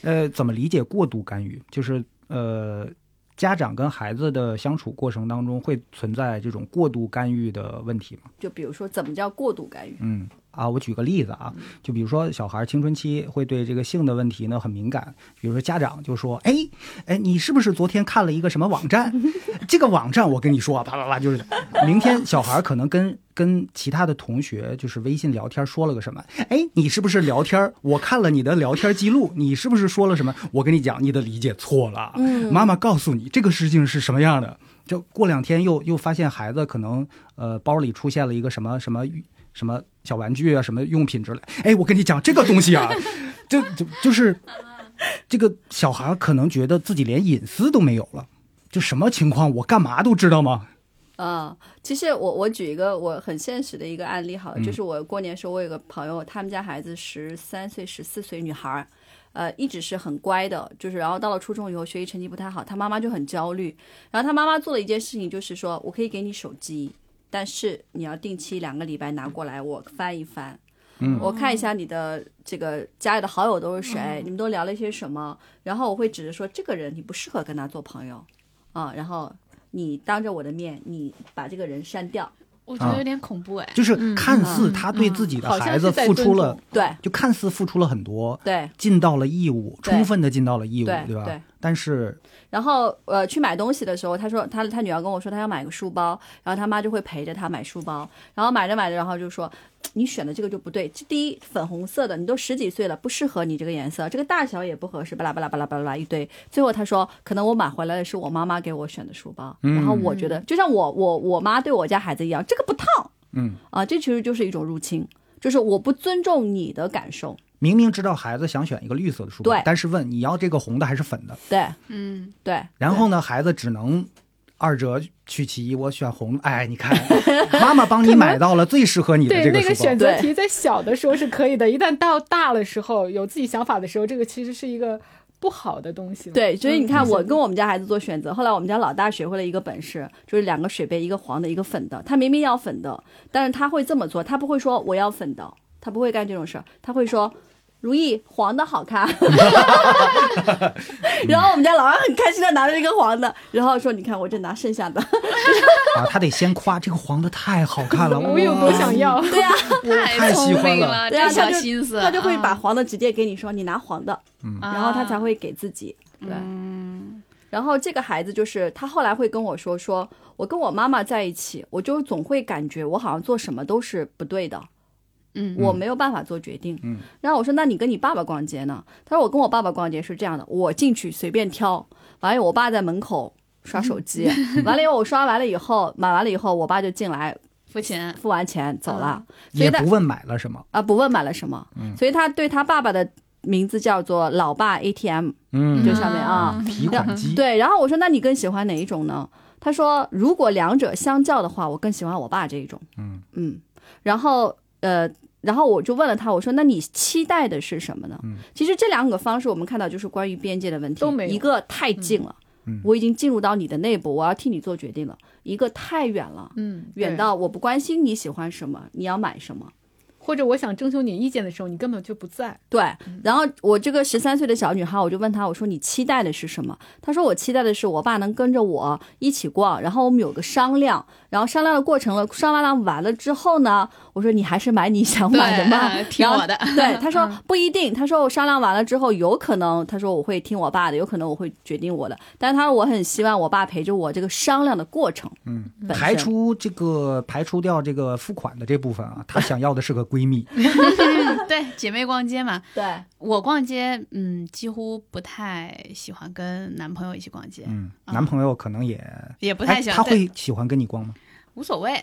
Speaker 1: 呃，怎么理解过度干预？就是呃，家长跟孩子的相处过程当中会存在这种过度干预的问题吗？
Speaker 3: 就比如说，怎么叫过度干预？
Speaker 1: 嗯啊，我举个例子啊，就比如说小孩青春期会对这个性的问题呢很敏感，比如说家长就说，哎哎，你是不是昨天看了一个什么网站？这个网站我跟你说啊，啪啪啪，就是明天小孩可能跟跟其他的同学就是微信聊天说了个什么，哎，你是不是聊天？我看了你的聊天记录，你是不是说了什么？我跟你讲，你的理解错了，啊妈妈告诉你这个事情是什么样的。就过两天又又发现孩子可能呃包里出现了一个什么什么什么小玩具啊，什么用品之类。哎，我跟你讲，这个东西啊，这就就是这个小孩可能觉得自己连隐私都没有了，就什么情况我干嘛都知道吗？
Speaker 3: 啊、其实我我举一个我很现实的一个案例好了，
Speaker 1: 嗯
Speaker 3: 就是我过年时候，我有个朋友，他们家孩子十三岁、十四岁女孩儿，呃，一直是很乖的，就是然后到了初中以后，学习成绩不太好，她妈妈就很焦虑。然后她妈妈做了一件事情，就是说我可以给你手机，但是你要定期两个礼拜拿过来，我翻一翻。
Speaker 1: 嗯
Speaker 3: 我看一下你的这个家里的好友都是谁，你们都聊了些什么，然后我会指着说这个人你不适合跟他做朋友啊，然后你当着我的面，你把这个人删掉。
Speaker 2: [LAUGHS] 我觉得有点恐怖哎，
Speaker 1: 就是看似
Speaker 2: 嗯
Speaker 1: 他对自己的
Speaker 4: 好像
Speaker 1: 孩子
Speaker 4: 是在
Speaker 1: 付出
Speaker 4: 尊
Speaker 1: 了
Speaker 4: 重，
Speaker 3: 对
Speaker 1: 就看似付出了很多，
Speaker 3: 对
Speaker 1: 尽到了义务，
Speaker 3: 对
Speaker 1: 充分的尽到了义务，
Speaker 3: 对
Speaker 1: 对吧
Speaker 3: 对？
Speaker 1: 但是
Speaker 3: 然后呃，去买东西的时候，他说他他女儿跟我说他要买个书包，然后他妈就会陪着他买书包，然后买着买着，然后就说你选的这个就不对，这第一粉红色的你都十几岁了，不适合你这个颜色，这个大小也不合适，巴拉巴拉巴拉巴拉一堆。最后他说，可能我买回来的是我妈妈给我选的书包，然后我觉得就像我我我妈对我家孩子一样，这个不烫
Speaker 1: 嗯，
Speaker 3: 啊，这其实就是一种入侵，就是我不尊重你的感受，
Speaker 1: 明明知道孩子想选一个绿色的书包
Speaker 3: 对，
Speaker 1: 但是问你要这个红的还是粉的？
Speaker 3: 对
Speaker 2: 嗯，
Speaker 3: 对，
Speaker 1: 然后呢，孩子只能二者取其一，我选红。哎，你
Speaker 4: [LAUGHS]
Speaker 1: 看，妈妈帮你买到了最适合你的
Speaker 4: 对
Speaker 1: 这
Speaker 4: 那
Speaker 1: 书包。
Speaker 4: 个选择
Speaker 3: 对
Speaker 4: 题，在小的时候是可以的，一旦到大的时候有自己想法的时候，这个其实是一个不好的东西了。
Speaker 3: 对，所以你看，
Speaker 4: 嗯
Speaker 3: 我跟我们家孩子做选择，后来我们家老大学会了一个本事，就是两个水杯，一个黄的，一个粉的。他明明要粉的，但是他会这么做，他不会说我要粉的，他不会干这种事儿，他会说。如意，黄的好看， [LAUGHS] 然后我们家老二很开心的拿着一个黄的，然后说：“你看，我这拿剩下的。
Speaker 1: 啊，他得先夸这个黄的太好看了，
Speaker 4: [LAUGHS]
Speaker 1: 嗯
Speaker 4: 我有多想要，
Speaker 3: 对呀、
Speaker 1: 太喜
Speaker 2: 聪
Speaker 1: 欢
Speaker 2: 明
Speaker 1: 了
Speaker 2: 了，
Speaker 3: 对啊
Speaker 2: 这
Speaker 3: 他
Speaker 2: 小
Speaker 3: 就
Speaker 2: 心思，
Speaker 3: 他就会把
Speaker 2: 啊，
Speaker 3: 黄的直接给你说，你拿黄的，然后他才会给自己。对，然后这个孩子就是他后来会跟我说，说我跟我妈妈在一起，我就总会感觉我好像做什么都是不对的，
Speaker 2: 嗯，
Speaker 3: 我没有办法做决定。
Speaker 1: 嗯，
Speaker 3: 然后我说那你跟你爸爸逛街呢？他说我跟我爸爸逛街是这样的，我进去随便挑，完了我爸在门口。刷手
Speaker 1: [LAUGHS]
Speaker 3: 机，完了以后我刷完了以后，买完了以后，我爸就进来
Speaker 2: 付钱，
Speaker 3: 付完钱走了。所以
Speaker 1: 也
Speaker 3: 他
Speaker 1: 不问买了什么，
Speaker 3: 啊，不问买了什么，
Speaker 1: 嗯
Speaker 3: 所以他对他爸爸的名字叫做“老爸 ATM”，
Speaker 1: 嗯
Speaker 3: 就上面啊，
Speaker 1: 提款机，
Speaker 3: 对。然后我说：“那你更喜欢哪一种呢？”他说：“如果两者相较的话，我更喜欢我爸这一种。
Speaker 1: 嗯”
Speaker 3: 嗯，然后呃，然后我就问了他，我说：“那你期待的是什么呢？”
Speaker 1: 嗯
Speaker 3: 其实这两个方式我们看到就是关于边界的问题，
Speaker 4: 都没有
Speaker 3: 一个太近了，
Speaker 1: 嗯
Speaker 3: 我已经进入到你的内部，我要替你做决定了；一个太远了，
Speaker 4: 嗯，
Speaker 3: [LAUGHS] 远到我不关心你喜欢什么，你要买什么。
Speaker 4: 或者我想征求你意见的时候，你根本就不在。
Speaker 3: 对，
Speaker 2: 嗯
Speaker 3: 然后我这个十三岁的小女孩，我就问她，我说你期待的是什么？她说我期待的是我爸能跟着我一起逛，然后我们有个商量，然后商量的过程了，商量完了之后呢，我说你还是买你想
Speaker 2: 对
Speaker 3: 买的吧， [LAUGHS]
Speaker 2: 啊听我的 [LAUGHS] 嗯
Speaker 3: 然后对，她说不一定，她说我商量完了之后，有可能，她说我会听我爸的，有可能我会决定我的，但是她说我很希望我爸陪着我这个商量的过程，
Speaker 1: 嗯，
Speaker 3: 本
Speaker 1: 排
Speaker 2: [LAUGHS]
Speaker 3: 身
Speaker 1: 除这个排除掉这个付款的这部分啊，她想要的是个闺蜜，
Speaker 2: 对，姐妹逛街嘛，
Speaker 3: 对，
Speaker 2: 我逛街，嗯，几乎不太喜欢跟男朋友一起逛街，
Speaker 1: 嗯，
Speaker 3: 啊
Speaker 1: 男朋友可能也
Speaker 2: 也不
Speaker 1: 不
Speaker 2: 太喜欢，
Speaker 1: 他
Speaker 2: 但
Speaker 1: 会喜欢跟你逛吗？
Speaker 2: 无所谓，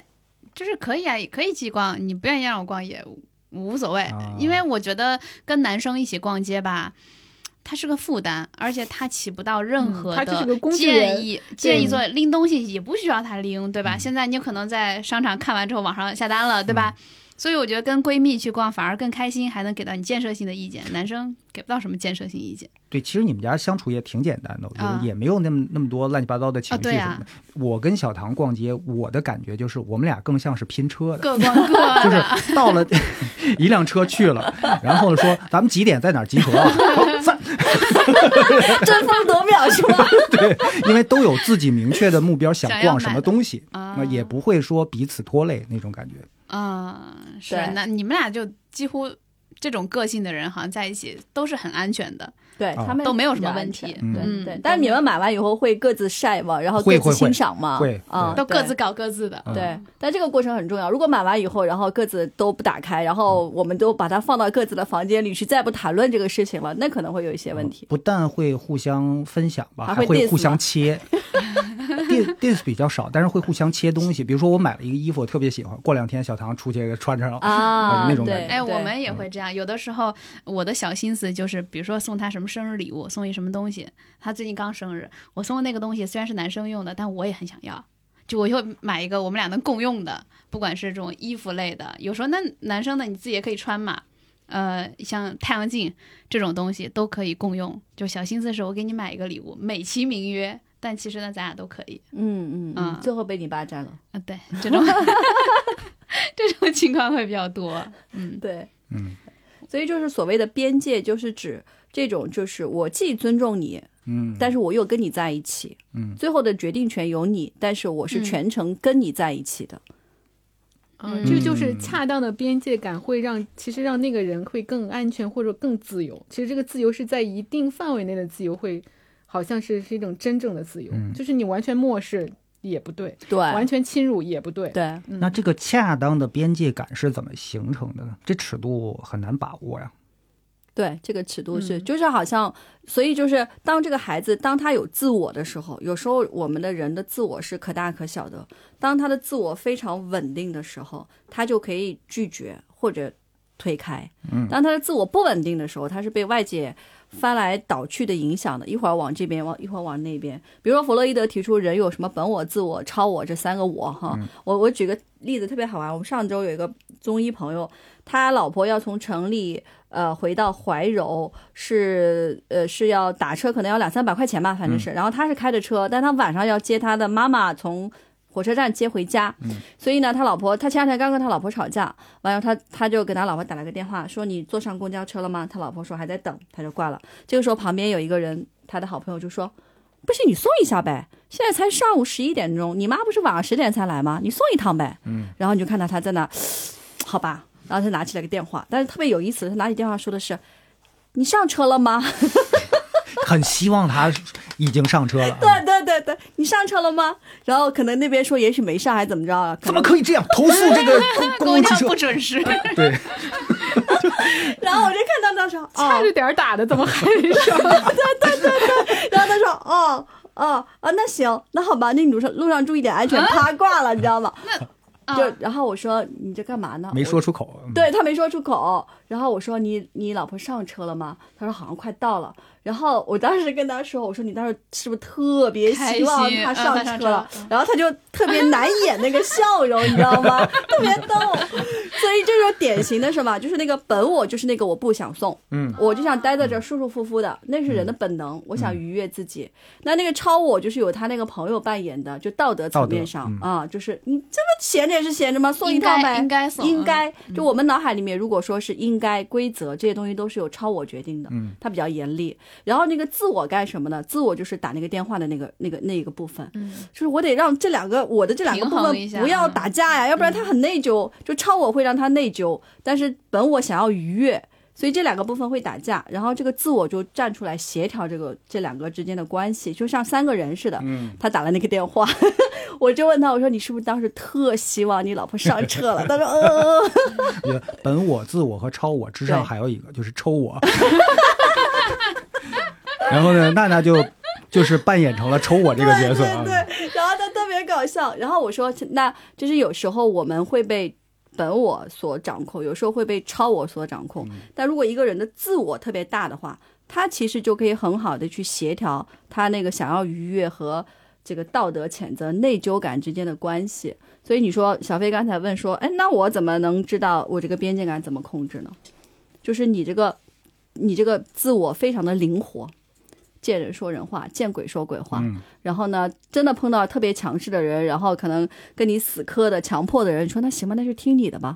Speaker 2: 就是可以啊，也可以去逛，你不愿意让我逛也无无所谓，
Speaker 1: 啊
Speaker 2: 因为我觉得跟男生一起逛街吧。它是个负担，而且他起不到任何
Speaker 4: 嗯他就是个
Speaker 2: 的
Speaker 4: 工具人
Speaker 2: 建议。建议做拎东西也不需要他拎，对吧？现在你可能在商场看完之后网上下单了，对吧？所以我觉得跟闺蜜去逛反而更开心，还能给到你建设性的意见。男生给不到什么建设性意见。
Speaker 1: 对，其实你们家相处也挺简单的，我觉
Speaker 2: 啊
Speaker 1: 得也没有那么那么多乱七八糟的情
Speaker 2: 啊
Speaker 1: 绪
Speaker 2: 对
Speaker 1: 什么
Speaker 2: 啊
Speaker 1: 的。我跟小唐逛街，我的感觉就是我们俩更像是拼车的。
Speaker 2: 各逛各
Speaker 4: 啊
Speaker 1: 就
Speaker 2: 的，
Speaker 1: 是到了一辆车去了，然后说咱们几点在哪儿集合啊？ [LAUGHS]
Speaker 3: 争分夺秒是吧？
Speaker 2: [LAUGHS]
Speaker 1: 对，因为都有自己明确的目标，想
Speaker 2: 想要
Speaker 1: 逛什
Speaker 2: 买
Speaker 1: 么
Speaker 2: 的
Speaker 1: 东西，
Speaker 2: 啊
Speaker 1: 那也不会说彼此拖累那种感觉。
Speaker 2: 嗯，是
Speaker 3: 对
Speaker 2: 那你们俩就几乎这种个性的人，好像在一起都是很安全的。
Speaker 3: 对
Speaker 1: 啊
Speaker 3: 他们
Speaker 2: 都没有
Speaker 3: 比
Speaker 2: 什么
Speaker 3: 较
Speaker 2: 问
Speaker 3: 安
Speaker 2: 题
Speaker 3: 全
Speaker 1: 嗯
Speaker 3: 对对
Speaker 2: 嗯。
Speaker 3: 但是你们买完以后会各自晒嘛，然后各
Speaker 1: 会
Speaker 3: 自
Speaker 1: 会
Speaker 3: 欣赏嘛，
Speaker 1: 会
Speaker 3: 啊，
Speaker 2: 都各
Speaker 3: 对
Speaker 2: 自。搞各自的。
Speaker 1: 嗯
Speaker 3: 对，但这个过程很重要。如果买完以后，然后各自都不打开，然后我们都把它放到各自的房间里去，再不谈论这个事情了，那可能会有一些问题。
Speaker 1: 不但会互相分享吧，
Speaker 3: 还
Speaker 1: 还
Speaker 3: 会 diss
Speaker 1: 互
Speaker 3: 吗
Speaker 1: 相切。diss diss 比较少，但是会互相切东西。比如说我买了一个衣服，我特别喜欢，过两天小唐出去穿上了，
Speaker 3: 啊，
Speaker 1: 哦那种感
Speaker 3: 对
Speaker 1: 觉
Speaker 2: 哎，我
Speaker 3: 对
Speaker 2: 们也会这样。有的时候，我的小心思就是，比如说送他什么生日礼物，送一什么东西。他最近刚生日，我送的那个东西虽然是男生用的，但我也很想要。就我就买一个我们俩能共用的，不管是这种衣服类的，有时候那男生的你自己也可以穿嘛。呃，像太阳镜这种东西都可以共用。就小心思是我给你买一个礼物，美其名曰，但其实呢，咱俩都可以。
Speaker 3: 嗯嗯嗯
Speaker 2: 嗯，
Speaker 3: 最后被你霸占了。
Speaker 2: 啊，对，这种 [LAUGHS] 这种情况会比较多。嗯，
Speaker 3: [LAUGHS] 对，
Speaker 1: 嗯，
Speaker 3: 所以就是所谓的边界，就是指这种，就是我既尊重你，
Speaker 1: 嗯，
Speaker 3: 但是我又跟你在一起，
Speaker 1: 嗯，
Speaker 3: 最后的决定权由你，但是我是
Speaker 2: 嗯
Speaker 3: 全程跟你在一起的。
Speaker 4: 嗯，
Speaker 2: 嗯
Speaker 4: 这就是恰当的边界感会让，其实让那个人会更安全或者更自由。其实这个自由是在一定范围内的自由会，好像是是一种真正的自由，
Speaker 1: 嗯
Speaker 4: 就是你完全漠视也不对，
Speaker 3: 对，
Speaker 4: 完全侵入也不对。嗯
Speaker 3: 对，
Speaker 1: 那这个恰当的边界感是怎么形成的呢？这尺度很难把握
Speaker 3: [LAUGHS]
Speaker 1: 呀。
Speaker 3: 对，这个尺度是，
Speaker 4: 嗯
Speaker 3: 就是好像，所以就是当这个孩子当他有自我的时候，有时候我们的人的自我是可大可小的。当他的自我非常稳定的时候，他就可以拒绝或者推开。
Speaker 1: 嗯
Speaker 3: 当他的自我不稳定的时候，他是被外界翻来倒去的影响的，一会儿往这边，往一会儿往那边。比如说弗洛伊德提出人有什么本我、自我、超我这三个我哈。我我举个例子特别好玩，我们上周有一个中医朋友，他老婆要从城里呃回到怀柔是呃是要打车，可能要两三百块钱吧，反正是。然后他是开着车，但他晚上要接他的妈妈从。火车站接回家，
Speaker 1: 嗯
Speaker 3: 所以呢，他老婆，他前两天刚跟他老婆吵架，完了他他就给他老婆打了个电话，说你坐上公交车了吗？他老婆说还在等，他就挂了。这个时候旁边有一个人，他的好朋友就说，不行，你送一下呗，现在才上午十一点钟，你妈不是晚上十点才来吗？你送一趟呗。
Speaker 1: 嗯，
Speaker 3: 然后你就看到他在那，好吧，然后他拿起来个电话，但是特别有意思，他拿起电话说的是，你上车了吗？ [LAUGHS]
Speaker 1: 很希望他已经上车了啊。
Speaker 3: 对对对对，你上车了吗？然后可能那边说也许没上，还怎么着啊？可
Speaker 1: 怎么
Speaker 3: 能
Speaker 1: 可以这样投诉这个公公
Speaker 2: 公
Speaker 1: 共汽
Speaker 2: 交
Speaker 1: 车
Speaker 2: 不？准时，
Speaker 1: 对，
Speaker 3: 然后我就看到他说，
Speaker 4: 差
Speaker 3: 哦，
Speaker 4: 着点儿打的，怎么还没 [LAUGHS] 上？
Speaker 3: 然后他说，哦哦啊，那行，那好吧，那你路上路上注意点安全，啪挂了，你知道吗？
Speaker 2: 啊
Speaker 3: 就然后我说你这干嘛呢？
Speaker 1: 没
Speaker 3: 我
Speaker 1: 说出口。嗯，
Speaker 3: 对他没说出口。然后我说你你老婆上车了吗？他说好像快到了。然后我当时跟他说，我说你当时是不是特别希望他上
Speaker 2: 开心嗯她上
Speaker 3: 车
Speaker 2: 车
Speaker 3: 了
Speaker 2: 了？
Speaker 3: 然后他就特别难掩那个笑容，你知道吗？特别
Speaker 2: [LAUGHS]
Speaker 3: 逗。所以这就是典型的什么？就是那个本我，就是那个我不想送，
Speaker 1: 嗯，
Speaker 3: 我就想待在这儿舒舒服服的，那是人的本能。我想愉悦自己。那那个超我就是有他那个朋友扮演的，就道德层面上
Speaker 1: 道德嗯
Speaker 3: 啊，就是你这么闲着也是闲着吗？送一
Speaker 2: 应
Speaker 3: 趟呗，
Speaker 2: 该应该送，嗯
Speaker 3: 应该，就我们脑海里面，如果说是应该、规则这些东西都是由超我决定的，
Speaker 1: 嗯，
Speaker 3: 它比较严厉。然后那个自我干什么呢？自我就是打那个电话的那个、那个、那个部分，
Speaker 2: 嗯，
Speaker 3: 就是我得让这两个我的这两个部
Speaker 2: 平衡
Speaker 3: 分
Speaker 2: 一下嗯
Speaker 3: 不要打架呀，要不然他很内疚。就超我会让他内疚，但是本我想要愉悦。所以这两个部分会打架，然后这个自我就站出来协调这个这两个之间的关系，就像三个人似的。
Speaker 1: 嗯，
Speaker 3: 他打了那个电话， [LAUGHS] 我就问他，我说你是不是当时特希望你老婆上车了？他说，呃呃，呃
Speaker 1: 我觉得本我、自我和超我之上
Speaker 3: 对
Speaker 1: 还有一个就是抽我。 [LAUGHS] 然后呢，娜娜就就是扮演成了抽我这个角色啊。
Speaker 3: 对对对，然后他特别搞笑。然后我说，那就是有时候我们会被本我所掌控，有时候会被超我所掌控。
Speaker 1: 嗯
Speaker 3: 但如果一个人的自我特别大的话，他其实就可以很好的去协调他那个想要愉悦和这个道德谴责、内疚感之间的关系。所以你说，小飞刚才问说，哎，那我怎么能知道我这个边界感怎么控制呢？就是你这个，你这个自我非常的灵活，见人说人话，见鬼说鬼话。
Speaker 1: 嗯
Speaker 3: 然后呢，真的碰到特别强势的人，然后可能跟你死磕的、强迫的人，你说那行吧，那就听你的吧。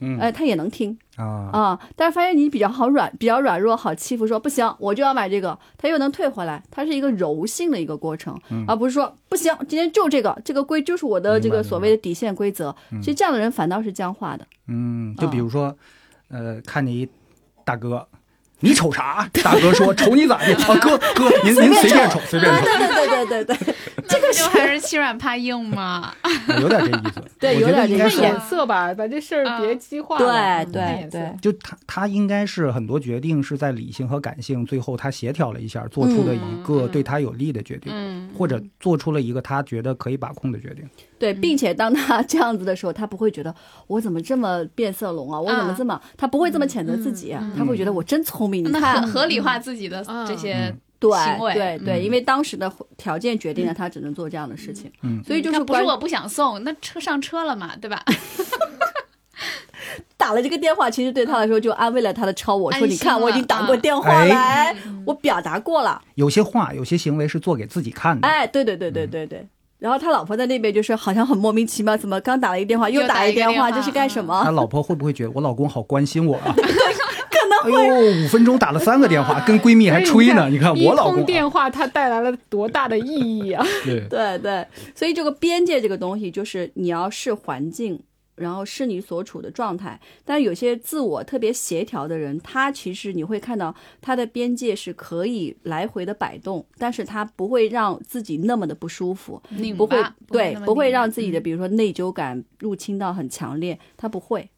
Speaker 1: 嗯
Speaker 3: 哎，他也能听
Speaker 1: 啊，
Speaker 3: 啊、但是发现你比较好软，比较软弱，好欺负，说不行，我就要买这个，他又能退回来，它是一个柔性的一个过程，而不是说不行，今天就这个，这个规就是我的这
Speaker 1: 嗯明白
Speaker 3: 个所谓的底线规则。其实这样的人反倒是僵化的，
Speaker 1: 嗯，就比如说，呃，看见一大哥。你瞅啥？大哥说：“ [LAUGHS] 瞅你咋的？”啊，哥哥，您您随便瞅，
Speaker 3: [LAUGHS]
Speaker 1: 随便
Speaker 3: 对对对对对对，
Speaker 2: 这个就还是欺软怕硬嘛。
Speaker 1: 瞅，有点这意思。
Speaker 3: 对
Speaker 1: 我觉
Speaker 3: 有
Speaker 1: 得
Speaker 3: 点这
Speaker 1: 应该
Speaker 3: 意
Speaker 4: 看
Speaker 3: 思
Speaker 1: 是
Speaker 4: 眼色吧，把这事儿别激化了。嗯
Speaker 3: 对
Speaker 4: 看
Speaker 3: 对
Speaker 4: 眼色
Speaker 3: 对，
Speaker 1: 就他他应该是很多决定是在理性和感性最后他协调了一下，做出了一个对他有利的决定，
Speaker 2: 嗯，
Speaker 1: 或者做出了一个他觉得可以把控的决定。
Speaker 3: 对，
Speaker 2: 嗯
Speaker 3: 并且当他这样子的时候，他不会觉得我怎么这么变色龙啊，我怎么
Speaker 2: 啊
Speaker 3: 这么，他不会这么谴责自己，啊
Speaker 2: 嗯嗯
Speaker 3: 他会觉得我真聪 [LAUGHS] 明，你
Speaker 2: 那
Speaker 3: 看
Speaker 2: 合。合理化自己的
Speaker 4: 嗯
Speaker 2: 这些，
Speaker 3: 对
Speaker 2: 行为
Speaker 3: 对对，
Speaker 1: 嗯
Speaker 3: 因为当时的条件决定了他只能做这样的事情，
Speaker 1: 嗯
Speaker 3: 所以就
Speaker 2: 嗯
Speaker 3: 是
Speaker 2: 那不是
Speaker 3: 关
Speaker 2: 我不想送，那车上车了嘛，对吧？
Speaker 3: 打了这个电话，其实对他来说就安慰了他的超我，说
Speaker 2: 安
Speaker 3: 你
Speaker 2: 心
Speaker 3: 看
Speaker 2: 了
Speaker 3: 我已经打过电话
Speaker 1: 啊
Speaker 3: 来，我表达过了，
Speaker 1: 有些话、有些行为是做给自己看的。
Speaker 3: 哎，对对对对对对。然后他老婆在那边就是好像很莫名其妙，怎么刚打了一个电话又
Speaker 2: 又
Speaker 3: 打
Speaker 2: 打
Speaker 3: 了
Speaker 2: 一个
Speaker 3: 电话，
Speaker 2: 电话
Speaker 3: 这是干什么
Speaker 1: 他？老婆会不会觉得我老公好关心我啊？可能会。哎呦，五分钟打了三个电话，跟闺蜜还吹呢。你看
Speaker 4: 一
Speaker 1: 我老公
Speaker 4: 通
Speaker 1: 啊，
Speaker 4: 电话，它带来了多大的意义啊！
Speaker 1: 对，
Speaker 3: 对对，所以这个边界这个东西，就是你要视环境，然后视你所处的状态。但有些自我特别协调的人，他其实你会看到他的边界是可以来回的摆动，但是他不会让自己那么的不舒服，
Speaker 2: 拧
Speaker 3: 不会
Speaker 2: 巴
Speaker 3: 对，不会让自己的
Speaker 2: 嗯
Speaker 3: 比如说内疚感入侵到很强烈，他不会。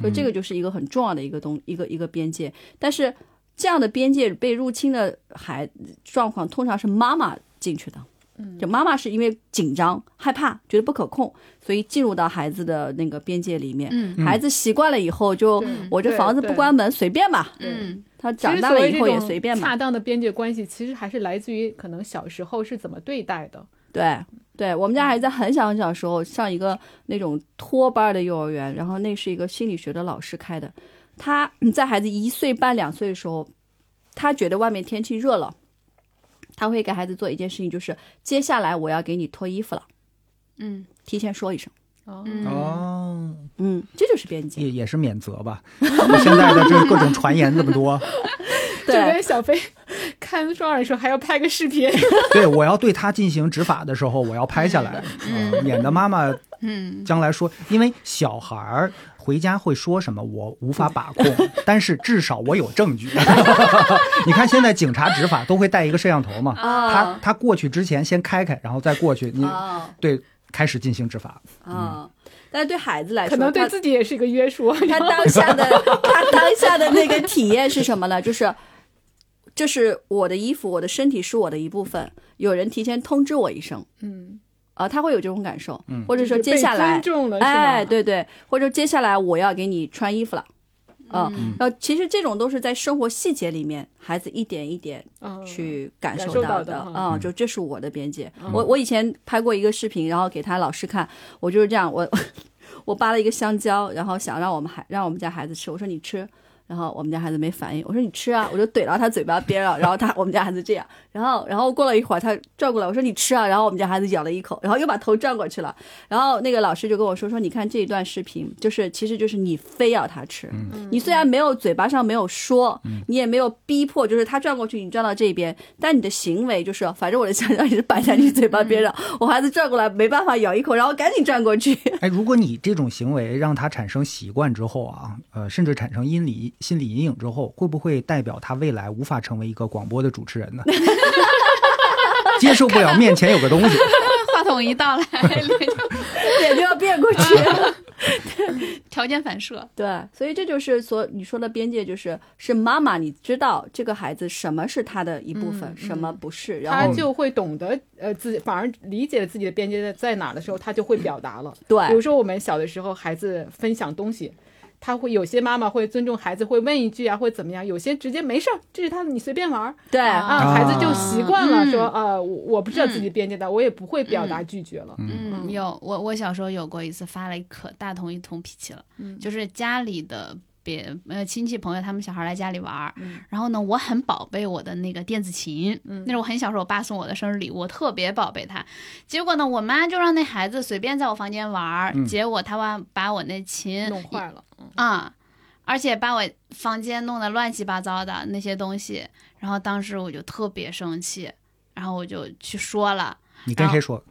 Speaker 3: 所以这个就是一个很重要的一个东一个一个边界，但是这样的边界被入侵的孩状况，通常是妈妈进去的。
Speaker 4: 嗯
Speaker 3: 就妈妈是因为紧张、害怕、觉得不可控，所以进入到孩子的那个边界里面。
Speaker 2: 嗯
Speaker 3: 孩子习惯了以后就，
Speaker 4: 对
Speaker 3: 我这
Speaker 4: 对
Speaker 3: 房子不
Speaker 4: 对
Speaker 3: 关门，随便吧。
Speaker 2: 嗯
Speaker 3: 他
Speaker 4: 其实
Speaker 3: 长大
Speaker 4: 所
Speaker 3: 了
Speaker 4: 谓
Speaker 3: 以
Speaker 4: 这
Speaker 3: 后也
Speaker 4: 种
Speaker 3: 随便吧
Speaker 4: 恰。当的边界关系其实还是来自于可能小时候是怎么对待的。
Speaker 3: 对，对我们家孩子在很小很小的时候上一个那种托班的幼儿园，然后那是一个心理学的老师开的。他嗯在孩子一岁半、两岁的时候，他觉得外面天气热了，他会给孩子做一件事情，就是接下来我要给你脱衣服了，
Speaker 2: 嗯
Speaker 3: 提前说一声。
Speaker 4: 哦，
Speaker 2: 嗯
Speaker 1: 哦，
Speaker 3: 嗯，这就是边界。
Speaker 1: 也也是免责吧。 [LAUGHS] 现在的这各种传言这么多，
Speaker 4: [LAUGHS] 就跟小飞 [LAUGHS] 看双耳的时候还要拍个视频，
Speaker 1: [LAUGHS] 对我要对他进行执法的时候，我要拍下来，
Speaker 2: 嗯
Speaker 1: 呃免得妈妈
Speaker 2: 嗯，
Speaker 1: 将来说，因为小孩儿回家会说什么，我无法把
Speaker 2: [LAUGHS]
Speaker 1: 控，但是至少我有证据。 [LAUGHS] 你看现在警察执法都会带一个摄像头嘛，
Speaker 2: 哦
Speaker 1: 他
Speaker 3: 啊
Speaker 1: 他过去之前先开开，然后再过去，你嗯
Speaker 3: 啊
Speaker 1: 对开始进行执法。
Speaker 3: 啊！但是对孩子来说，
Speaker 4: 可能对
Speaker 3: 他
Speaker 4: 自己也是一个约束。啊
Speaker 3: [LAUGHS] 他当
Speaker 4: [LAUGHS]
Speaker 3: 下的他当下的那个体验是什么呢？ [LAUGHS] 就是，这是我的衣服，我的身体是我的一部分，有人提前通知我一声，
Speaker 4: 嗯，
Speaker 3: 啊，他会有这种感受，
Speaker 1: 嗯
Speaker 3: 或者说
Speaker 4: 就是
Speaker 3: 接
Speaker 4: 被
Speaker 3: 下来
Speaker 4: 尊，重了，是吧
Speaker 3: 哎，，对对，或者接下来我要给你穿衣服了。啊，
Speaker 2: 嗯
Speaker 3: 然后其实这种都是在生活细节里面，孩子一点一点
Speaker 4: 嗯，
Speaker 3: 去感
Speaker 4: 感
Speaker 3: 受
Speaker 4: 受
Speaker 3: 到
Speaker 4: 到的
Speaker 3: 啊、就这是我的边界。
Speaker 4: 嗯
Speaker 3: 我我以前拍过一个视频，然后给他老师看，我就是这样，我 [LAUGHS] 我扒了一个香蕉，然后想让我们孩让我们家孩子吃，我说你吃。然后我们家孩子没反应，我说你吃啊，我就怼到他嘴巴边儿了，然后他我们家孩子这样，然后然后过了一会儿他转过来，我说你吃啊，然后我们家孩子咬了一口，然后又把头转过去了，然后那个老师就跟我说说你看这一段视频，就是其实就是你非要他吃，
Speaker 2: 嗯
Speaker 3: 你虽然没有嘴巴上没有说，你也没有逼迫，就是他转过去，你转到这边，但你的行为就是，反正我的香蕉也是摆在你嘴巴边上，
Speaker 2: 嗯
Speaker 3: 我孩子转过来没办法咬一口，然后赶紧转过
Speaker 2: [LAUGHS]
Speaker 3: 去。
Speaker 1: 哎，如果你这种行为让他产生习惯之后啊，呃，甚至产生阴理心理阴影之后，会不会代表他未来无法成为一个广播的主持人呢？ [LAUGHS] 接受不了面前有个东西，
Speaker 2: [LAUGHS] 话筒一到
Speaker 3: [LAUGHS]
Speaker 2: 来，
Speaker 3: 脸就要变
Speaker 2: [LAUGHS]
Speaker 3: 过去。
Speaker 2: 条件反射，
Speaker 3: 对，所以这就是所你说的边界，就是是妈妈，你知道这个孩子什么是他的一部分，
Speaker 2: 嗯
Speaker 3: 什么不是，然
Speaker 4: 他
Speaker 3: 后
Speaker 4: 就会懂得呃自己，反而理解了自己的边界在在哪儿的时候，他就会表达了。比如
Speaker 3: 对
Speaker 4: 说我们小的时候，孩子分享东西，他会有些妈妈会尊重孩子，会问一句啊，会怎么样？有些直接没事儿，这是他的，你随便玩儿
Speaker 3: 对
Speaker 2: 啊
Speaker 4: 啊，孩子就习惯了
Speaker 2: 嗯
Speaker 4: 说啊，我我不知道自己边界的，我也不会表达拒绝了。
Speaker 2: 嗯，
Speaker 4: 嗯
Speaker 2: 有我我小时候有过一次发了一可大同一通脾气了，
Speaker 4: 嗯
Speaker 2: 就是家里的别呃亲戚朋友他们小孩来家里玩儿，
Speaker 4: 嗯
Speaker 2: 然后呢我很宝贝我的那个电子琴，那是我很小时候我爸送我的生日礼物，我特别宝贝它。结果呢我妈就让那孩子随便在我房间玩儿，结果他把把我那琴
Speaker 4: 弄坏了，
Speaker 2: 啊、而且把我房间弄得乱七八糟的那些东西，然后当时我就特别生气，然后我就去说了。
Speaker 1: 你跟谁说？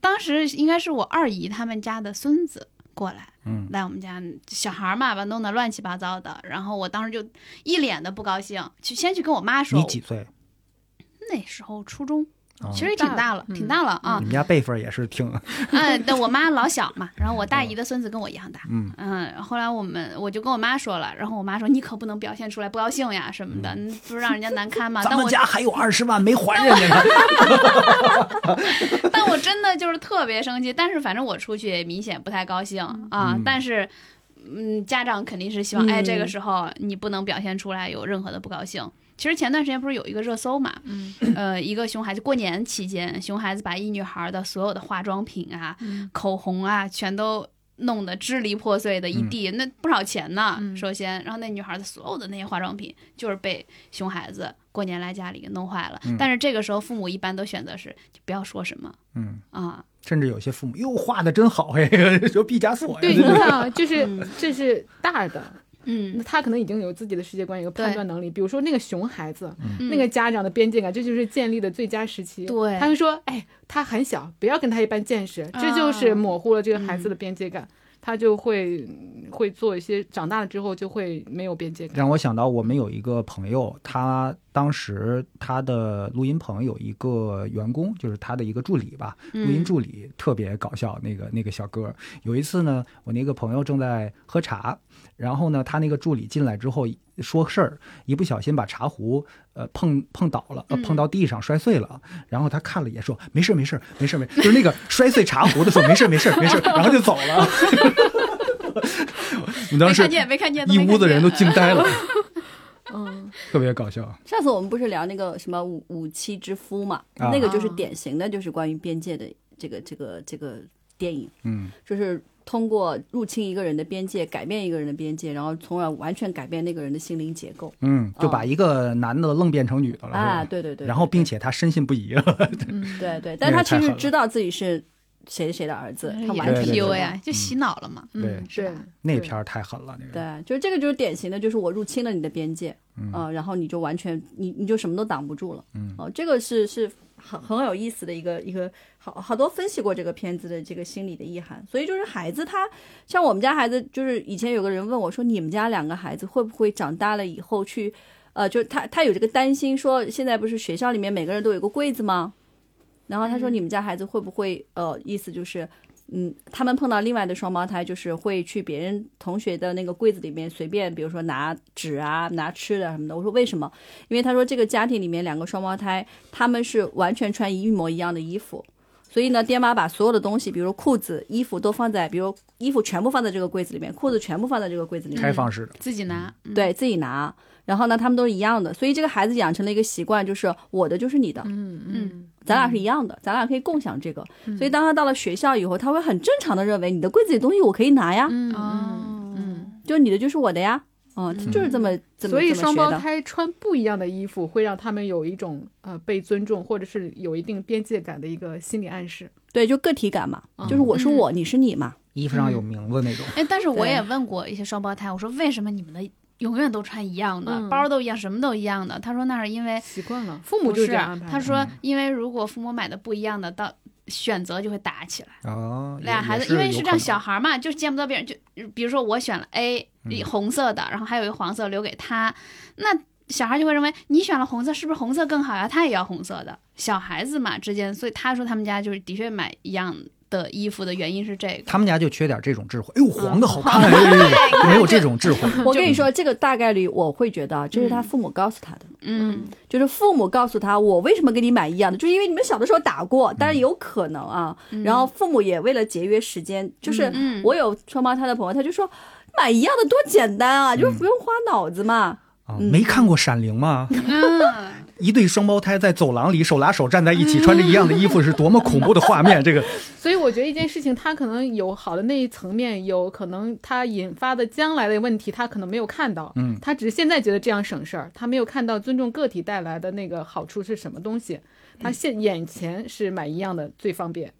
Speaker 2: 当时应该是我二姨他们家的孙子过来，
Speaker 1: 嗯，
Speaker 2: 来我们家小孩儿嘛，把弄得乱七八糟的。然后我当时就一脸的不高兴，去先去跟我妈说。
Speaker 1: 你几岁？
Speaker 2: 那时候初中，
Speaker 1: 啊
Speaker 2: 其实也挺大了，挺大了啊
Speaker 1: 你。们家辈分儿也是挺……
Speaker 2: [LAUGHS] 嗯，但我妈老小嘛，然后我大姨的孙子跟我一样大。
Speaker 1: 嗯
Speaker 2: 后来我们我就跟我妈说了，然后我妈说你可不能表现出来不高兴呀什么的，你不是让人家难堪嘛。
Speaker 1: 嗯 [LAUGHS] 咱
Speaker 2: 但
Speaker 1: 们
Speaker 2: 我
Speaker 1: 家还有二十万没还人家呢。 [LAUGHS]
Speaker 2: [LAUGHS] 但我真的就是特别生气，但是反正我出去也明显不太高兴啊。
Speaker 1: 嗯
Speaker 2: 但是，嗯，家长肯定是希望，哎，
Speaker 3: 嗯
Speaker 2: 这个时候你不能表现出来有任何的不高兴。其实前段时间不是有一个热搜嘛，
Speaker 4: 嗯
Speaker 2: 呃，一个熊孩子过年期间，熊孩子把一女孩的所有的化妆品啊、
Speaker 4: 嗯
Speaker 2: 口红啊，全都弄得支离破碎的一
Speaker 1: 嗯
Speaker 2: 地，那不少钱呢。首先，然后那女孩的所有的那些化妆品，就是被熊孩子过年来家里给弄坏了。
Speaker 1: 嗯
Speaker 2: 但是这个时候，父母一般都选择是就不要说什么，
Speaker 1: 嗯，
Speaker 2: 啊，
Speaker 1: 甚至有些父母哟画的真好，嘿，就毕加索呀。
Speaker 4: 对，你
Speaker 1: 这
Speaker 4: 看啊，就是这是大的，
Speaker 2: 嗯
Speaker 4: 那，他可能已经有自己的世界观，有判断能力。比如说那个熊孩子，
Speaker 2: 嗯
Speaker 4: 那个家长的边界感，这就是建立的最佳时期。
Speaker 2: 对
Speaker 4: 他就说，哎，他很小，不要跟他一般见识，这就是模糊了这个孩子的边界感，他就会会做一些，长大了之后就会没有边界感。
Speaker 1: 让我想到我们有一个朋友，他当时他的录音棚有一个员工，就是他的一个助理吧，录
Speaker 2: 嗯
Speaker 1: 音助理特别搞笑，那个那个小哥。有一次呢，我那个朋友正在喝茶，然后呢，他那个助理进来之后说事儿，一不小心把茶壶呃碰碰倒了，呃
Speaker 2: 嗯
Speaker 1: 碰到地上摔碎了。然后他看了一眼说没事儿没事儿没事儿没事儿，就是那个摔碎茶壶的说没事儿没事儿没事儿，然后就走了。 [LAUGHS] 你当
Speaker 2: 没
Speaker 1: 时
Speaker 2: 看见，没看见，
Speaker 1: 一屋子人都
Speaker 2: 进。
Speaker 1: 惊
Speaker 2: [LAUGHS]
Speaker 1: 呆了，
Speaker 4: 嗯，
Speaker 1: 特别搞笑。
Speaker 3: 上次我们不是聊那个什么五五妻之夫嘛，
Speaker 1: 啊
Speaker 3: 那个就是典型的，就是关于边界的这个这个这个电影。
Speaker 1: 嗯
Speaker 3: 就是通过入侵一个人的边界，改变一个人的边界，然后从而完全改变那个人的心灵结构。
Speaker 1: 嗯，就把一个男的愣变成女的了，
Speaker 3: 啊，
Speaker 1: 是吧
Speaker 3: 对对对。
Speaker 1: 然后并
Speaker 3: 且
Speaker 1: 且他深信不疑，
Speaker 2: 嗯，
Speaker 3: 对对，但
Speaker 1: 那
Speaker 3: 他
Speaker 1: 个太
Speaker 3: 其实
Speaker 1: 狠了
Speaker 3: 知道自己是谁谁的儿子，他完
Speaker 1: 对
Speaker 2: 也
Speaker 3: 全
Speaker 2: 是
Speaker 1: 对
Speaker 3: 知道
Speaker 2: PUA 啊，就洗脑了嘛。
Speaker 1: 对
Speaker 4: 嗯，
Speaker 2: 是
Speaker 4: 对
Speaker 2: 吧，
Speaker 1: [LAUGHS] 那片儿太狠了，那个。
Speaker 3: 对，就是这个就是典型的，就是我入侵了你的边界，嗯、然后你就完全你你就什么都挡不住了，
Speaker 1: 嗯
Speaker 3: 哦、这个是是很很有意思的一个一个好好多分析过这个片子的这个心理的意涵，所以就是孩子他像我们家孩子，就是以前有个人问我说，你们家两个孩子会不会长大了以后去，呃，就他他有这个担心说，现在不是学校里面每个人都有个柜子吗？然后他说：“
Speaker 2: 嗯
Speaker 3: 你们家孩子会不会呃，意思就是，嗯，他们碰到另外的双胞胎，就是会去别人同学的那个柜子里面随便，比如说拿纸啊、拿吃的什么的。”我说：“为什么？”因为他说这个家庭里面两个双胞胎，他们是完全穿一模一样的衣服。所以呢，爹妈把所有的东西，比如裤子、衣服都放在，比如衣服全部放在这个柜子里面，裤子全部放在这个柜子里面，
Speaker 1: 开放式的，
Speaker 2: 自己拿，嗯，
Speaker 3: 对自己拿。然后呢，他们都是一样的，所以这个孩子养成了一个习惯，就是我的就是你的，
Speaker 4: 嗯嗯
Speaker 3: 咱俩是一样的，咱俩可以共享这个。所以当他到了学校以后，他会很正常的认为你的柜子里东西我可以拿呀，
Speaker 4: 嗯
Speaker 2: 哦
Speaker 4: 嗯嗯，
Speaker 3: 就你的就是我的呀，嗯，就是这么这么
Speaker 4: 所以
Speaker 3: 这么
Speaker 4: 双胞
Speaker 3: 学的
Speaker 4: 胎穿不一样的衣服，会让他们有一种呃被尊重，或者是有一定边界感的一个心理暗示。
Speaker 3: 对，就个体感嘛，
Speaker 4: 嗯
Speaker 3: 就是我是我，你是你嘛，
Speaker 1: 衣服上有名字那种。
Speaker 2: 哎，但是我
Speaker 3: 对
Speaker 2: 也问过一些双胞胎，我说为什么你们的永远都穿一样的，
Speaker 4: 嗯
Speaker 2: 包都一样，什么都一样的？他说那是因
Speaker 3: 哎
Speaker 2: 为
Speaker 4: 习惯了，父母就是这
Speaker 3: 啊
Speaker 4: 样安排的。
Speaker 2: 他说因为如果父母买的不一样的，到选择就会打起来。
Speaker 1: 哦，
Speaker 2: 嗯俩
Speaker 1: 也
Speaker 2: 啊孩
Speaker 1: 也
Speaker 2: 子因为
Speaker 1: 有
Speaker 2: 是
Speaker 1: 可
Speaker 2: 这样，
Speaker 1: 能
Speaker 2: 小孩嘛，就是见不得别人，就比如说我选了 A
Speaker 1: 嗯
Speaker 2: 红色的，然后还有一个黄色留给他，那小孩就会认为你选了红色，是不是红色更好呀、他也要红色的，小孩子嘛之间，所以他说他们家就是的确买一样的衣服的原因是这个。
Speaker 1: 他们家就缺点这种智慧。哎呦，黄的好
Speaker 2: 嗯
Speaker 1: 看，
Speaker 2: [LAUGHS]
Speaker 1: 哎呦没有这种智慧。
Speaker 4: 嗯
Speaker 3: 我跟你说，这个大概率我会觉得啊这是他父母告诉他的，
Speaker 2: 嗯，
Speaker 3: 就是父母告诉他我为什么给你买一样的，就是因为你们小的时候打过，
Speaker 4: 嗯
Speaker 3: 当然有可能啊。然后父母也为了节约时间，就是
Speaker 2: 嗯嗯
Speaker 3: 我有双胞胎的朋友，他就说买一样的多简单啊，
Speaker 4: 嗯
Speaker 3: 就是不用花脑子嘛。
Speaker 1: 啊，没看过《闪灵》吗？
Speaker 2: 嗯，
Speaker 1: [LAUGHS] 一对双胞胎在走廊里手拉手站在一起，穿着一样的衣服，是多么恐怖的画面！这个
Speaker 4: 所以我觉得一件事情，它可能有好的那一层面，有可能它引发的将来的问题，他可能没有看到。
Speaker 1: 嗯
Speaker 4: 他只是现在觉得这样省事儿，他没有看到尊重个体带来的那个好处是什么东西。他现眼前是买一样的最方便，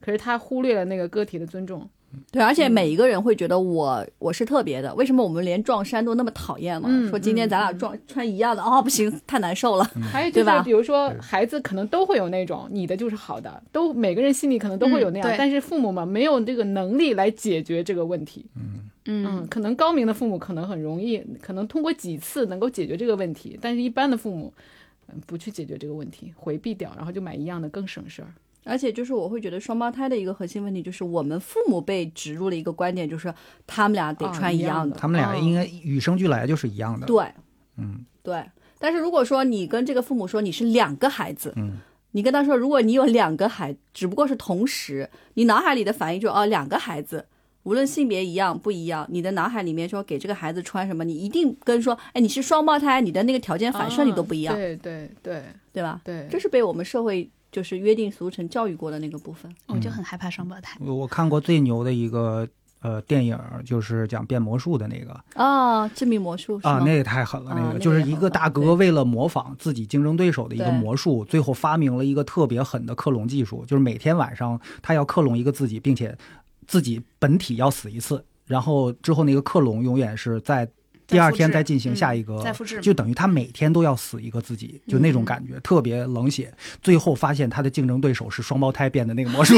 Speaker 4: 可是他忽略了那个个体的尊重。
Speaker 3: 对，而且
Speaker 4: 嗯
Speaker 3: 每一个人会觉得我我是特别的，为什么我们连撞衫都那么讨厌嘛？
Speaker 4: 嗯
Speaker 3: 说今天咱俩撞、穿一样的，哦，不行，太难受了。 [LAUGHS]
Speaker 4: 还有
Speaker 3: 对
Speaker 4: 就
Speaker 3: 吧
Speaker 4: 是，比如说孩子可能都会有那种你的就是好的，都每个人心里可能都会有那样，
Speaker 2: 嗯对
Speaker 4: 但是父母嘛没有这个能力来解决这个问题。
Speaker 2: 嗯，
Speaker 4: 嗯，可能高明的父母可能很容易，可能通过几次能够解决这个问题，但是一般的父母，嗯，不去解决这个问题，回避掉，然后就买一样的更省事儿。
Speaker 3: 而且就是我会觉得双胞胎的一个核心问题就是我们父母被植入了一个观点，就是他们俩得
Speaker 4: 哦
Speaker 3: 穿
Speaker 4: 一
Speaker 3: 一样
Speaker 4: 样
Speaker 3: 的。
Speaker 4: 的
Speaker 1: 他们
Speaker 2: 嗯
Speaker 1: 俩应该与生俱来就是一样的。
Speaker 3: 对
Speaker 1: 嗯，
Speaker 3: 对。但是如果说你跟这个父母说你是两个孩子，
Speaker 1: 嗯
Speaker 3: 你跟他说如果你有两个孩，只不过是同时，你脑海里的反应就是哦两个孩子。无论性别一样不一样，你的脑海里面说给这个孩子穿什么，你一定跟说，哎，你是双胞胎，你的那个条件反射你都不一样，
Speaker 4: 啊对对对
Speaker 3: 对吧？
Speaker 4: 对，
Speaker 3: 这是被我们社会就是约定俗成教育过的那个部分。
Speaker 2: 我
Speaker 1: 嗯
Speaker 2: 就很害怕双胞胎。
Speaker 1: 我我看过最牛的一个呃电影，就是讲变魔术的那个
Speaker 3: 啊，致命魔术是吗？
Speaker 1: 啊，那个太狠了，
Speaker 3: 啊
Speaker 1: 那
Speaker 3: 那
Speaker 1: 个
Speaker 3: 个
Speaker 1: 就是
Speaker 3: 也
Speaker 1: 一
Speaker 3: 很
Speaker 1: 个
Speaker 3: 狠
Speaker 1: 大哥
Speaker 3: 对
Speaker 1: 为了模仿自己竞争对手的一个
Speaker 3: 对
Speaker 1: 魔术，最后发明了一个特别狠的克隆技术，就是每天晚上他要克隆一个自己，并且自己本体要死一次，然后之后那个克隆永远是在第二天再进
Speaker 3: 嗯
Speaker 1: 行下一个，
Speaker 2: 再复制嘛，
Speaker 1: 就等于他每天都要死一个自己，就
Speaker 3: 嗯
Speaker 1: 那种感觉、特别冷血。最后发现他的竞争对手是双胞胎变的那个魔术，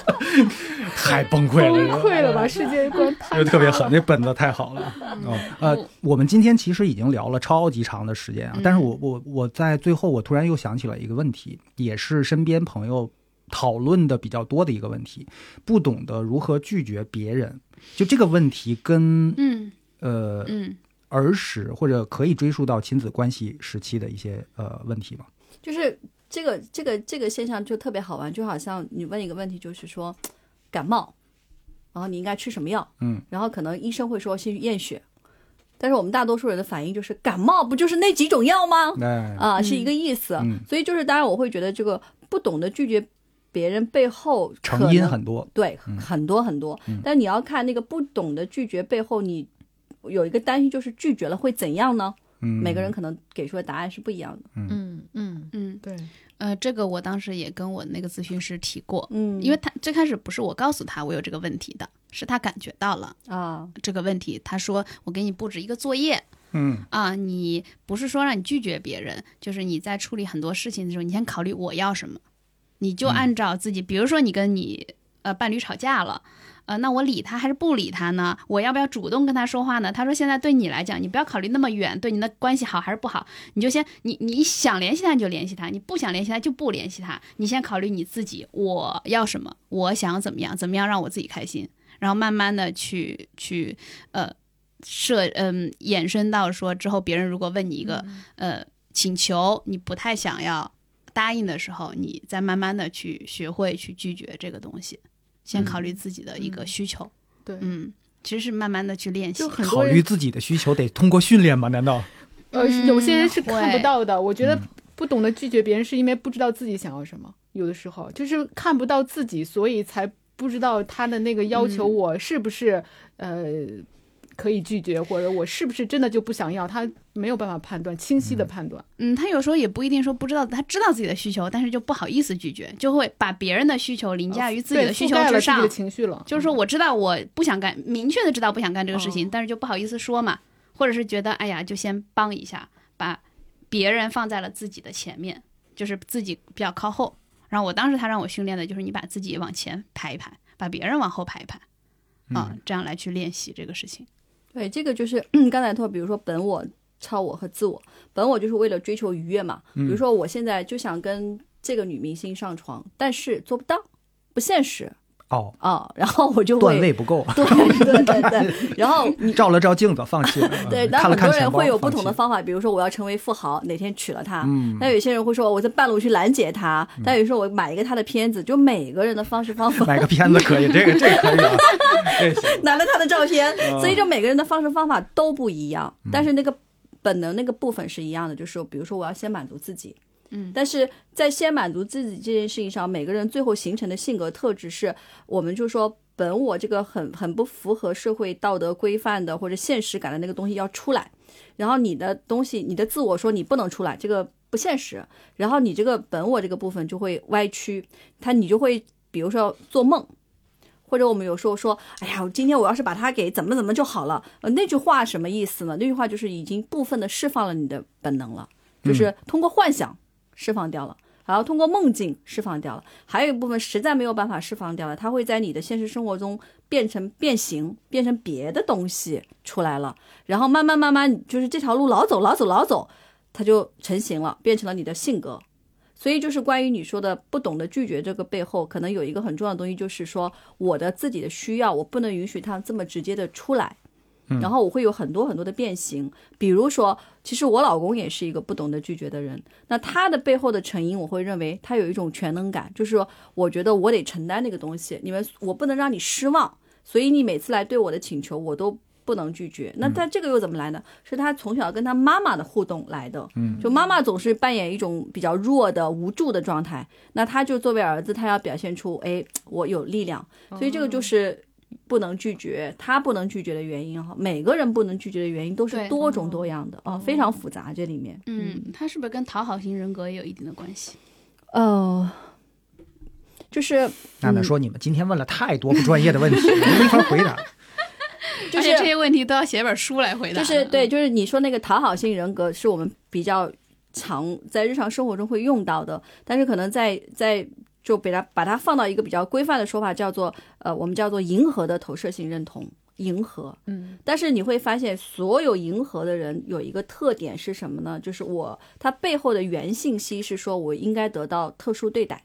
Speaker 1: [LAUGHS] 太崩溃了，
Speaker 4: 崩溃了吧？世界观太
Speaker 1: 就特别狠，那本子太好了。
Speaker 3: 嗯
Speaker 1: 哦，呃
Speaker 2: 我，
Speaker 1: 我们今天其实已经聊了超级长的时间
Speaker 3: 嗯
Speaker 1: 啊，但是我我我在最后，我突然又想起了一个问题，也是身边朋友讨论的比较多的一个问题，不懂得如何拒绝别人。就这个问题跟
Speaker 2: 嗯
Speaker 1: 呃
Speaker 2: 嗯
Speaker 1: 儿时或者可以追溯到亲子关系时期的一些呃问题吧。
Speaker 3: 就是这个这个这个现象就特别好玩，就好像你问一个问题，就是说感冒，然后你应该吃什么药？
Speaker 1: 嗯，
Speaker 3: 然后可能医生会说先去验血，但是我们大多数人的反应就是感冒不就是那几种药吗？
Speaker 1: 哎，
Speaker 3: 啊，是一个意思。
Speaker 1: 嗯
Speaker 3: 所以就是，当然我会觉得这个不懂得拒绝别人背后可
Speaker 1: 成因
Speaker 3: 能
Speaker 1: 很多，
Speaker 3: 对，
Speaker 1: 嗯
Speaker 3: 很多很多。
Speaker 1: 嗯
Speaker 3: 但你要看那个不懂得拒绝背后，你有一个担心就是拒绝了会怎样呢？
Speaker 1: 嗯，
Speaker 3: 每个人可能给出的答案是不一样的。
Speaker 4: 嗯嗯，
Speaker 2: 嗯，
Speaker 4: 对，
Speaker 2: 呃，这个我当时也跟我那个咨询师提过，
Speaker 3: 嗯
Speaker 2: 因为他最开始不是我告诉他我有这个问题的，是他感觉到了
Speaker 3: 啊，
Speaker 2: 这个问题。他说我给你布置一个作业
Speaker 1: 嗯
Speaker 2: 啊，你不是说让你拒绝别人，就是你在处理很多事情的时候，你先考虑我要什么，你就
Speaker 1: 嗯
Speaker 2: 按照自己，比如说你跟你呃伴侣吵架了。呃，那我理他还是不理他呢？我要不要主动跟他说话呢？他说现在对你来讲，你不要考虑那么远，对你的关系好还是不好，你就先你你想联系他你就联系他，你不想联系他就不联系他。你先考虑你自己，我要什么，我想怎么样，怎么样让我自己开心，然后慢慢的去去呃设嗯衍生到说之后别人如果问你一个、
Speaker 4: 嗯
Speaker 2: 呃请求，你不太想要答应的时候，你再慢慢的去学会去拒绝这个东西，先考虑自己的一个
Speaker 4: 嗯
Speaker 2: 需求，
Speaker 4: 对，
Speaker 2: 嗯。其实是慢慢的去练习
Speaker 4: 就，很
Speaker 1: 考
Speaker 4: 多人
Speaker 1: 虑自己的需求得通过训练吗？难道？
Speaker 4: 呃，
Speaker 2: 嗯
Speaker 4: 有些人是看
Speaker 2: 会
Speaker 4: 不到的。我觉得
Speaker 1: 嗯
Speaker 4: 不懂得拒绝别人，是因为不知道自己想要什么。有的时候就是看不到自己，所以才不知道他的那个要求，
Speaker 2: 嗯
Speaker 4: 我是不是、呃可以拒绝，或者我是不是真的就不想要。他没有办法判断，清晰的判断。
Speaker 2: 嗯，他有时候也不一定说不知道，他知道自己的需求，但是就不好意思拒绝，就会把别人的需求凌驾于自己
Speaker 4: 对
Speaker 2: 的需
Speaker 4: 覆
Speaker 2: 求
Speaker 4: 盖
Speaker 2: 之
Speaker 4: 了自己
Speaker 2: 上
Speaker 4: 的。情绪了，
Speaker 2: 就是说，我知道我不想干，明确的知道不想干这个事情，
Speaker 4: 哦
Speaker 2: 但是就不好意思说嘛，或者是觉得哎呀，就先帮一下，把别人放在了自己的前面，就是自己比较靠后。然后我当时他让我训练的就是你把自己往前排一排，把别人往后排一排，啊、这样来去练习这个事情。
Speaker 3: 对，这个就是 [CLEARS THROAT] 刚才说，比如说本我、超我和自我。本我就是为了追求愉悦嘛，比
Speaker 1: 嗯
Speaker 3: 如说我现在就想跟这个女明星上床，但是做不到，不现实
Speaker 1: 哦，
Speaker 3: 啊、然后我就
Speaker 1: 段
Speaker 3: 会
Speaker 1: 位不够，啊
Speaker 3: 对对对对，然后你
Speaker 1: 照了照镜子，放弃了。
Speaker 3: 对，
Speaker 1: 嗯
Speaker 3: 但
Speaker 1: 看了
Speaker 3: 很
Speaker 1: 看
Speaker 3: 多
Speaker 1: 钱
Speaker 3: 人
Speaker 1: 包
Speaker 3: 会有不同
Speaker 1: 放
Speaker 3: 的
Speaker 1: 弃
Speaker 3: 方法，比如说我要成为富豪，哪天娶了她。
Speaker 1: 嗯，
Speaker 3: 那有些人会说我在半路去拦截他，但有时候我买一个他的片子，就每个人的方式方法，
Speaker 1: 买个片子可以，这个这个可以
Speaker 3: [LAUGHS]
Speaker 1: 啊，这行。
Speaker 3: 拿了他的照片，
Speaker 1: 啊
Speaker 3: 所以就每个人的方式方法都不一样，但是那个本能那个部分是一样的，就是比如说我要先满足自己，
Speaker 2: 嗯
Speaker 3: 但是在先满足自己这件事情上，每个人最后形成的性格特质是，我们就说本我这个很很不符合社会道德规范的或者现实感的那个东西要出来，然后你的东西，你的自我说你不能出来，这个不现实，然后你这个本我这个部分就会歪曲，它你就会比如说做梦。或者我们有时候说，哎呀，我今天我要是把它给怎么怎么就好了，呃，那句话什么意思呢？那句话就是已经部分的释放了你的本能了，就是通过幻想释放掉了，然后通过梦境释放掉了，还有一部分实在没有办法释放掉了，它会在你的现实生活中变成变形，变成别的东西出来了，然后慢慢慢慢，就是这条路老走老走老走，它就成型了，变成了你的性格。所以就是关于你说的不懂得拒绝这个背后，可能有一个很重要的东西，就是说我的自己的需要，我不能允许它这么直接的出来。然后我会有很多很多的变形，比如说，其实我老公也是一个不懂得拒绝的人。那他的背后的成因，我会认为他有一种全能感，就是说，我觉得我得承担那个东西，你们我不能让你失望，所以你每次来对我的请求，我都不能拒绝。那他这个又怎么来呢？是他从小跟他妈妈的互动来的，就妈妈总是扮演一种比较弱的、无助的状态，那他就作为儿子，他要表现出，哎，我有力量，所以这个就是不能拒绝，他不能拒绝的原因哈。每个人不能拒绝的原因都是
Speaker 2: 对
Speaker 3: 多种多样的啊、非常复杂这里面。
Speaker 2: 哦嗯，他是不是跟讨好型人格也有一定的关系？
Speaker 3: 呃，就是
Speaker 1: 娜娜说：“你们今天问了太多不专业的问题，没法回答。
Speaker 3: [LAUGHS] 就
Speaker 2: 而
Speaker 3: 是
Speaker 2: 且这些问题都要写本书来回答
Speaker 3: 就
Speaker 2: 的。
Speaker 3: 是对，就是你说那个讨好性人格是我们比较常在日常生活中会用到的，但是可能在在就把它把它放到一个比较规范的说法，叫做呃，我们叫做迎合的投射性认同。迎合，
Speaker 4: 嗯，
Speaker 3: 但是你会发现，所有迎合的人有一个特点是什么呢？就是我他背后的原信息是说我应该得到特殊对待。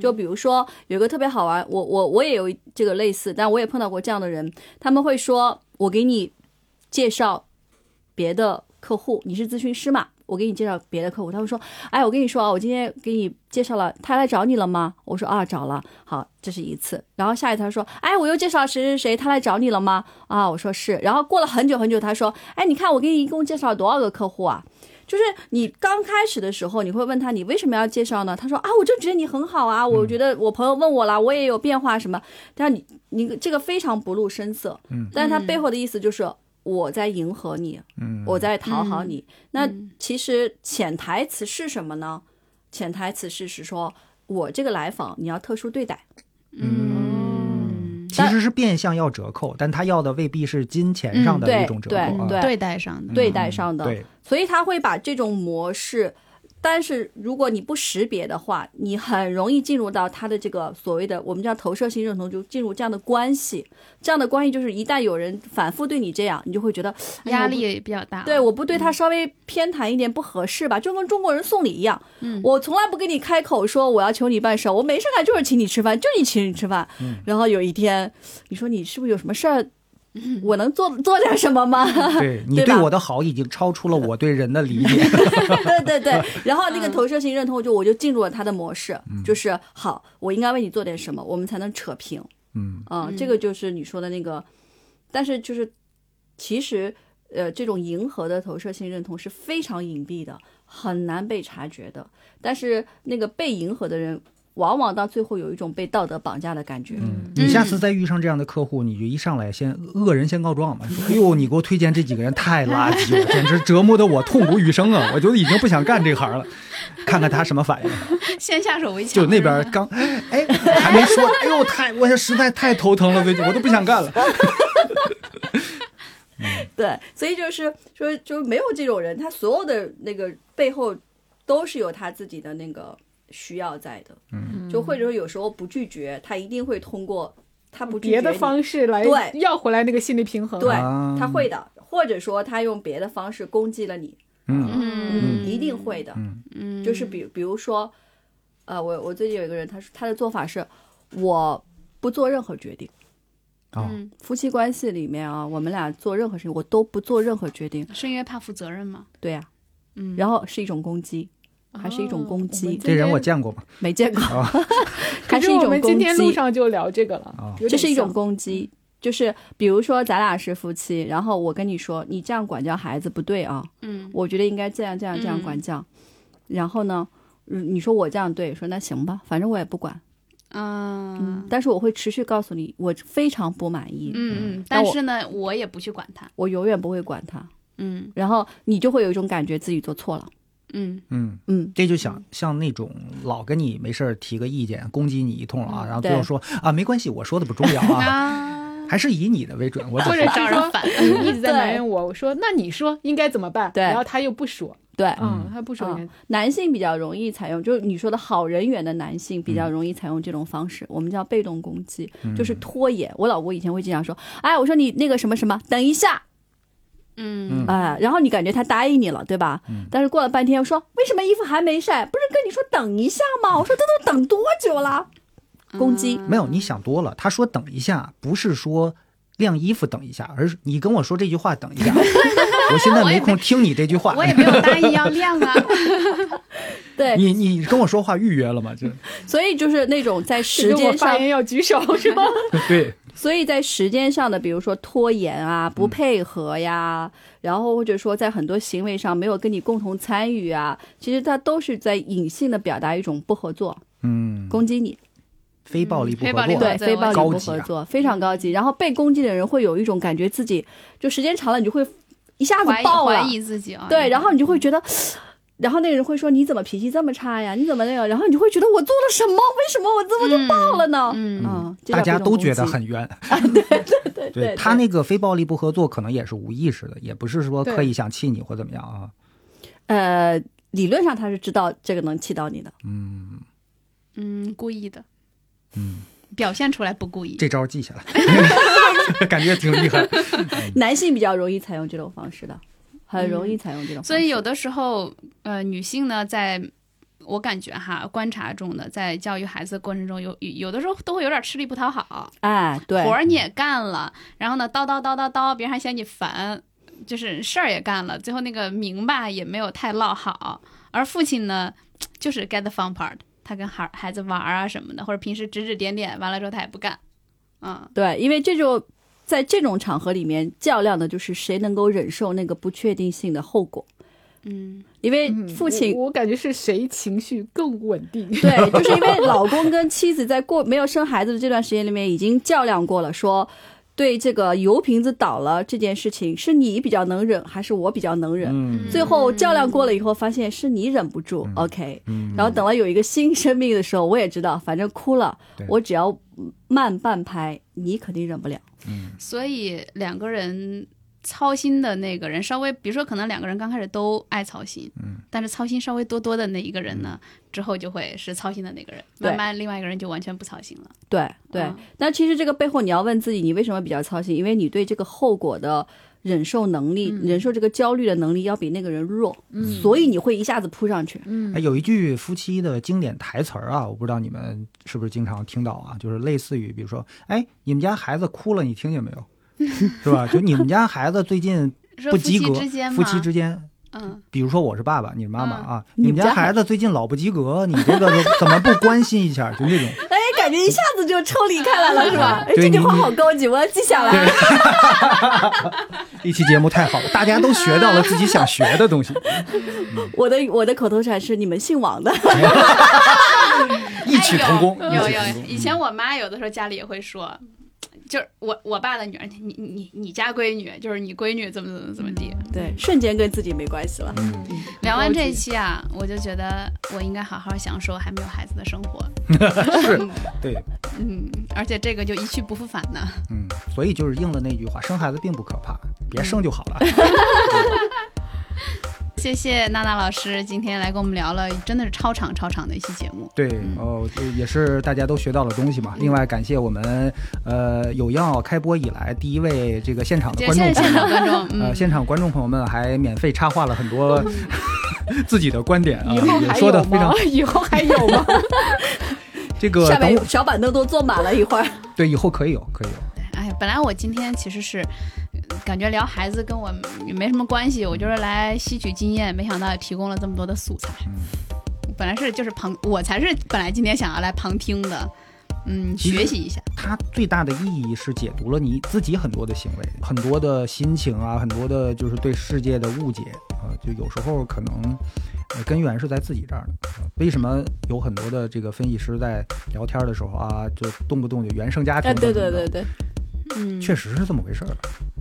Speaker 3: 就比如说有一个特别好玩，我我我也有这个类似，但我也碰到过这样的人，他们会说我给你介绍别的客户，你是咨询师嘛？我给你介绍别的客户，他会说，哎，我跟你说啊，我今天给你介绍了，他来找你了吗？我说啊，找了。好，这是一次。然后下一次他说，哎，我又介绍谁谁谁，他来找你了吗？啊，我说是。然后过了很久很久，他说，哎，你看我给你一共介绍了多少个客户啊？就是你刚开始的时候，你会问他你为什么要介绍呢？他说啊，我就觉得你很好啊，
Speaker 1: 嗯
Speaker 3: 我觉得我朋友问我啦，我也有变化什么。但你你这个非常不露声色，
Speaker 1: 嗯，
Speaker 3: 但是他背后的意思就是我在迎合你，
Speaker 1: 嗯，
Speaker 3: 我在讨好你。那
Speaker 2: 嗯
Speaker 3: 其实潜台词是什么呢？潜台词是是说我这个来访你要特殊对待，
Speaker 1: 嗯
Speaker 2: 嗯，
Speaker 1: 其实是变相要折扣，但他要的未必是金钱上的一种折扣啊
Speaker 3: 嗯对，
Speaker 2: 对待上的，
Speaker 3: 对待上的。
Speaker 1: 对，
Speaker 3: 所以他会把这种模式，但是如果你不识别的话，你很容易进入到他的这个所谓的我们叫投射性认同，就进入这样的关系。这样的关系就是一旦有人反复对你这样，你就会觉得
Speaker 1: 嗯
Speaker 3: 哎呀
Speaker 2: 压
Speaker 3: 我不
Speaker 2: 力啊也比较大。
Speaker 3: 对，我不对他稍微偏袒一点不合适吧，就跟中国人送礼一样，
Speaker 2: 嗯
Speaker 3: 我从来不跟你开口说我要求你办事儿，我没事干就是请你吃饭，就你请你吃饭。
Speaker 1: 嗯
Speaker 3: 然后有一天，你说你是不是有什么
Speaker 2: [LAUGHS]
Speaker 3: 事儿，我能做做点什么吗？ [LAUGHS]
Speaker 1: 对你
Speaker 3: 对
Speaker 1: 对
Speaker 3: 吧
Speaker 1: 我的好已经超出了我对人的理
Speaker 3: [LAUGHS]
Speaker 1: 解。
Speaker 3: 对对对，然后那个投射性认同，就我就进入了他的模式，就是好，我应该为你做点什么，我们才能扯平。
Speaker 1: 嗯
Speaker 3: 啊、
Speaker 2: 嗯
Speaker 3: 这个就是你说的那个，但是就是其实呃，这种迎合的投射性认同是非常隐蔽的，很难被察觉的。但是那个被迎合的人，往往到最后有一种被道德绑架的感觉。
Speaker 1: 嗯，你下次再遇上这样的客户，你就一上来先恶人先告状嘛，说哎呦，你给我推荐这几个人太垃圾了，简直折磨的我痛不欲生啊！我觉得已经不想干这行了，看看他什么反应。
Speaker 2: [LAUGHS] 先下手为强，
Speaker 1: 就那边刚，哎，还没说，哎呦，太，我实在太头疼了，最近我都不想干了。
Speaker 3: 对，所以就是说，就没有这种人，他所有的那个背后都是有他自己的那个需要在的。
Speaker 1: 嗯，
Speaker 3: 就或者说有时候不拒绝，他一定会通过他不拒绝
Speaker 4: 别的
Speaker 3: 你
Speaker 4: 方式来
Speaker 3: 对
Speaker 4: 要回来那个心理平衡。
Speaker 3: 对，
Speaker 1: 啊
Speaker 3: 他会的，或者说他用别的方式攻击了你，
Speaker 1: 嗯
Speaker 2: 嗯，
Speaker 3: 一定会的。
Speaker 1: 嗯
Speaker 2: 嗯，
Speaker 3: 就是比比如说，呃，我我最近有一个人，他说他的做法是，我不做任何决定。
Speaker 1: 啊，
Speaker 2: 嗯，
Speaker 3: 夫妻关系里面啊，我们俩做任何事情，我都不做任何决定。
Speaker 2: 是因为怕负责任嘛，
Speaker 3: 对呀、
Speaker 2: 嗯，
Speaker 3: 然后是一种攻击，还是一种攻击
Speaker 4: 哦们今天
Speaker 1: 这人我见过嘛，
Speaker 3: 没见过，
Speaker 1: 啊
Speaker 4: 可
Speaker 3: 还是
Speaker 4: 是
Speaker 3: 一
Speaker 4: 我
Speaker 3: 种
Speaker 4: 们
Speaker 3: 攻
Speaker 4: 今天路
Speaker 3: 击。
Speaker 4: 上就聊这个了，
Speaker 1: 啊
Speaker 4: 有点
Speaker 3: 这是一种
Speaker 4: 像
Speaker 3: 攻击，就是比如说咱俩是夫妻，然后我跟你说，你这样管教孩子不对啊，
Speaker 2: 嗯
Speaker 3: 我觉得应该这样这样这样管教。然后呢，嗯你说我这样对，说那行吧，反正我也不管，
Speaker 2: 嗯
Speaker 3: 但是我会持续告诉你，我非常不满意，
Speaker 2: 嗯嗯，
Speaker 3: 那
Speaker 2: 但
Speaker 3: 我
Speaker 2: 是呢，我也不去管他，
Speaker 3: 我永远不会管他。
Speaker 2: 嗯
Speaker 3: 然后你就会有一种感觉自己做错了，
Speaker 2: 嗯
Speaker 1: 嗯。
Speaker 3: 嗯，
Speaker 1: 这就想像那种老跟你没事儿提个意见，攻击你一通啊，然后最后
Speaker 3: 对
Speaker 1: 说啊没关系，我说的不重要啊，
Speaker 2: [LAUGHS] 啊，
Speaker 1: 还是以你的为准，我只
Speaker 4: [LAUGHS] 或者
Speaker 1: 是
Speaker 4: 是
Speaker 2: 招人烦，
Speaker 4: 你一直在埋怨我，我说那你说应该怎么办？
Speaker 3: 嗯对
Speaker 4: 然后他又不说，
Speaker 3: 对。
Speaker 4: 嗯，他不说
Speaker 3: 嗯
Speaker 4: 应该，
Speaker 3: 男性比较容易采用，就是你说的好人缘的男性比较容易采用这种方式，我们叫被动攻击，就是拖延。我老公以前会经常说：“哎，我说你那个什么什么，等一下。”
Speaker 2: 嗯
Speaker 3: 哎，然后你感觉他答应你了，对吧？但是过了半天又说：“为什么衣服还没晒？不是跟你说等一下吗？”我说：“这都等多久了？”攻击，
Speaker 2: 嗯
Speaker 1: 没有，你想多了。他说等一下，不是说晾衣服等一下，而是你跟我说这句话等一
Speaker 2: [LAUGHS]
Speaker 1: 下。我现在没空听你这句话。
Speaker 2: 我也没有答应要晾
Speaker 3: [LAUGHS]
Speaker 2: 啊，
Speaker 1: [LAUGHS]
Speaker 3: 对，
Speaker 1: 你你跟我说话预约了
Speaker 2: [LAUGHS]
Speaker 1: 吗？就
Speaker 3: 所以就是那种在
Speaker 4: 这
Speaker 3: 时
Speaker 4: 跟我
Speaker 3: 间
Speaker 4: 发
Speaker 3: 上，
Speaker 4: 言要举
Speaker 3: [LAUGHS]
Speaker 4: 手是吗？
Speaker 1: 对，
Speaker 3: 所以在时间上的，比如说拖延啊、不配合呀，然后或者说在很多行为上没有跟你共同参与啊，其实他都是在隐性的表达一种不合作，
Speaker 1: 嗯，
Speaker 3: 攻击你，
Speaker 1: 非暴力不
Speaker 2: 嗯非
Speaker 1: 合
Speaker 2: 暴力
Speaker 1: 作。
Speaker 2: 不合
Speaker 3: 对，
Speaker 2: 作
Speaker 3: 非暴力不
Speaker 1: 高级啊
Speaker 3: 合作，非常高级。然后被攻击的人会有一种感觉自己，就时间长了，你就会一下子
Speaker 2: 怀疑
Speaker 3: 爆
Speaker 2: 怀
Speaker 3: 了。
Speaker 2: 疑自己啊，
Speaker 3: 对，然后你就会觉得，然后那个人会说你怎么脾气这么差呀？你怎么那个？然后你就会觉得我做了什么？为什么我这么就爆了呢？
Speaker 2: 嗯嗯
Speaker 3: 啊，这叫
Speaker 1: 大家
Speaker 3: 被动
Speaker 1: 都觉得
Speaker 3: 攻击
Speaker 1: 很
Speaker 2: [LAUGHS]
Speaker 1: 冤，
Speaker 2: 啊
Speaker 3: 对
Speaker 1: 对他那个非暴力不合作可能也是无意识的，也不是说刻意想气你或怎么样啊。
Speaker 3: 呃，理论上他是知道这个能气到你的，
Speaker 1: 嗯，
Speaker 2: 嗯，故意的，
Speaker 1: 嗯，
Speaker 2: 表现出来不故意，
Speaker 1: 这招记下来，
Speaker 2: [LAUGHS]
Speaker 1: [LAUGHS] 感觉挺厉害。
Speaker 3: 男性比较容易采用这种方式的，很容易采用这种方
Speaker 2: 嗯
Speaker 3: 式。
Speaker 2: 所以有的时候，呃，女性呢，在我感觉哈，观察中的，在教育孩子的过程中，有有的时候都会有点吃力不讨好，
Speaker 3: 哎，对，
Speaker 2: 活儿你也干了，然后呢，叨叨叨叨叨，别人还嫌你烦，就是事儿也干了，最后那个明吧也没有太落好。而父亲呢，就是 get the fun part，他跟孩孩子玩儿啊什么的，或者平时指指点点，完了之后他也不干，嗯
Speaker 3: 对，因为这就在这种场合里面较量的就是谁能够忍受那个不确定性的后果。
Speaker 2: 嗯
Speaker 3: 因为
Speaker 4: 嗯
Speaker 3: 父亲
Speaker 4: 我，我感觉是谁情绪更稳定？[LAUGHS]
Speaker 3: [LAUGHS] 对，就是因为老公跟妻子在过没有生孩子的这段时间里面已经较量过了，说对这个油瓶子倒了这件事情，是你比较能忍还是我比较能忍？
Speaker 1: 嗯
Speaker 3: 最后较量过了以后，发现是你忍不住、
Speaker 1: 嗯
Speaker 3: o k
Speaker 1: 嗯，
Speaker 3: 然后等到有一个新生命的时候，我也知道，反正哭了
Speaker 1: 对，
Speaker 3: 我只要慢半拍，你肯定忍不了。
Speaker 1: 嗯
Speaker 2: 所以两个人操心的那个人，稍微比如说可能两个人刚开始都爱操心，
Speaker 1: 嗯，
Speaker 2: 但是操心稍微多多的那一个人呢，之后就会是操心的那个人，
Speaker 3: 对
Speaker 2: 慢慢另外一个人就完全不操心了。
Speaker 3: 对对，
Speaker 2: 嗯
Speaker 3: 但其实这个背后你要问自己，你为什么比较操心？因为你对这个后果的忍受能力、忍受这个焦虑的能力要比那个人弱，所以你会一下子扑上去。
Speaker 2: 嗯
Speaker 1: 哎，有一句夫妻的经典台词儿啊，我不知道你们是不是经常听到啊，就是类似于，比如说，哎，你们家孩子哭了，你听见没有？
Speaker 2: [LAUGHS]
Speaker 1: 是吧？就你们家孩子最近
Speaker 2: 说
Speaker 1: 不
Speaker 2: 夫
Speaker 1: 及
Speaker 2: 妻
Speaker 1: 格，
Speaker 2: 之间
Speaker 1: 夫
Speaker 2: 嘛，
Speaker 1: 妻之间，
Speaker 2: 嗯，
Speaker 1: 比如说我是爸爸，你是妈妈啊，
Speaker 3: 嗯
Speaker 1: 你们家孩子最近老不及格，你这个怎么不关心一下？就这种，
Speaker 3: 哎，感觉一下子就抽离开来了，是吧？哎，
Speaker 1: 对
Speaker 3: 这句
Speaker 1: 你
Speaker 3: 话好高级，我要记下来。
Speaker 1: 一期节目太好了，大家都学到了自己想学的东西，
Speaker 3: 我的我的口头禅是你们姓王的，
Speaker 1: 异曲同工，
Speaker 2: 哎
Speaker 1: 异
Speaker 2: 有
Speaker 1: 曲
Speaker 2: 有
Speaker 1: 同
Speaker 2: 有，
Speaker 1: 工
Speaker 2: 以前我妈有的时候家里也会说。就是我我爸的女儿，你你你你家闺女，就是你闺女怎么怎么怎么地。
Speaker 3: 对，瞬间跟自己没关系了。
Speaker 1: 嗯
Speaker 2: 聊完这一期啊，我就觉得我应该好好享受还没有孩子的生活。
Speaker 1: 对，
Speaker 2: 嗯，而且这个就一去不复返呢。
Speaker 1: 嗯，所以就是应了那句话，生孩子并不可怕，别生就好了。
Speaker 2: 谢谢娜娜老师今天来跟我们聊了，真的是超长超长的一期节目。
Speaker 1: 对，哦，就也是大家都学到了东西嘛。另外，感谢我们呃有样开播以来第一位这个现场的
Speaker 2: 就
Speaker 1: 观
Speaker 2: 现
Speaker 1: 众
Speaker 2: 在
Speaker 1: 朋
Speaker 2: 现
Speaker 1: 友
Speaker 2: 场，观众，
Speaker 1: [LAUGHS] 呃，
Speaker 2: 嗯，
Speaker 1: 现场观众朋友们还免费插话了很多 [LAUGHS] 自己的观点啊，
Speaker 4: 以后
Speaker 1: 也
Speaker 4: 还
Speaker 1: 说的
Speaker 4: 有
Speaker 1: 非常
Speaker 4: 吗？以后还有吗？
Speaker 1: 这个
Speaker 3: 下
Speaker 1: 等
Speaker 3: 面
Speaker 1: 我
Speaker 3: 小板凳都坐满了一
Speaker 1: [LAUGHS]
Speaker 3: 会儿。
Speaker 1: 对以后可以有可以有，
Speaker 2: 哎呀，本来我今天其实是呃感觉聊孩子跟我也没什么关系，我就是来吸取经验，没想到也提供了这么多的素材。本来是就是旁，我才是本来今天想要来旁听的，嗯，
Speaker 1: 其实
Speaker 2: 学习一下。
Speaker 1: 它最大的意义是解读了你自己很多的行为、很多的心情啊，很多的就是对世界的误解啊，就有时候可能。呃根源是在自己这儿的，啊为什么有很多的这个分析师在聊天的时候啊，就动不动就原生家庭
Speaker 3: 哎，
Speaker 1: 等等
Speaker 3: 对
Speaker 1: 等等，
Speaker 3: 对对对，
Speaker 2: 嗯，
Speaker 1: 确实是这么回事儿。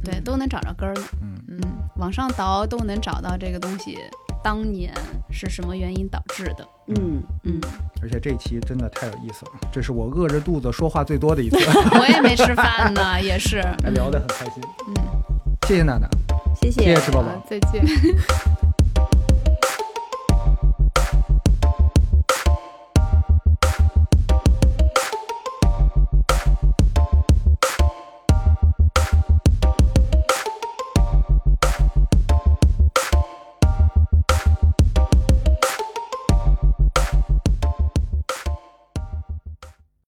Speaker 2: 对，都能找着根儿呢。
Speaker 1: 嗯
Speaker 2: 嗯，往上倒都能找到这个东西嗯当年是什么原因导致的。
Speaker 3: 嗯
Speaker 1: [LAUGHS]
Speaker 2: 嗯
Speaker 3: 嗯，，
Speaker 1: 而且这一期真的太有意思了，这是我饿着肚子说话最多的
Speaker 3: [LAUGHS]
Speaker 1: 一次，
Speaker 2: 我也没吃饭呢，也是。
Speaker 1: 还聊得很开心。
Speaker 2: 嗯，
Speaker 1: 谢谢娜娜，
Speaker 3: 谢
Speaker 4: [LAUGHS]
Speaker 3: 谢，
Speaker 1: 谢谢吃饱饱。
Speaker 4: 再见。